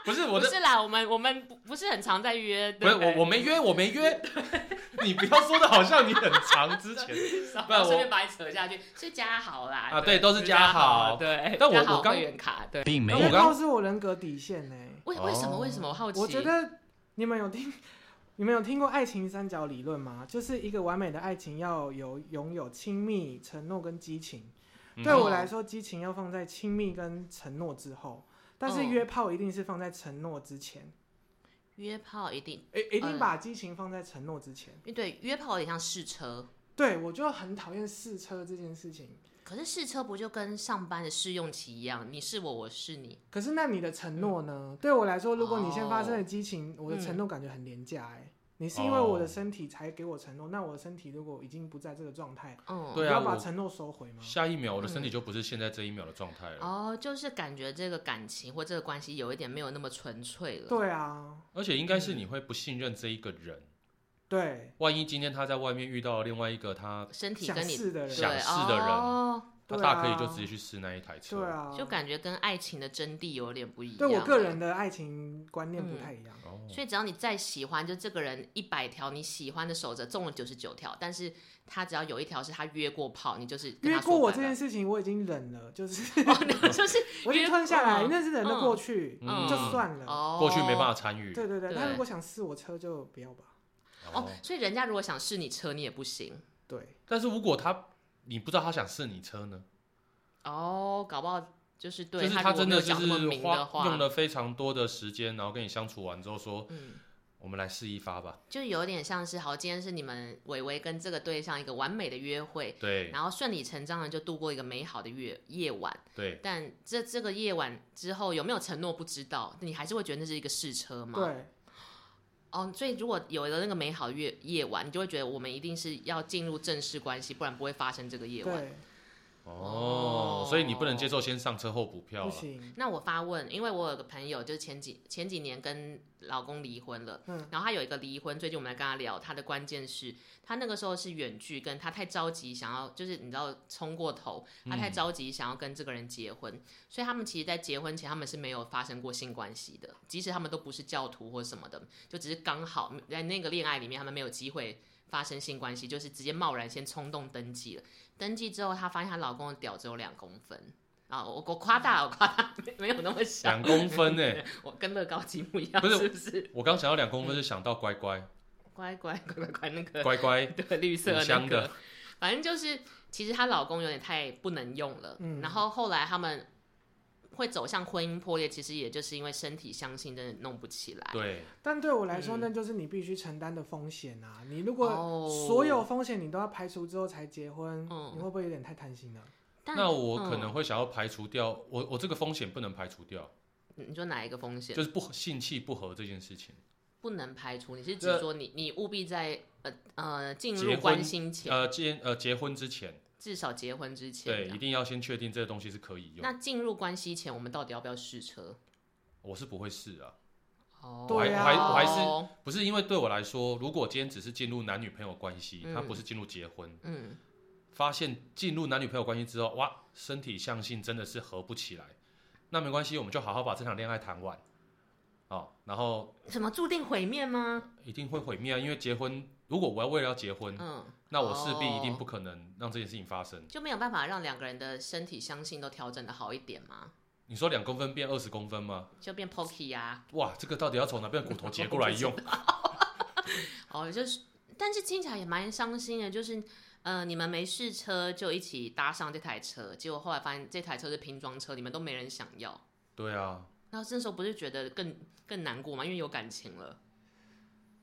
[SPEAKER 3] 不是我
[SPEAKER 1] 不
[SPEAKER 3] 的，
[SPEAKER 1] 是啦，我们我们不不是很常在约，
[SPEAKER 3] 不
[SPEAKER 1] 对
[SPEAKER 3] 是
[SPEAKER 1] 不对
[SPEAKER 3] 我我没约，我没约。你不要说的好像你很长之前。
[SPEAKER 1] 然
[SPEAKER 3] 不然
[SPEAKER 1] 后
[SPEAKER 3] 我
[SPEAKER 1] 顺便把你扯下去，是加好啦。
[SPEAKER 3] 啊对都是加好
[SPEAKER 1] 对。
[SPEAKER 3] 但我
[SPEAKER 1] 加好
[SPEAKER 3] 我刚
[SPEAKER 1] 会员卡，对。
[SPEAKER 3] 并
[SPEAKER 2] 约
[SPEAKER 3] 我
[SPEAKER 2] 炮
[SPEAKER 3] 刚
[SPEAKER 2] 是我人格底线欸呢、
[SPEAKER 1] 为为什么
[SPEAKER 3] 哦
[SPEAKER 1] 为什么我好奇？
[SPEAKER 2] 我觉得你们有听，你们有听过爱情三角理论吗？就是一个完美的爱情要有拥有亲密、承诺跟激情。
[SPEAKER 3] 嗯
[SPEAKER 2] 对我来说，激情要放在亲密跟承诺之后，但是
[SPEAKER 1] 嗯
[SPEAKER 2] 约炮一定是放在承诺之前，
[SPEAKER 1] 约炮一定，
[SPEAKER 2] 一、一
[SPEAKER 1] 嗯
[SPEAKER 2] 定把激情放在承诺之前。
[SPEAKER 1] 因为对约炮有点像试车，
[SPEAKER 2] 对我就很讨厌试车这件事情。
[SPEAKER 1] 可是试车不就跟上班的试用期一样，你是我，我是你，
[SPEAKER 2] 可是那你的承诺呢？对我来说，如果你先发生
[SPEAKER 1] 哦
[SPEAKER 2] 了激情，我的
[SPEAKER 1] 嗯
[SPEAKER 2] 承诺感觉很廉价哎、你是因为我
[SPEAKER 3] 哦
[SPEAKER 2] 的身体才给我承诺，那我的身体如果已经不在这个状态，
[SPEAKER 1] 嗯，
[SPEAKER 3] 对啊
[SPEAKER 2] 你要把
[SPEAKER 3] 我
[SPEAKER 2] 承诺收回吗？
[SPEAKER 3] 下一秒我的身体就不是现在这一秒的状态了，
[SPEAKER 1] 哦，就是感觉这个感情或这个关系有一点没有那么纯粹了。，
[SPEAKER 2] 对啊，
[SPEAKER 3] 而且应该
[SPEAKER 1] 嗯
[SPEAKER 3] 是你会不信任这一个人。
[SPEAKER 2] 对，
[SPEAKER 3] 万一今天他在外面遇到另外一个他
[SPEAKER 1] 身体
[SPEAKER 2] 想
[SPEAKER 1] 跟你
[SPEAKER 2] 试
[SPEAKER 1] 对
[SPEAKER 2] 的人，
[SPEAKER 3] 想试的人
[SPEAKER 1] 哦，
[SPEAKER 3] 他
[SPEAKER 2] 对
[SPEAKER 3] 大可以
[SPEAKER 2] 啊
[SPEAKER 3] 就直接去试那一台车。
[SPEAKER 2] 对啊，
[SPEAKER 1] 就感觉跟爱情的真谛有点不一样。啊嗯
[SPEAKER 2] 对我个人，的爱情观念不太一样。
[SPEAKER 3] 哦，
[SPEAKER 1] 所以只要你再喜欢，就这个人一百条你喜欢的守则中了九十九条，但是他只要有一条是他约过炮，你就是跟
[SPEAKER 2] 约
[SPEAKER 1] 他
[SPEAKER 2] 过
[SPEAKER 1] 说
[SPEAKER 2] 我
[SPEAKER 1] 拜
[SPEAKER 2] 这件
[SPEAKER 1] 拜。
[SPEAKER 2] 事情，我已经忍了，就是
[SPEAKER 1] 哦，就是
[SPEAKER 2] 我已
[SPEAKER 1] 约
[SPEAKER 2] 经吞下来，
[SPEAKER 1] 嗯
[SPEAKER 2] 那是忍得过去，
[SPEAKER 1] 嗯
[SPEAKER 2] 就算了。
[SPEAKER 1] 哦，
[SPEAKER 3] 过去没办法参与。
[SPEAKER 2] 对对对，
[SPEAKER 1] 对
[SPEAKER 2] 他如果想试我车就不要吧。
[SPEAKER 1] 哦，所以人家如果想试你车，你也不行
[SPEAKER 2] 对，
[SPEAKER 3] 但是如果他你不知道他想试你车呢，
[SPEAKER 1] 哦，搞不好就是对
[SPEAKER 3] 就是
[SPEAKER 1] 他如果
[SPEAKER 3] 真
[SPEAKER 1] 没有
[SPEAKER 3] 的就
[SPEAKER 1] 讲那么
[SPEAKER 3] 是
[SPEAKER 1] 明的
[SPEAKER 3] 花
[SPEAKER 1] 话，
[SPEAKER 3] 用了非常多的时间，然后跟你相处完之后说，
[SPEAKER 1] 嗯。
[SPEAKER 3] 我们来试一发吧。
[SPEAKER 1] 就有点像是好，今天是你们伟伟跟这个对象一个完美的约会，
[SPEAKER 3] 对
[SPEAKER 1] 然后顺理成章的就度过一个美好的月夜晚。
[SPEAKER 3] 对，
[SPEAKER 1] 但这这个夜晚之后有没有承诺不知道，你还是会觉得那是一个试车嘛？。
[SPEAKER 2] 对，
[SPEAKER 1] 哦，所以如果有了那个美好的月夜晚，你就会觉得我们一定是要进入正式关系，不然不会发生这个夜晚。
[SPEAKER 2] 对，
[SPEAKER 3] 哦
[SPEAKER 1] 哦，
[SPEAKER 3] 所以你不能接受先上车后补票
[SPEAKER 2] 不
[SPEAKER 3] 了。
[SPEAKER 2] 行，
[SPEAKER 1] 那我发问，因为我有个朋友，就是前几前几年跟老公离婚了，
[SPEAKER 2] 嗯
[SPEAKER 1] 然后她有一个离婚，最近我们来跟她聊，她的关键是她那个时候是远距，跟她太着急想要，就是你知道冲过头，她
[SPEAKER 3] 嗯
[SPEAKER 1] 太着急想要跟这个人结婚，所以他们其实，在结婚前他们是没有发生过性关系的，即使他们都不是教徒或什么的，就只是刚好在那个恋爱里面，他们没有机会发生性关系，就是直接贸然先冲动登记了。登记之后，她发现她老公的屌只有两公分。啊，我我夸大，我夸大，没没有那么小，
[SPEAKER 3] 两公分呢、
[SPEAKER 1] 我跟乐高积木一样，
[SPEAKER 3] 不是
[SPEAKER 1] 是不是？
[SPEAKER 3] 我刚想到两公分，就想到乖乖
[SPEAKER 1] 乖乖乖乖乖，那个
[SPEAKER 3] 乖乖
[SPEAKER 1] 对，绿色
[SPEAKER 3] 五
[SPEAKER 1] 那
[SPEAKER 3] 香
[SPEAKER 1] 个，
[SPEAKER 3] 的，
[SPEAKER 1] 反正就是，其实她老公有点太不能用了。
[SPEAKER 2] 嗯
[SPEAKER 1] 然后后来他们会走向婚姻破裂，其实也就是因为身体相信真的弄不起来。
[SPEAKER 3] 对，
[SPEAKER 2] 但对我来说，
[SPEAKER 1] 嗯
[SPEAKER 2] 那就是你必须承担的风险啊！你如果
[SPEAKER 1] 哦，
[SPEAKER 2] 所有风险你都要排除之后才结婚，
[SPEAKER 1] 嗯
[SPEAKER 2] 你会不会有点太贪心了？啊
[SPEAKER 1] 但
[SPEAKER 3] 那我可
[SPEAKER 1] 嗯
[SPEAKER 3] 能会想要排除掉，我我这个风险不能排除掉，
[SPEAKER 1] 嗯你说哪一个风险
[SPEAKER 3] 就是不合性气不合这件事情。
[SPEAKER 1] 不能排除？你是指
[SPEAKER 3] 这
[SPEAKER 1] 说你你务必在呃呃进
[SPEAKER 3] 结
[SPEAKER 1] 入
[SPEAKER 3] 婚
[SPEAKER 1] 关心前，
[SPEAKER 3] 呃，结呃结婚之前，
[SPEAKER 1] 至少结婚之前
[SPEAKER 3] 对，
[SPEAKER 1] 这
[SPEAKER 3] 一
[SPEAKER 1] 样？
[SPEAKER 3] 定要先确定这个东西是可以用。
[SPEAKER 1] 那进入关系前，我们到底要不要试车？
[SPEAKER 3] 我是不会试啊，
[SPEAKER 1] 哦
[SPEAKER 2] 对啊我还我
[SPEAKER 3] 还是不是因为对我来说，如果今天只是进入男女朋友关系，
[SPEAKER 1] 嗯
[SPEAKER 3] 它不是进入结婚，
[SPEAKER 1] 嗯，
[SPEAKER 3] 发现进入男女朋友关系之后，哇，身体相性真的是合不起来，那没关系，我们就好好把这场恋爱谈完，哦，然后
[SPEAKER 1] 什么注定毁灭吗？
[SPEAKER 3] 一定会毁灭啊，因为结婚，如果我要为了要结婚，
[SPEAKER 1] 嗯，
[SPEAKER 3] 那我势必一定
[SPEAKER 1] 哦
[SPEAKER 3] 不可能让这件事情发生。
[SPEAKER 1] 就没有办法让两个人的身体相性都调整的好一点吗？
[SPEAKER 3] 你说两公分变二十公分吗？
[SPEAKER 1] 就变 pokey 啊呀、
[SPEAKER 3] 哇，这个到底要从哪边的骨头截过来 用？
[SPEAKER 1] 哦，就是，但是听起来也蛮伤心的，就是。呃，你们没试车就一起搭上这台车，结果后来发现这台车是拼装车，你们都没人想要。
[SPEAKER 3] 对啊，
[SPEAKER 1] 那这时候不是觉得更更难过吗？因为有感情了。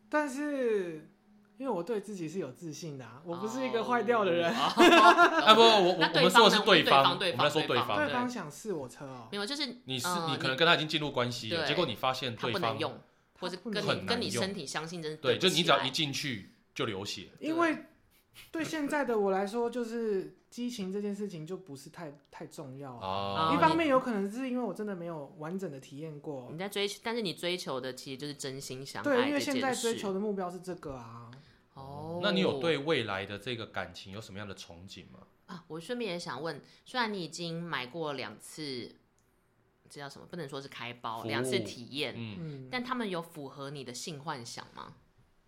[SPEAKER 2] 但是因为我对自己是有自信的、啊，我不是一个坏掉的人。
[SPEAKER 1] 哦。
[SPEAKER 3] 啊不，我我
[SPEAKER 1] 那
[SPEAKER 3] 我
[SPEAKER 1] 对
[SPEAKER 3] 们
[SPEAKER 1] 方
[SPEAKER 3] 说的
[SPEAKER 1] 呢
[SPEAKER 3] 是
[SPEAKER 1] 我们对
[SPEAKER 3] 方，
[SPEAKER 1] 方
[SPEAKER 3] 我
[SPEAKER 1] 对
[SPEAKER 3] 们
[SPEAKER 1] 方
[SPEAKER 3] 在说
[SPEAKER 1] 对方
[SPEAKER 3] 方
[SPEAKER 2] 对
[SPEAKER 1] 对。
[SPEAKER 2] 方想试我车哦，
[SPEAKER 1] 没有，就是
[SPEAKER 3] 你是
[SPEAKER 1] 呃
[SPEAKER 3] 你可能跟他已经进入关系了，
[SPEAKER 1] 对
[SPEAKER 3] 结果你发现
[SPEAKER 1] 他
[SPEAKER 3] 对
[SPEAKER 1] 不能
[SPEAKER 3] 方
[SPEAKER 1] 用，或者跟
[SPEAKER 3] 很
[SPEAKER 1] 你
[SPEAKER 3] 难
[SPEAKER 1] 跟你
[SPEAKER 3] 用
[SPEAKER 1] 身体相信真是
[SPEAKER 3] 对，
[SPEAKER 1] 不
[SPEAKER 3] 就
[SPEAKER 1] 起
[SPEAKER 3] 你只要
[SPEAKER 1] 来
[SPEAKER 3] 一进去就流血，
[SPEAKER 2] 因为对现在的我来说，就是激情这件事情就不是太太重要啊。
[SPEAKER 3] 啊
[SPEAKER 1] 哦
[SPEAKER 2] 一方面有可能是因为我真的没有完整的体验过，
[SPEAKER 1] 你在追求，但是你追求的其实就是真心嗯相爱
[SPEAKER 2] 对，因为
[SPEAKER 1] 这
[SPEAKER 2] 现
[SPEAKER 1] 件
[SPEAKER 2] 在
[SPEAKER 1] 事
[SPEAKER 2] 追求的目标是这个啊。
[SPEAKER 1] 哦，
[SPEAKER 3] 那你有对未来的这个感情有什么样的憧憬吗？
[SPEAKER 1] 啊？我顺便也想问，虽然你已经买过两次，这叫什么？不能说是开包，
[SPEAKER 3] 服务
[SPEAKER 1] 两次体验，
[SPEAKER 3] 嗯，
[SPEAKER 2] 嗯，
[SPEAKER 1] 但他们有符合你的性幻想吗？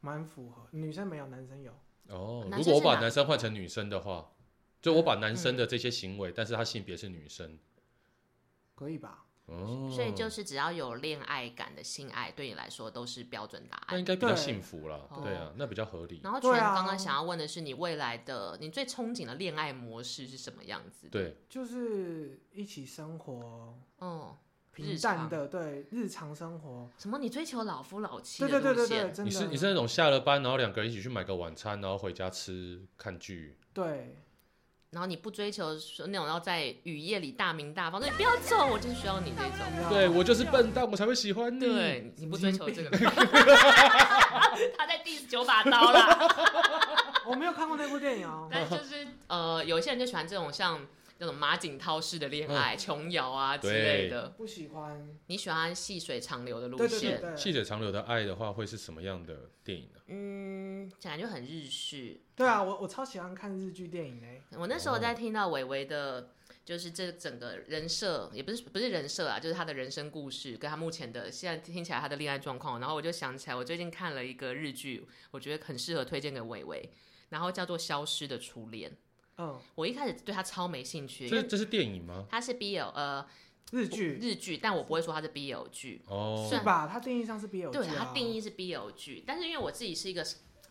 [SPEAKER 2] 蛮符合，女生没有，男生有。
[SPEAKER 3] 哦，
[SPEAKER 1] 男
[SPEAKER 3] 如
[SPEAKER 1] 生
[SPEAKER 3] 果我
[SPEAKER 1] 是
[SPEAKER 3] 把
[SPEAKER 1] 哪嗯
[SPEAKER 3] 男生换成女生的话，就我把男生的这些行为，但是他性别是女生，
[SPEAKER 2] 可以吧？
[SPEAKER 3] 哦，
[SPEAKER 1] 所以就是只要有恋爱感的性爱，对你来说都是标准答
[SPEAKER 3] 那
[SPEAKER 1] 案。
[SPEAKER 3] 应该比较
[SPEAKER 2] 对
[SPEAKER 3] 幸福啦，
[SPEAKER 1] 啊哦
[SPEAKER 3] 对啊，那比较合理。
[SPEAKER 1] 然后，全
[SPEAKER 2] 对啊
[SPEAKER 1] 刚刚想要问的是，你未来的你最憧憬的恋爱模式是什么样子？，
[SPEAKER 3] 对，
[SPEAKER 2] 就是一起生活，
[SPEAKER 1] 嗯，
[SPEAKER 2] 平淡的对日常生活。
[SPEAKER 1] 什么？你追求老夫老妻
[SPEAKER 2] 对
[SPEAKER 1] 的
[SPEAKER 2] 对对
[SPEAKER 1] 路
[SPEAKER 2] 对
[SPEAKER 1] 线
[SPEAKER 2] 对，真的。
[SPEAKER 3] 你是你是那种下了班，然后两个人一起去买个晚餐，然后回家吃看剧，
[SPEAKER 2] 对
[SPEAKER 1] 然后你不追求说那种要在雨夜里大鸣大放，那你不要走，我就是需要你这种。
[SPEAKER 2] 啊
[SPEAKER 3] 对我就是笨蛋，我才会喜欢你。
[SPEAKER 1] 哦对，你不追求这个， 他在第九把刀 啦。
[SPEAKER 2] 我没有看过那部电影哦。
[SPEAKER 1] 但就是呃，有些人就喜欢这种像那种马景涛式的恋爱，琼瑶啊之类的。
[SPEAKER 2] 不喜欢。
[SPEAKER 1] 你喜欢细水长流的路
[SPEAKER 2] 对对对
[SPEAKER 1] 线？
[SPEAKER 2] 对，
[SPEAKER 3] 细水长流的爱的话，会是什么样的电影呢？
[SPEAKER 1] 嗯，感觉很日式。
[SPEAKER 2] 对啊，我我超喜欢看日剧电影诶。
[SPEAKER 1] 我那时候在听到伟伟的，就是这整个人设，也不是不是人设啊，就是他的人生故事，跟他目前的现在听起来他的恋爱状况，然后我就想起来，我最近看了一个日剧，我觉得很适合推荐给伟伟，然后叫做《消失的初恋》。
[SPEAKER 2] 嗯，
[SPEAKER 1] 我一开始对他超没兴趣，因
[SPEAKER 3] 这
[SPEAKER 1] 为
[SPEAKER 3] 这是电影吗？
[SPEAKER 1] 他是 BL 呃
[SPEAKER 2] 日剧
[SPEAKER 1] 日剧，但我不会说他是 BL 剧，
[SPEAKER 3] 哦，
[SPEAKER 1] 虽
[SPEAKER 2] 是
[SPEAKER 1] 然
[SPEAKER 2] 吧？它定义上是 BL 剧
[SPEAKER 1] 对，
[SPEAKER 2] 啊。
[SPEAKER 1] 它定义是 BL 剧，但是因为我自己是一个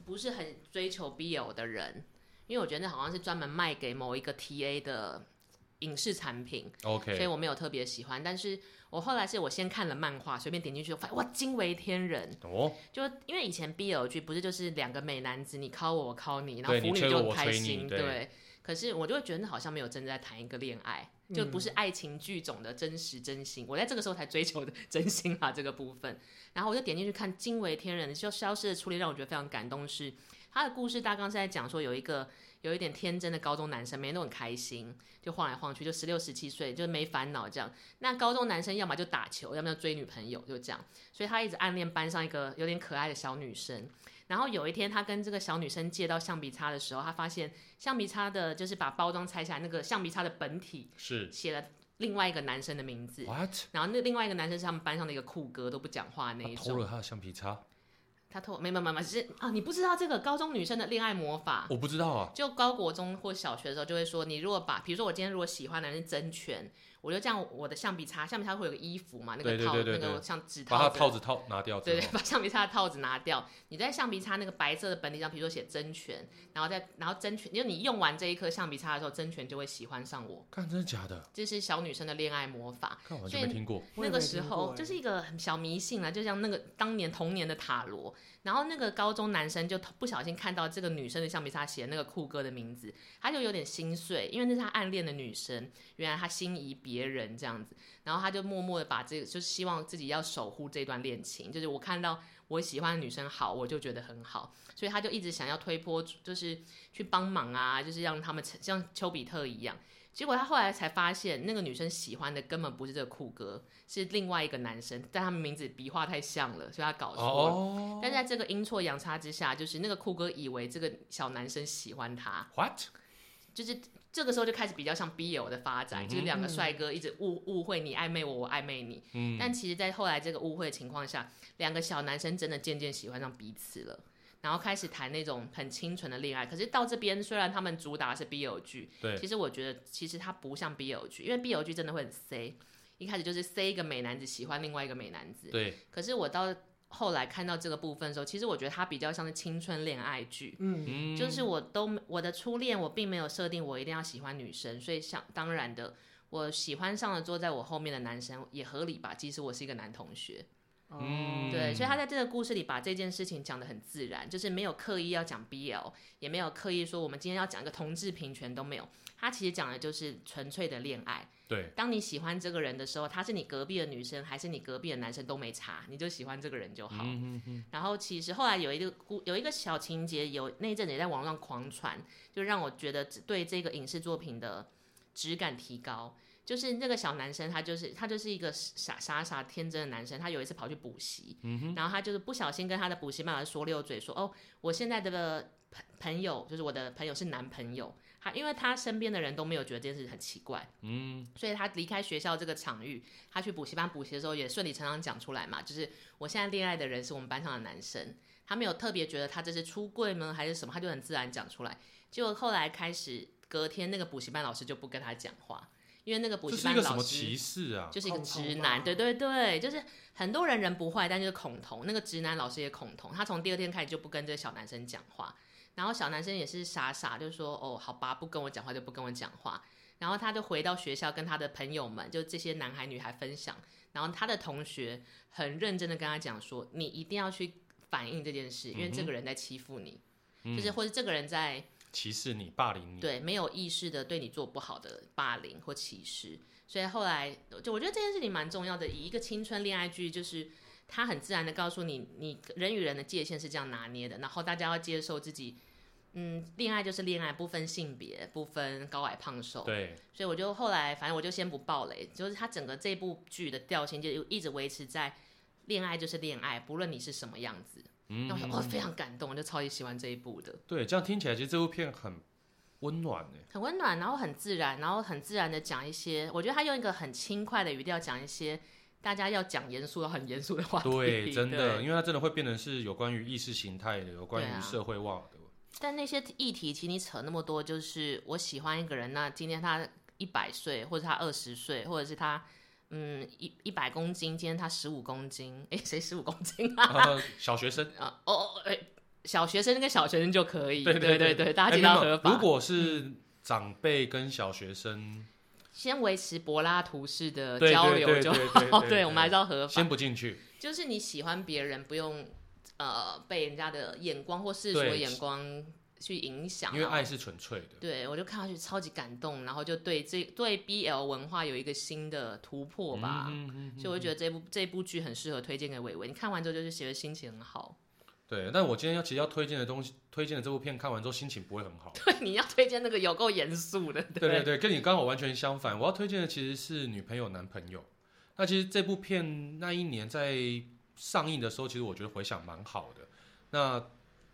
[SPEAKER 1] 不是很追求 BL 的人，因为我觉得那好像是专门卖给某一个 TA 的影视产品，所以
[SPEAKER 3] OK，
[SPEAKER 1] 我没有特别喜欢。但是我后来是我先看了漫画，随便点进去，我发现哇，惊为天人！
[SPEAKER 3] 哦，
[SPEAKER 1] 就因为以前 BL 剧不是就是两个美男子，你靠我，我靠你，然后
[SPEAKER 3] 对
[SPEAKER 1] 腐
[SPEAKER 3] 你
[SPEAKER 1] 女
[SPEAKER 3] 追
[SPEAKER 1] 就
[SPEAKER 3] 我
[SPEAKER 1] 很
[SPEAKER 3] 我
[SPEAKER 1] 开
[SPEAKER 3] 追你
[SPEAKER 1] 心，
[SPEAKER 3] 对
[SPEAKER 1] 可是我就会觉得那好像没有真的在谈一个恋爱，就不是爱情剧种的真实真心。我在这个时候才追求的真心啊这个部分。然后我就点进去看，惊为天人，就消失的初恋让我觉得非常感动是。他的故事大纲是在讲说，有一个有一点天真的高中男生，每天都很开心，就晃来晃去，就十六十七岁，就没烦恼这样。那高中男生要么就打球，要么就追女朋友，就这样。所以他一直暗恋班上一个有点可爱的小女生。然后有一天，他跟这个小女生借到橡皮擦的时候，他发现橡皮擦的就是把包装拆下来，那个橡皮擦的本体
[SPEAKER 3] 是
[SPEAKER 1] 写了另外一个男生的名字。
[SPEAKER 3] What？
[SPEAKER 1] 然后那另外一个男生是他们班上的一个酷哥，都不讲话的那
[SPEAKER 3] 他
[SPEAKER 1] 一
[SPEAKER 3] 偷
[SPEAKER 1] 种。
[SPEAKER 3] 了他的橡皮擦，
[SPEAKER 1] 他偷没没没没是啊，你不知道这个高中女生的恋爱魔法。
[SPEAKER 3] 我不知道啊。
[SPEAKER 1] 就高国中或小学的时候，就会说，你如果把，比如说我今天如果喜欢的人是真拳，我就这样我的橡皮擦，橡皮擦会有个衣服嘛，那个
[SPEAKER 3] 对对
[SPEAKER 1] 套
[SPEAKER 3] 对对
[SPEAKER 1] 那个
[SPEAKER 3] 对
[SPEAKER 1] 像纸
[SPEAKER 3] 把他
[SPEAKER 1] 套子，啊
[SPEAKER 3] 的套子套拿掉之
[SPEAKER 1] 对
[SPEAKER 3] 后，
[SPEAKER 1] 对， 把橡皮擦的套子拿掉，你在橡皮擦那个白色的本体上，比如说写真拳，然后再然后真拳，因为你用完这一颗橡皮擦的时候，真拳就会喜欢上我，
[SPEAKER 3] 看真的假的？
[SPEAKER 1] 这是小女生的恋爱魔法。
[SPEAKER 3] 看完
[SPEAKER 1] 所
[SPEAKER 3] 全
[SPEAKER 1] 以
[SPEAKER 3] 没听过。
[SPEAKER 2] 我也
[SPEAKER 1] 那个
[SPEAKER 2] 没
[SPEAKER 1] 时
[SPEAKER 2] 听过
[SPEAKER 1] 候
[SPEAKER 2] 欸
[SPEAKER 1] 就是一个很小迷信啦，就像那个当年童年的塔罗。然后那个高中男生就不小心看到这个女生的橡皮擦写那个酷哥的名字，他就有点心碎，因为那是他暗恋的女生，原来他心仪别别人这样子，然后他就默默的把这个，就是希望自己要守护这段恋情，就是我看到我喜欢的女生好，我就觉得很好，所以他就一直想要推波，就是去帮忙啊，就是让他们成像丘比特一样。结果他后来才发现，那个女生喜欢的根本不是这个酷哥，是另外一个男生，但他们名字笔画太像了，所以他搞错了。
[SPEAKER 3] 哦
[SPEAKER 1] 但在这个阴错阳差之下，就是那个酷哥以为这个小男生喜欢他，
[SPEAKER 3] ，what？
[SPEAKER 1] 就是这个时候就开始比较像 BL 的发展，
[SPEAKER 3] 嗯哼
[SPEAKER 1] 就是两个帅哥一直误误会你暧昧我，我暧昧你。
[SPEAKER 3] 嗯，
[SPEAKER 1] 但其实，在后来这个误会的情况下，两个小男生真的渐渐喜欢上彼此了。然后开始谈那种很清纯的恋爱，可是到这边虽然他们主打是 BL 剧，
[SPEAKER 3] 对
[SPEAKER 1] 其实我觉得其实它不像 BL 剧，因为 BL 剧真的会很 C，一开始就是 C 一个美男子喜欢另外一个美男子，
[SPEAKER 3] 对，
[SPEAKER 1] 可是我到后来看到这个部分的时候，其实我觉得它比较像是青春恋爱剧，
[SPEAKER 2] 嗯，
[SPEAKER 3] 嗯，
[SPEAKER 1] 就是我都没我的初恋，我并没有设定我一定要喜欢女生，所以想当然的，我喜欢上了坐在我后面的男生也合理吧，即使我是一个男同学，
[SPEAKER 2] 哦
[SPEAKER 3] 嗯
[SPEAKER 1] 对，所以他在这个故事里把这件事情讲得很自然，就是没有刻意要讲 BL，也没有刻意说我们今天要讲一个同志平权都没有，他其实讲的就是纯粹的恋爱。
[SPEAKER 3] 对，
[SPEAKER 1] 当你喜欢这个人的时候，她是你隔壁的女生还是你隔壁的男生都没差，你就喜欢这个人就好。
[SPEAKER 3] 嗯嗯嗯，
[SPEAKER 1] 然后其实后来有一个故有一个小情节，有那一阵子也在网上狂传，就让我觉得对这个影视作品的质感提高。就是那个小男生，他就是他就是一个傻傻傻天真的男生。他有一次跑去补习，
[SPEAKER 3] 嗯
[SPEAKER 1] 然后他就是不小心跟他的补习班老师说溜嘴，说哦，我现在的朋朋友就是我的朋友是男朋友。他因为他身边的人都没有觉得这件事很奇怪，嗯，所以他离开学校这个场域，他去补习班补习的时候也顺理成章讲出来嘛，就是我现在恋爱的人是我们班上的男生，他没有特别觉得他这是出柜呢还是什么，他就很自然讲出来。结果后来开始隔天那个补习班老师就不跟他讲话，因为那个补
[SPEAKER 3] 这
[SPEAKER 1] 习
[SPEAKER 3] 是一
[SPEAKER 1] 班
[SPEAKER 3] 个什
[SPEAKER 1] 老
[SPEAKER 3] 么
[SPEAKER 1] 师
[SPEAKER 3] 歧视啊？
[SPEAKER 1] 就是一个
[SPEAKER 2] 恐同
[SPEAKER 1] 直
[SPEAKER 2] 吧
[SPEAKER 1] 男，对对对，就是很多人人不坏，但就是恐同。那个直男老师也恐同，他从第二天开始就不跟这个小男生讲话，然后小男生也是傻傻就说哦，好吧，不跟我讲话就不跟我讲话。然后他就回到学校跟他的朋友们，就这些男孩女孩分享，然后他的同学很认真的跟他讲说，你一定要去反映这件事，因为
[SPEAKER 3] 嗯
[SPEAKER 1] 这个人在欺负你，就是或者这个人在。
[SPEAKER 3] 歧视你，霸凌你，
[SPEAKER 1] 对没有意识的对你做不好的霸凌或歧视，所以后来就我觉得这件事情蛮重要的。以一个青春恋爱剧，就是它很自然的告诉你，你人与人的界限是这样拿捏的，然后大家要接受自己，嗯，恋爱就是恋爱，不分性别，不分高矮胖瘦。
[SPEAKER 3] 对，
[SPEAKER 1] 所以我就后来反正我就先不爆雷，就是它整个这部剧的调性就一直维持在恋爱就是恋爱，不论你是什么样子。
[SPEAKER 3] 嗯
[SPEAKER 1] 然后我想哦非常感动，我就超级喜欢这一部的。
[SPEAKER 3] 对，这样听起来其实这部片很温暖欸诶。
[SPEAKER 1] 很温暖，然后很自然，然后很自然的讲一些，我觉得他用一个很轻快的语调讲一些大家要讲严肃、很严肃的话题。
[SPEAKER 3] 对，真的，
[SPEAKER 1] 对。
[SPEAKER 3] 因为它真的会变成是有关于意识形态的，有关
[SPEAKER 1] 对啊
[SPEAKER 3] 于社会化 的。
[SPEAKER 1] 但那些议题，其实你扯那么多，就是我喜欢一个人，那今天他一百岁，或者他二十岁，或者是他嗯一一百公斤，今天他十五公斤， 诶，谁十五公斤啊？
[SPEAKER 3] 啊小学生，
[SPEAKER 1] 啊哦哦，哎、小学生跟小学生就可以，
[SPEAKER 3] 对
[SPEAKER 1] 对
[SPEAKER 3] 对对
[SPEAKER 1] 大家
[SPEAKER 3] 哎
[SPEAKER 1] 记
[SPEAKER 3] 没
[SPEAKER 1] 得
[SPEAKER 3] 有
[SPEAKER 1] 要
[SPEAKER 3] 没有
[SPEAKER 1] 合法。嗯
[SPEAKER 3] 如果是长辈跟小学生，
[SPEAKER 1] 先维持柏拉图式的
[SPEAKER 3] 对
[SPEAKER 1] 呃交
[SPEAKER 3] 对
[SPEAKER 1] 流
[SPEAKER 3] 对
[SPEAKER 1] 就
[SPEAKER 3] 对对
[SPEAKER 1] 好，
[SPEAKER 3] 对
[SPEAKER 1] 对
[SPEAKER 3] 对
[SPEAKER 1] 我们还是要合法。
[SPEAKER 3] 先不进去，
[SPEAKER 1] 就是你喜欢别人，不用呃被人家的眼光或世俗的
[SPEAKER 3] 对
[SPEAKER 1] 眼光去影响，
[SPEAKER 3] 因为
[SPEAKER 1] 然后
[SPEAKER 3] 爱是纯粹的。
[SPEAKER 1] 对我就看上去超级感动，然后就对这对 BL 文化有一个新的突破吧。
[SPEAKER 3] 嗯嗯嗯
[SPEAKER 1] 所以我就觉得这部这部剧很适合推荐给伟伟，你看完之后就是觉得心情很好。
[SPEAKER 3] 对，但我今天要其实要推荐的东西，推荐的这部片看完之后心情不会很好。
[SPEAKER 1] 对，你要推荐那个有够严肃的，
[SPEAKER 3] 对对对，跟你刚好完全相反。我要推荐的其实是女朋友男朋友。那其实这部片那一年在上映的时候，其实我觉得回响蛮好的。那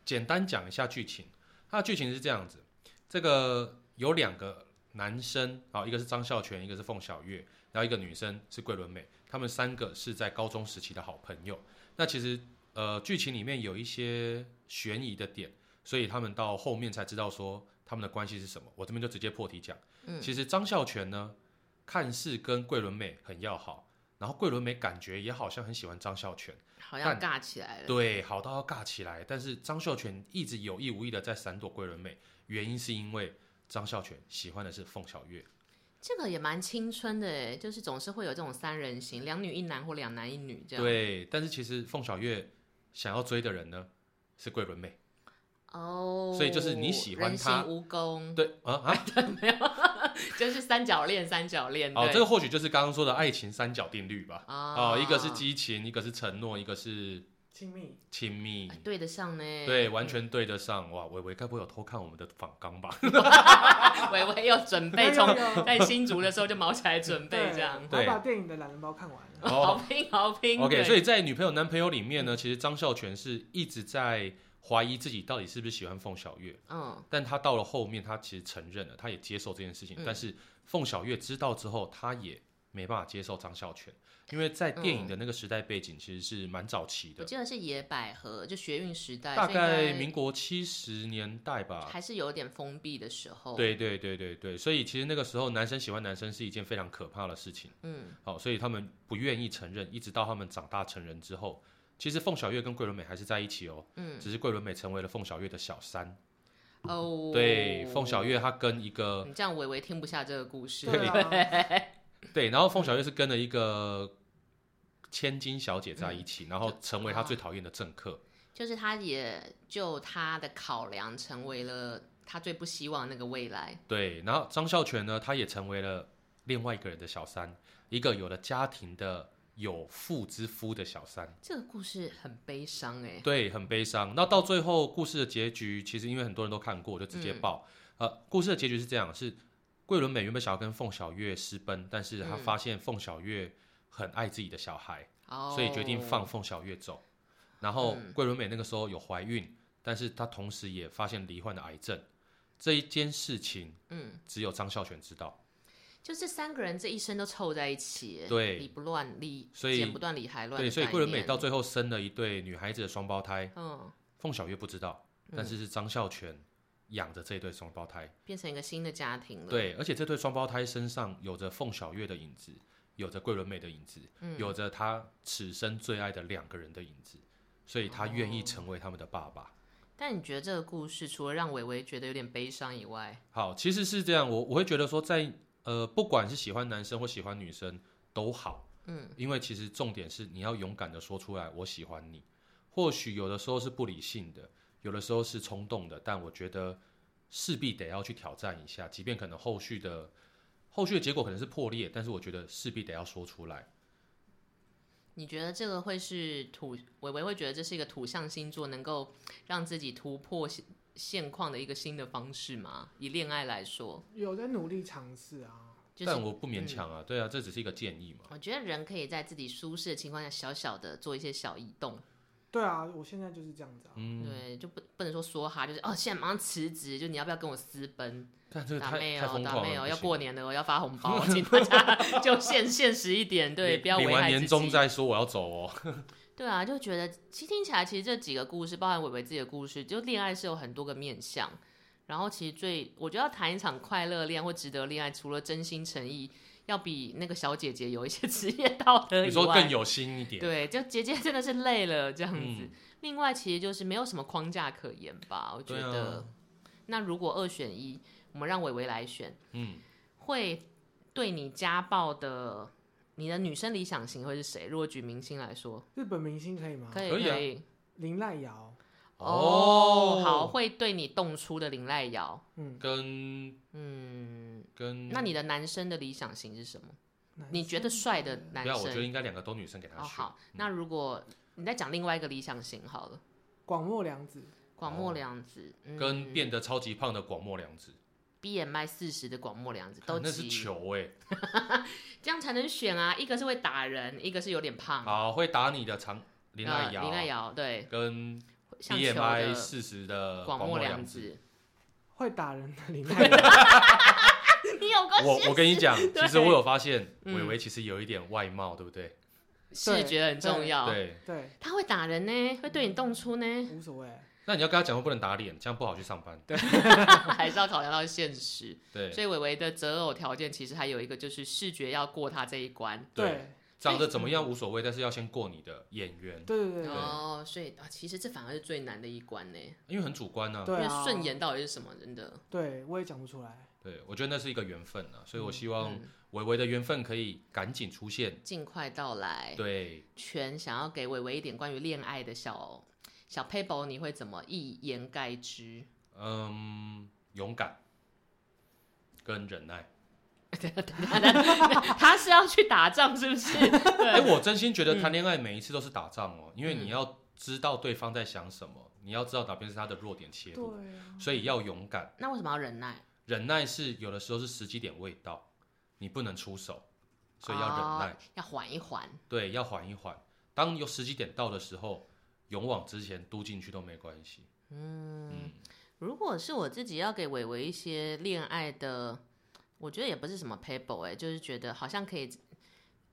[SPEAKER 3] 简单讲一下剧情，它的剧情是这样子：这个有两个男生啊，一个是张孝全，一个是凤小岳，然后一个女生是桂纶镁，他们三个是在高中时期的好朋友。那其实呃，剧情里面有一些悬疑的点，所以他们到后面才知道说他们的关系是什么。我这边就直接破题讲。
[SPEAKER 1] 嗯
[SPEAKER 3] 其实张孝全呢，看似跟桂纶镁很要好，然后桂纶镁感觉也好像很喜欢张孝全，
[SPEAKER 1] 好像尬起来了。
[SPEAKER 3] 对，好到要尬起来。但是张孝全一直有意无意的在闪躲桂纶镁，原因是因为张孝全喜欢的是凤小岳。
[SPEAKER 1] 这个也蛮青春的诶，就是总是会有这种三人行，两女一男或两男一女这样。
[SPEAKER 3] 对，但是其实凤小岳想要追的人呢是桂纶镁，
[SPEAKER 1] 哦，
[SPEAKER 3] 所以就是你喜欢
[SPEAKER 1] 人
[SPEAKER 3] 他
[SPEAKER 1] 形蜈蚣，
[SPEAKER 3] 对啊 啊，
[SPEAKER 1] 就是三角恋，三角恋。
[SPEAKER 3] 哦，
[SPEAKER 1] 对
[SPEAKER 3] 这个或许就是刚刚说的爱情三角定律吧。
[SPEAKER 1] 啊
[SPEAKER 3] 哦，一个是激情，一个是承诺，一个是
[SPEAKER 2] 亲密，
[SPEAKER 3] 亲密
[SPEAKER 1] 哎，对得上呢，
[SPEAKER 3] 对，完全对得上。哇，伟伟该不会有偷看我们的访 纲吧？
[SPEAKER 1] 微微有准备，
[SPEAKER 2] 有
[SPEAKER 1] 从
[SPEAKER 2] 有有
[SPEAKER 1] 在新竹的时候就毛起来准备
[SPEAKER 2] 对，
[SPEAKER 1] 这样。
[SPEAKER 2] 我
[SPEAKER 3] 对
[SPEAKER 2] 把电影的懒人包看完了。
[SPEAKER 1] 好拼好拼。
[SPEAKER 3] 哦 OK，
[SPEAKER 1] 对
[SPEAKER 3] 所以在女朋友、男朋友里面呢，其实张孝全是一直在怀疑自己到底是不是喜欢凤小月，
[SPEAKER 1] 嗯
[SPEAKER 3] 但他到了后面，他其实承认了，他也接受这件事情。
[SPEAKER 1] 嗯
[SPEAKER 3] 但是凤小月知道之后，他也没办法接受张孝全，因为在电影的那个时代背景其实是蛮早期
[SPEAKER 1] 我
[SPEAKER 3] 的，
[SPEAKER 1] 记得是野百合，就学运时代，
[SPEAKER 3] 大
[SPEAKER 1] 所以应该
[SPEAKER 3] 概民国七十年代吧。
[SPEAKER 1] 还是有点封闭的时候。，
[SPEAKER 3] 对对对对对，所以其实那个时候男生喜欢男生是一件非常可怕的事情。
[SPEAKER 1] 嗯，
[SPEAKER 3] 好、所以他们不愿意承认，一直到他们长大成人之后，其实凤小月跟桂纶镁还是在一起哦，
[SPEAKER 1] 嗯，
[SPEAKER 3] 只是桂纶镁成为了凤小月的小三。
[SPEAKER 1] 哦，嗯
[SPEAKER 3] 对，凤小月她跟一个
[SPEAKER 1] 你这样微微听不下这个故事，
[SPEAKER 2] 对啊，
[SPEAKER 3] 对，然后凤小月是跟了一个千金小姐在一起，然后成为她
[SPEAKER 1] 啊
[SPEAKER 3] 最讨厌的政客。
[SPEAKER 1] 就是他也就他的考量成为了他最不希望的那个未来。
[SPEAKER 3] 对，然后张孝全呢，他也成为了另外一个人的小三，一个有了家庭的有妇之夫的小三。
[SPEAKER 1] 这个故事很悲伤哎、
[SPEAKER 3] 对，很悲伤。那到最后故事的结局，其实因为很多人都看过，我就直
[SPEAKER 1] 嗯
[SPEAKER 3] 接爆。呃，故事的结局是这样：是桂纶镁原本想要跟凤小月私奔，但是她
[SPEAKER 1] 嗯
[SPEAKER 3] 发现凤小月很爱自己的小孩，
[SPEAKER 1] 哦，嗯
[SPEAKER 3] 所以决定放凤小月走。然后桂纶镁那个时候有怀孕，但是她同时也发现罹患了癌症。这一件事情
[SPEAKER 1] 嗯，
[SPEAKER 3] 只有张孝全知道，
[SPEAKER 1] 就这三个人这一生都凑在一起，
[SPEAKER 3] 对
[SPEAKER 1] 理不乱，理
[SPEAKER 3] 所以
[SPEAKER 1] 剪不断，理还乱的概
[SPEAKER 3] 对，
[SPEAKER 1] 念。
[SPEAKER 3] 所以桂纶镁到最后生了一对女孩子的双胞胎，
[SPEAKER 1] 嗯，
[SPEAKER 3] 凤小月不知道，但是是张孝全养着这对双胞胎。
[SPEAKER 1] 变成一个新的家庭了。，
[SPEAKER 3] 对，而且这对双胞胎身上有着凤小月的影子，有着桂纶镁的影子，有着她此生最爱的两个人的影子，所以她愿意成为他们的爸爸。
[SPEAKER 1] 但你觉得这个故事除了让伟伟觉得有点悲伤以外，
[SPEAKER 3] 好，其实是这样，我我会觉得说在，呃，不管是喜欢男生或喜欢女生都好，嗯，因为其实重点是你要勇敢的说出来，我喜欢你。或许有的时候是不理性的，有的时候是冲动的，但我觉得势必得要去挑战一下，即便可能后续的后续的结果可能是破裂，但是我觉得势必得要说出来。
[SPEAKER 1] 你觉得这个会是土伟伟会觉得这是一个土象星座能够让自己突破现现况的一个新的方式吗？以恋爱来说，
[SPEAKER 2] 有在努力尝试啊。
[SPEAKER 1] 就是嗯
[SPEAKER 3] 但我不勉强啊，对啊，这只是一个建议嘛。
[SPEAKER 1] 我觉得人可以在自己舒适的情况下，小小的做一些小移动，
[SPEAKER 2] 对啊，我现在就是这样子啊。
[SPEAKER 3] 嗯，
[SPEAKER 1] 对，就不不能说梭哈，就是哦，现在马上辞职，就你要不要跟我私奔？
[SPEAKER 3] 但这个
[SPEAKER 1] 打
[SPEAKER 3] 太
[SPEAKER 1] 妹
[SPEAKER 3] 太
[SPEAKER 1] 哦，
[SPEAKER 3] 疯
[SPEAKER 1] 打
[SPEAKER 3] 狂
[SPEAKER 1] 妹
[SPEAKER 3] 了，
[SPEAKER 1] 哦，
[SPEAKER 3] 不
[SPEAKER 1] 要
[SPEAKER 3] 行
[SPEAKER 1] 过年了，我要发红包，请大 家就现现实一点，对，
[SPEAKER 3] 领
[SPEAKER 1] 不要危
[SPEAKER 3] 领完
[SPEAKER 1] 害自
[SPEAKER 3] 年终
[SPEAKER 1] 己。
[SPEAKER 3] 再说我要走哦。
[SPEAKER 1] 对啊，就觉得其实听起来，其实这几个故事，包含伟伟自己的故事，就恋爱是有很多个面向。然后其实最，我觉得要谈一场快乐恋爱或值得恋爱，除了真心诚意，要比那个小姐姐有一些 职业道德
[SPEAKER 3] 你
[SPEAKER 1] 以
[SPEAKER 3] 说更
[SPEAKER 1] 外，
[SPEAKER 3] 有心一点，
[SPEAKER 1] 对，就姐姐真的是累了这样子。
[SPEAKER 3] 嗯
[SPEAKER 1] 另外，其实就是没有什么框架可言吧，我觉
[SPEAKER 3] 对啊
[SPEAKER 1] 得。那如果二选一，我们让伟伟来选，
[SPEAKER 3] 嗯，
[SPEAKER 1] 会对你家暴的你的女生理想型会是谁？如果举明星来说，
[SPEAKER 2] 日本明星可以吗？
[SPEAKER 1] 可以
[SPEAKER 3] 可以啊
[SPEAKER 1] 以
[SPEAKER 2] 林濑遥，
[SPEAKER 3] 哦
[SPEAKER 1] 哦，好，，会对你动粗的林濑瑶，
[SPEAKER 2] 嗯，
[SPEAKER 3] 跟
[SPEAKER 1] 嗯，
[SPEAKER 3] 跟
[SPEAKER 1] 那你的男生的理想型是什么？
[SPEAKER 2] 男生
[SPEAKER 1] 你觉得帅的男
[SPEAKER 3] 嗯不要，我觉得
[SPEAKER 1] 生？
[SPEAKER 3] 应该两个都女生给他
[SPEAKER 1] 哦，
[SPEAKER 3] 选。
[SPEAKER 1] 好，那如果你再讲另外一个理想型好了，
[SPEAKER 2] 广末凉子，
[SPEAKER 1] 广末凉子，嗯
[SPEAKER 3] 跟变得超级胖的广末凉子，
[SPEAKER 1] BMI 四十的广末凉子都
[SPEAKER 3] 啊
[SPEAKER 1] 啊
[SPEAKER 3] 那是
[SPEAKER 1] 齐，
[SPEAKER 3] 球哎、
[SPEAKER 1] 这样才能选啊！一个是会打人，一个是有点胖，
[SPEAKER 3] 好会打你的长林奈
[SPEAKER 1] 呃
[SPEAKER 3] 瑶，
[SPEAKER 1] 林奈瑶对，
[SPEAKER 3] 跟
[SPEAKER 1] 像球的
[SPEAKER 3] BMI 四十的
[SPEAKER 1] 广末
[SPEAKER 3] 末
[SPEAKER 1] 凉
[SPEAKER 3] 子。
[SPEAKER 1] 子，
[SPEAKER 2] 会打人的 林濑遥，
[SPEAKER 1] 你有个
[SPEAKER 3] 我我跟你讲，
[SPEAKER 1] 对
[SPEAKER 3] 其实我有发现，
[SPEAKER 1] 嗯
[SPEAKER 3] 伟伟其实有一点外貌，对不对？
[SPEAKER 1] 视觉很重要，
[SPEAKER 3] 对。
[SPEAKER 2] 对，
[SPEAKER 1] 他会打人呢，会对你动粗 呢，
[SPEAKER 2] 无所谓。
[SPEAKER 3] 那你要跟他讲话不能打脸，这样不好去上班。
[SPEAKER 1] 还是要考量到现实。
[SPEAKER 3] 对，
[SPEAKER 1] 所以伟伟的择偶条件其实还有一个就是视觉要过他这一关。
[SPEAKER 3] 对
[SPEAKER 2] 对，
[SPEAKER 3] 长得怎么样无所谓，但是要先过你的眼缘
[SPEAKER 2] 对，对对对
[SPEAKER 1] 哦，所以啊，其实这反而是最难的一关呢，
[SPEAKER 3] 因为很主观啊。
[SPEAKER 1] 因
[SPEAKER 2] 对
[SPEAKER 1] 为
[SPEAKER 2] 啊，
[SPEAKER 1] 顺眼到底是什么？真的，
[SPEAKER 2] 对我也讲不出来。
[SPEAKER 3] 对，我觉得那是一个缘分啊，所以我希望
[SPEAKER 1] 嗯，
[SPEAKER 3] 伟伟的缘分可以赶紧出现。
[SPEAKER 1] 尽快到来。
[SPEAKER 3] 对，
[SPEAKER 1] 全想要给伟伟一点关于恋爱的小小 paper 你会怎么一言盖之？
[SPEAKER 3] 嗯，勇敢跟忍耐。
[SPEAKER 1] 他是要去打仗是不是？
[SPEAKER 3] 哎、
[SPEAKER 1] 对，
[SPEAKER 3] 我真心觉得
[SPEAKER 1] 嗯
[SPEAKER 3] 谈恋爱每一次都是打仗哦，因为
[SPEAKER 1] 嗯
[SPEAKER 3] 你要知道对方在想什么，你要知道哪边是他的弱点切入，
[SPEAKER 2] 对啊，
[SPEAKER 3] 所以要勇敢。
[SPEAKER 1] 那为什么要忍耐？
[SPEAKER 3] 忍耐是有的时候是时机点未到，你不能出手，所以要忍耐。
[SPEAKER 1] 哦要缓一缓。
[SPEAKER 3] 对，要缓一缓。当有时机点到的时候，勇往直前，嘟进去都没关系。
[SPEAKER 1] 嗯
[SPEAKER 3] 嗯，
[SPEAKER 1] 如果是我自己要给伟伟一些恋爱的，我觉得也不是什么 paper 哎、就是觉得好像可以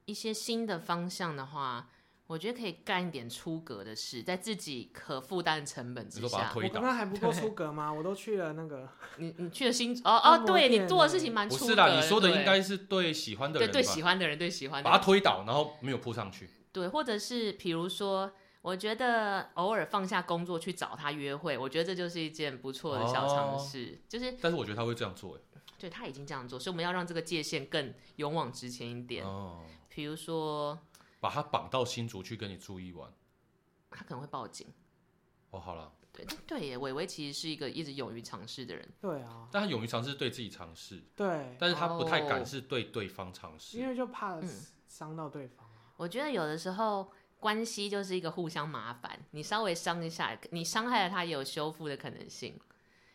[SPEAKER 1] 一些新的方向的话，我觉得可以干一点出格的事，在自己可负担的成本
[SPEAKER 3] 你
[SPEAKER 1] 之
[SPEAKER 3] 说把它
[SPEAKER 1] 下。
[SPEAKER 3] 推
[SPEAKER 2] 我
[SPEAKER 3] 倒
[SPEAKER 2] 刚，刚还不够
[SPEAKER 1] 对
[SPEAKER 2] 出格吗？我都去了那个，
[SPEAKER 1] 你你去了新哦哦，
[SPEAKER 2] 按摩
[SPEAKER 1] 对
[SPEAKER 2] 店
[SPEAKER 1] 你做的事情蛮
[SPEAKER 3] 不
[SPEAKER 1] 出格
[SPEAKER 3] 是啦，你说的
[SPEAKER 1] 对
[SPEAKER 3] 应该是对喜欢的
[SPEAKER 1] 对
[SPEAKER 3] 人吧
[SPEAKER 1] 对，喜欢的人对喜欢的
[SPEAKER 3] 把
[SPEAKER 1] 人
[SPEAKER 3] 他推倒，然后没有扑上去。
[SPEAKER 1] 对，或者是比如说，我觉得偶尔放下工作去找他约会，我觉得这就是一件不错的小尝
[SPEAKER 3] 哦
[SPEAKER 1] 试。就是
[SPEAKER 3] 但是我觉得他会这样做，欸
[SPEAKER 1] 对他已经这样做，所以我们要让这个界限更勇往直前一
[SPEAKER 3] 哎，
[SPEAKER 1] 点。
[SPEAKER 3] 哦，
[SPEAKER 1] 比如说，
[SPEAKER 3] 把他绑到新竹去跟你住一晚。
[SPEAKER 1] 他可能会报警。
[SPEAKER 3] 哦，好了，
[SPEAKER 1] 对但对耶，伟伟其实是一个一直勇于尝试的人。
[SPEAKER 2] 对啊，
[SPEAKER 3] 但他勇于尝试对自己尝试，
[SPEAKER 2] 对，
[SPEAKER 3] 但是他不太
[SPEAKER 1] 哦
[SPEAKER 3] 敢是对对方尝试。
[SPEAKER 2] 因为就怕
[SPEAKER 1] 嗯
[SPEAKER 2] 伤到对方啊。
[SPEAKER 1] 我觉得有的时候关系就是一个互相麻烦，你稍微伤一下，你伤害了他也有修复的可能性。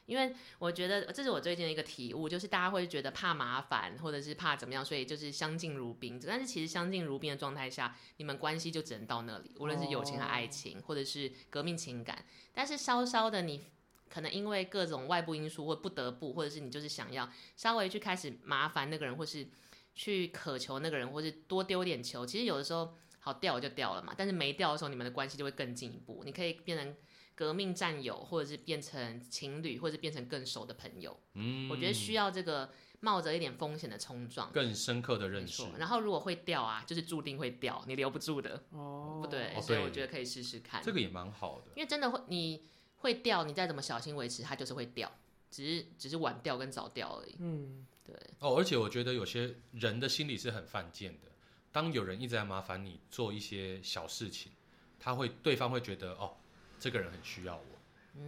[SPEAKER 1] 因为我觉得这是我最近的一个体悟，就是大家会觉得怕麻烦，或者是怕怎么样，所以就是相敬如宾。但是其实相敬如宾的状态下，你们关系就只能到那里，无论是友情和爱情，或者是革命情感。但是稍稍的你。可能因为各种外部因素，或不得不，或者是你就是想要稍微去开始麻烦那个人，或是去渴求那个人，或是多丢点球。其实有的时候好掉就掉了嘛，但是没掉的时候，你们的关系就会更进一步。你可以变成革命战友，或者是变成情侣，或者是变成更熟的朋友。
[SPEAKER 3] 嗯，
[SPEAKER 1] 我觉得需要这个冒着一点风险的冲撞。
[SPEAKER 3] 更深刻的
[SPEAKER 1] 没
[SPEAKER 3] 认识
[SPEAKER 1] 错。，然后如果会掉啊，就是注定会掉，你留不住的，
[SPEAKER 2] 哦，
[SPEAKER 1] 不对。
[SPEAKER 3] 哦
[SPEAKER 1] 所以我
[SPEAKER 3] 对
[SPEAKER 1] 觉得可以试试看，
[SPEAKER 3] 这个也蛮好的。
[SPEAKER 1] 因为真的会你会掉，你再怎么小心维持，它就是会掉，只是只是晚掉跟早掉而已。
[SPEAKER 2] 嗯，
[SPEAKER 1] 对，
[SPEAKER 3] 哦，而且我觉得有些人的心理是很犯贱的。当有人一直在麻烦你做一些小事情，他会对方会觉得哦，这个人很需要我，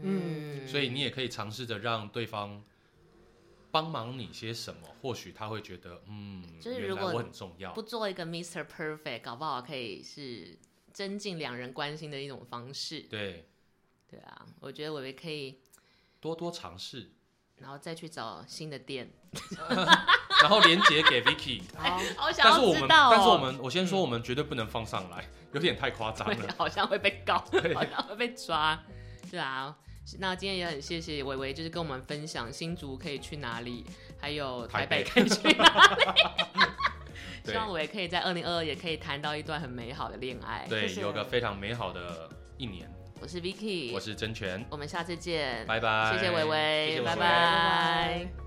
[SPEAKER 2] 嗯
[SPEAKER 3] 所以你也可以尝试着让对方帮忙你些什么，或许他会觉得嗯，
[SPEAKER 1] 就是
[SPEAKER 3] 原
[SPEAKER 1] 如
[SPEAKER 3] 来
[SPEAKER 1] 果
[SPEAKER 3] 我很重要
[SPEAKER 1] 不。做一个 Mr. Perfect，搞不好可以是增进两人关心的一种方式。
[SPEAKER 3] 对，
[SPEAKER 1] 对啊，我觉得我也可以，
[SPEAKER 3] 多多尝试，
[SPEAKER 1] 然后再去找新的店。
[SPEAKER 3] 然后连结给 Vicky。
[SPEAKER 2] 好，
[SPEAKER 1] 好想
[SPEAKER 3] 但是
[SPEAKER 1] 要
[SPEAKER 3] 我
[SPEAKER 1] 知
[SPEAKER 3] 们，
[SPEAKER 1] 道、哦，
[SPEAKER 3] 但是我们，我先说，我们绝对不能放上来，有点太夸张
[SPEAKER 1] 对
[SPEAKER 3] 了。
[SPEAKER 1] 好像会被告，
[SPEAKER 3] 对
[SPEAKER 1] 好像会被抓。对啊，那今天也很谢谢伟伟，就是跟我们分享新竹可以去哪里，还有台北
[SPEAKER 3] 台
[SPEAKER 1] 可以去 哪里。
[SPEAKER 3] 对
[SPEAKER 1] 希望我也可以在二零二二也可以谈到一段很美好的恋爱。
[SPEAKER 3] 对，
[SPEAKER 2] 谢谢
[SPEAKER 3] 有个非常美好的一年。
[SPEAKER 1] 我是 Vicky，
[SPEAKER 3] 我是真权，
[SPEAKER 1] 我们下次见，
[SPEAKER 3] 拜拜。
[SPEAKER 1] 谢谢伟伟，
[SPEAKER 3] 谢谢伟
[SPEAKER 1] 拜
[SPEAKER 3] 伟
[SPEAKER 1] 拜。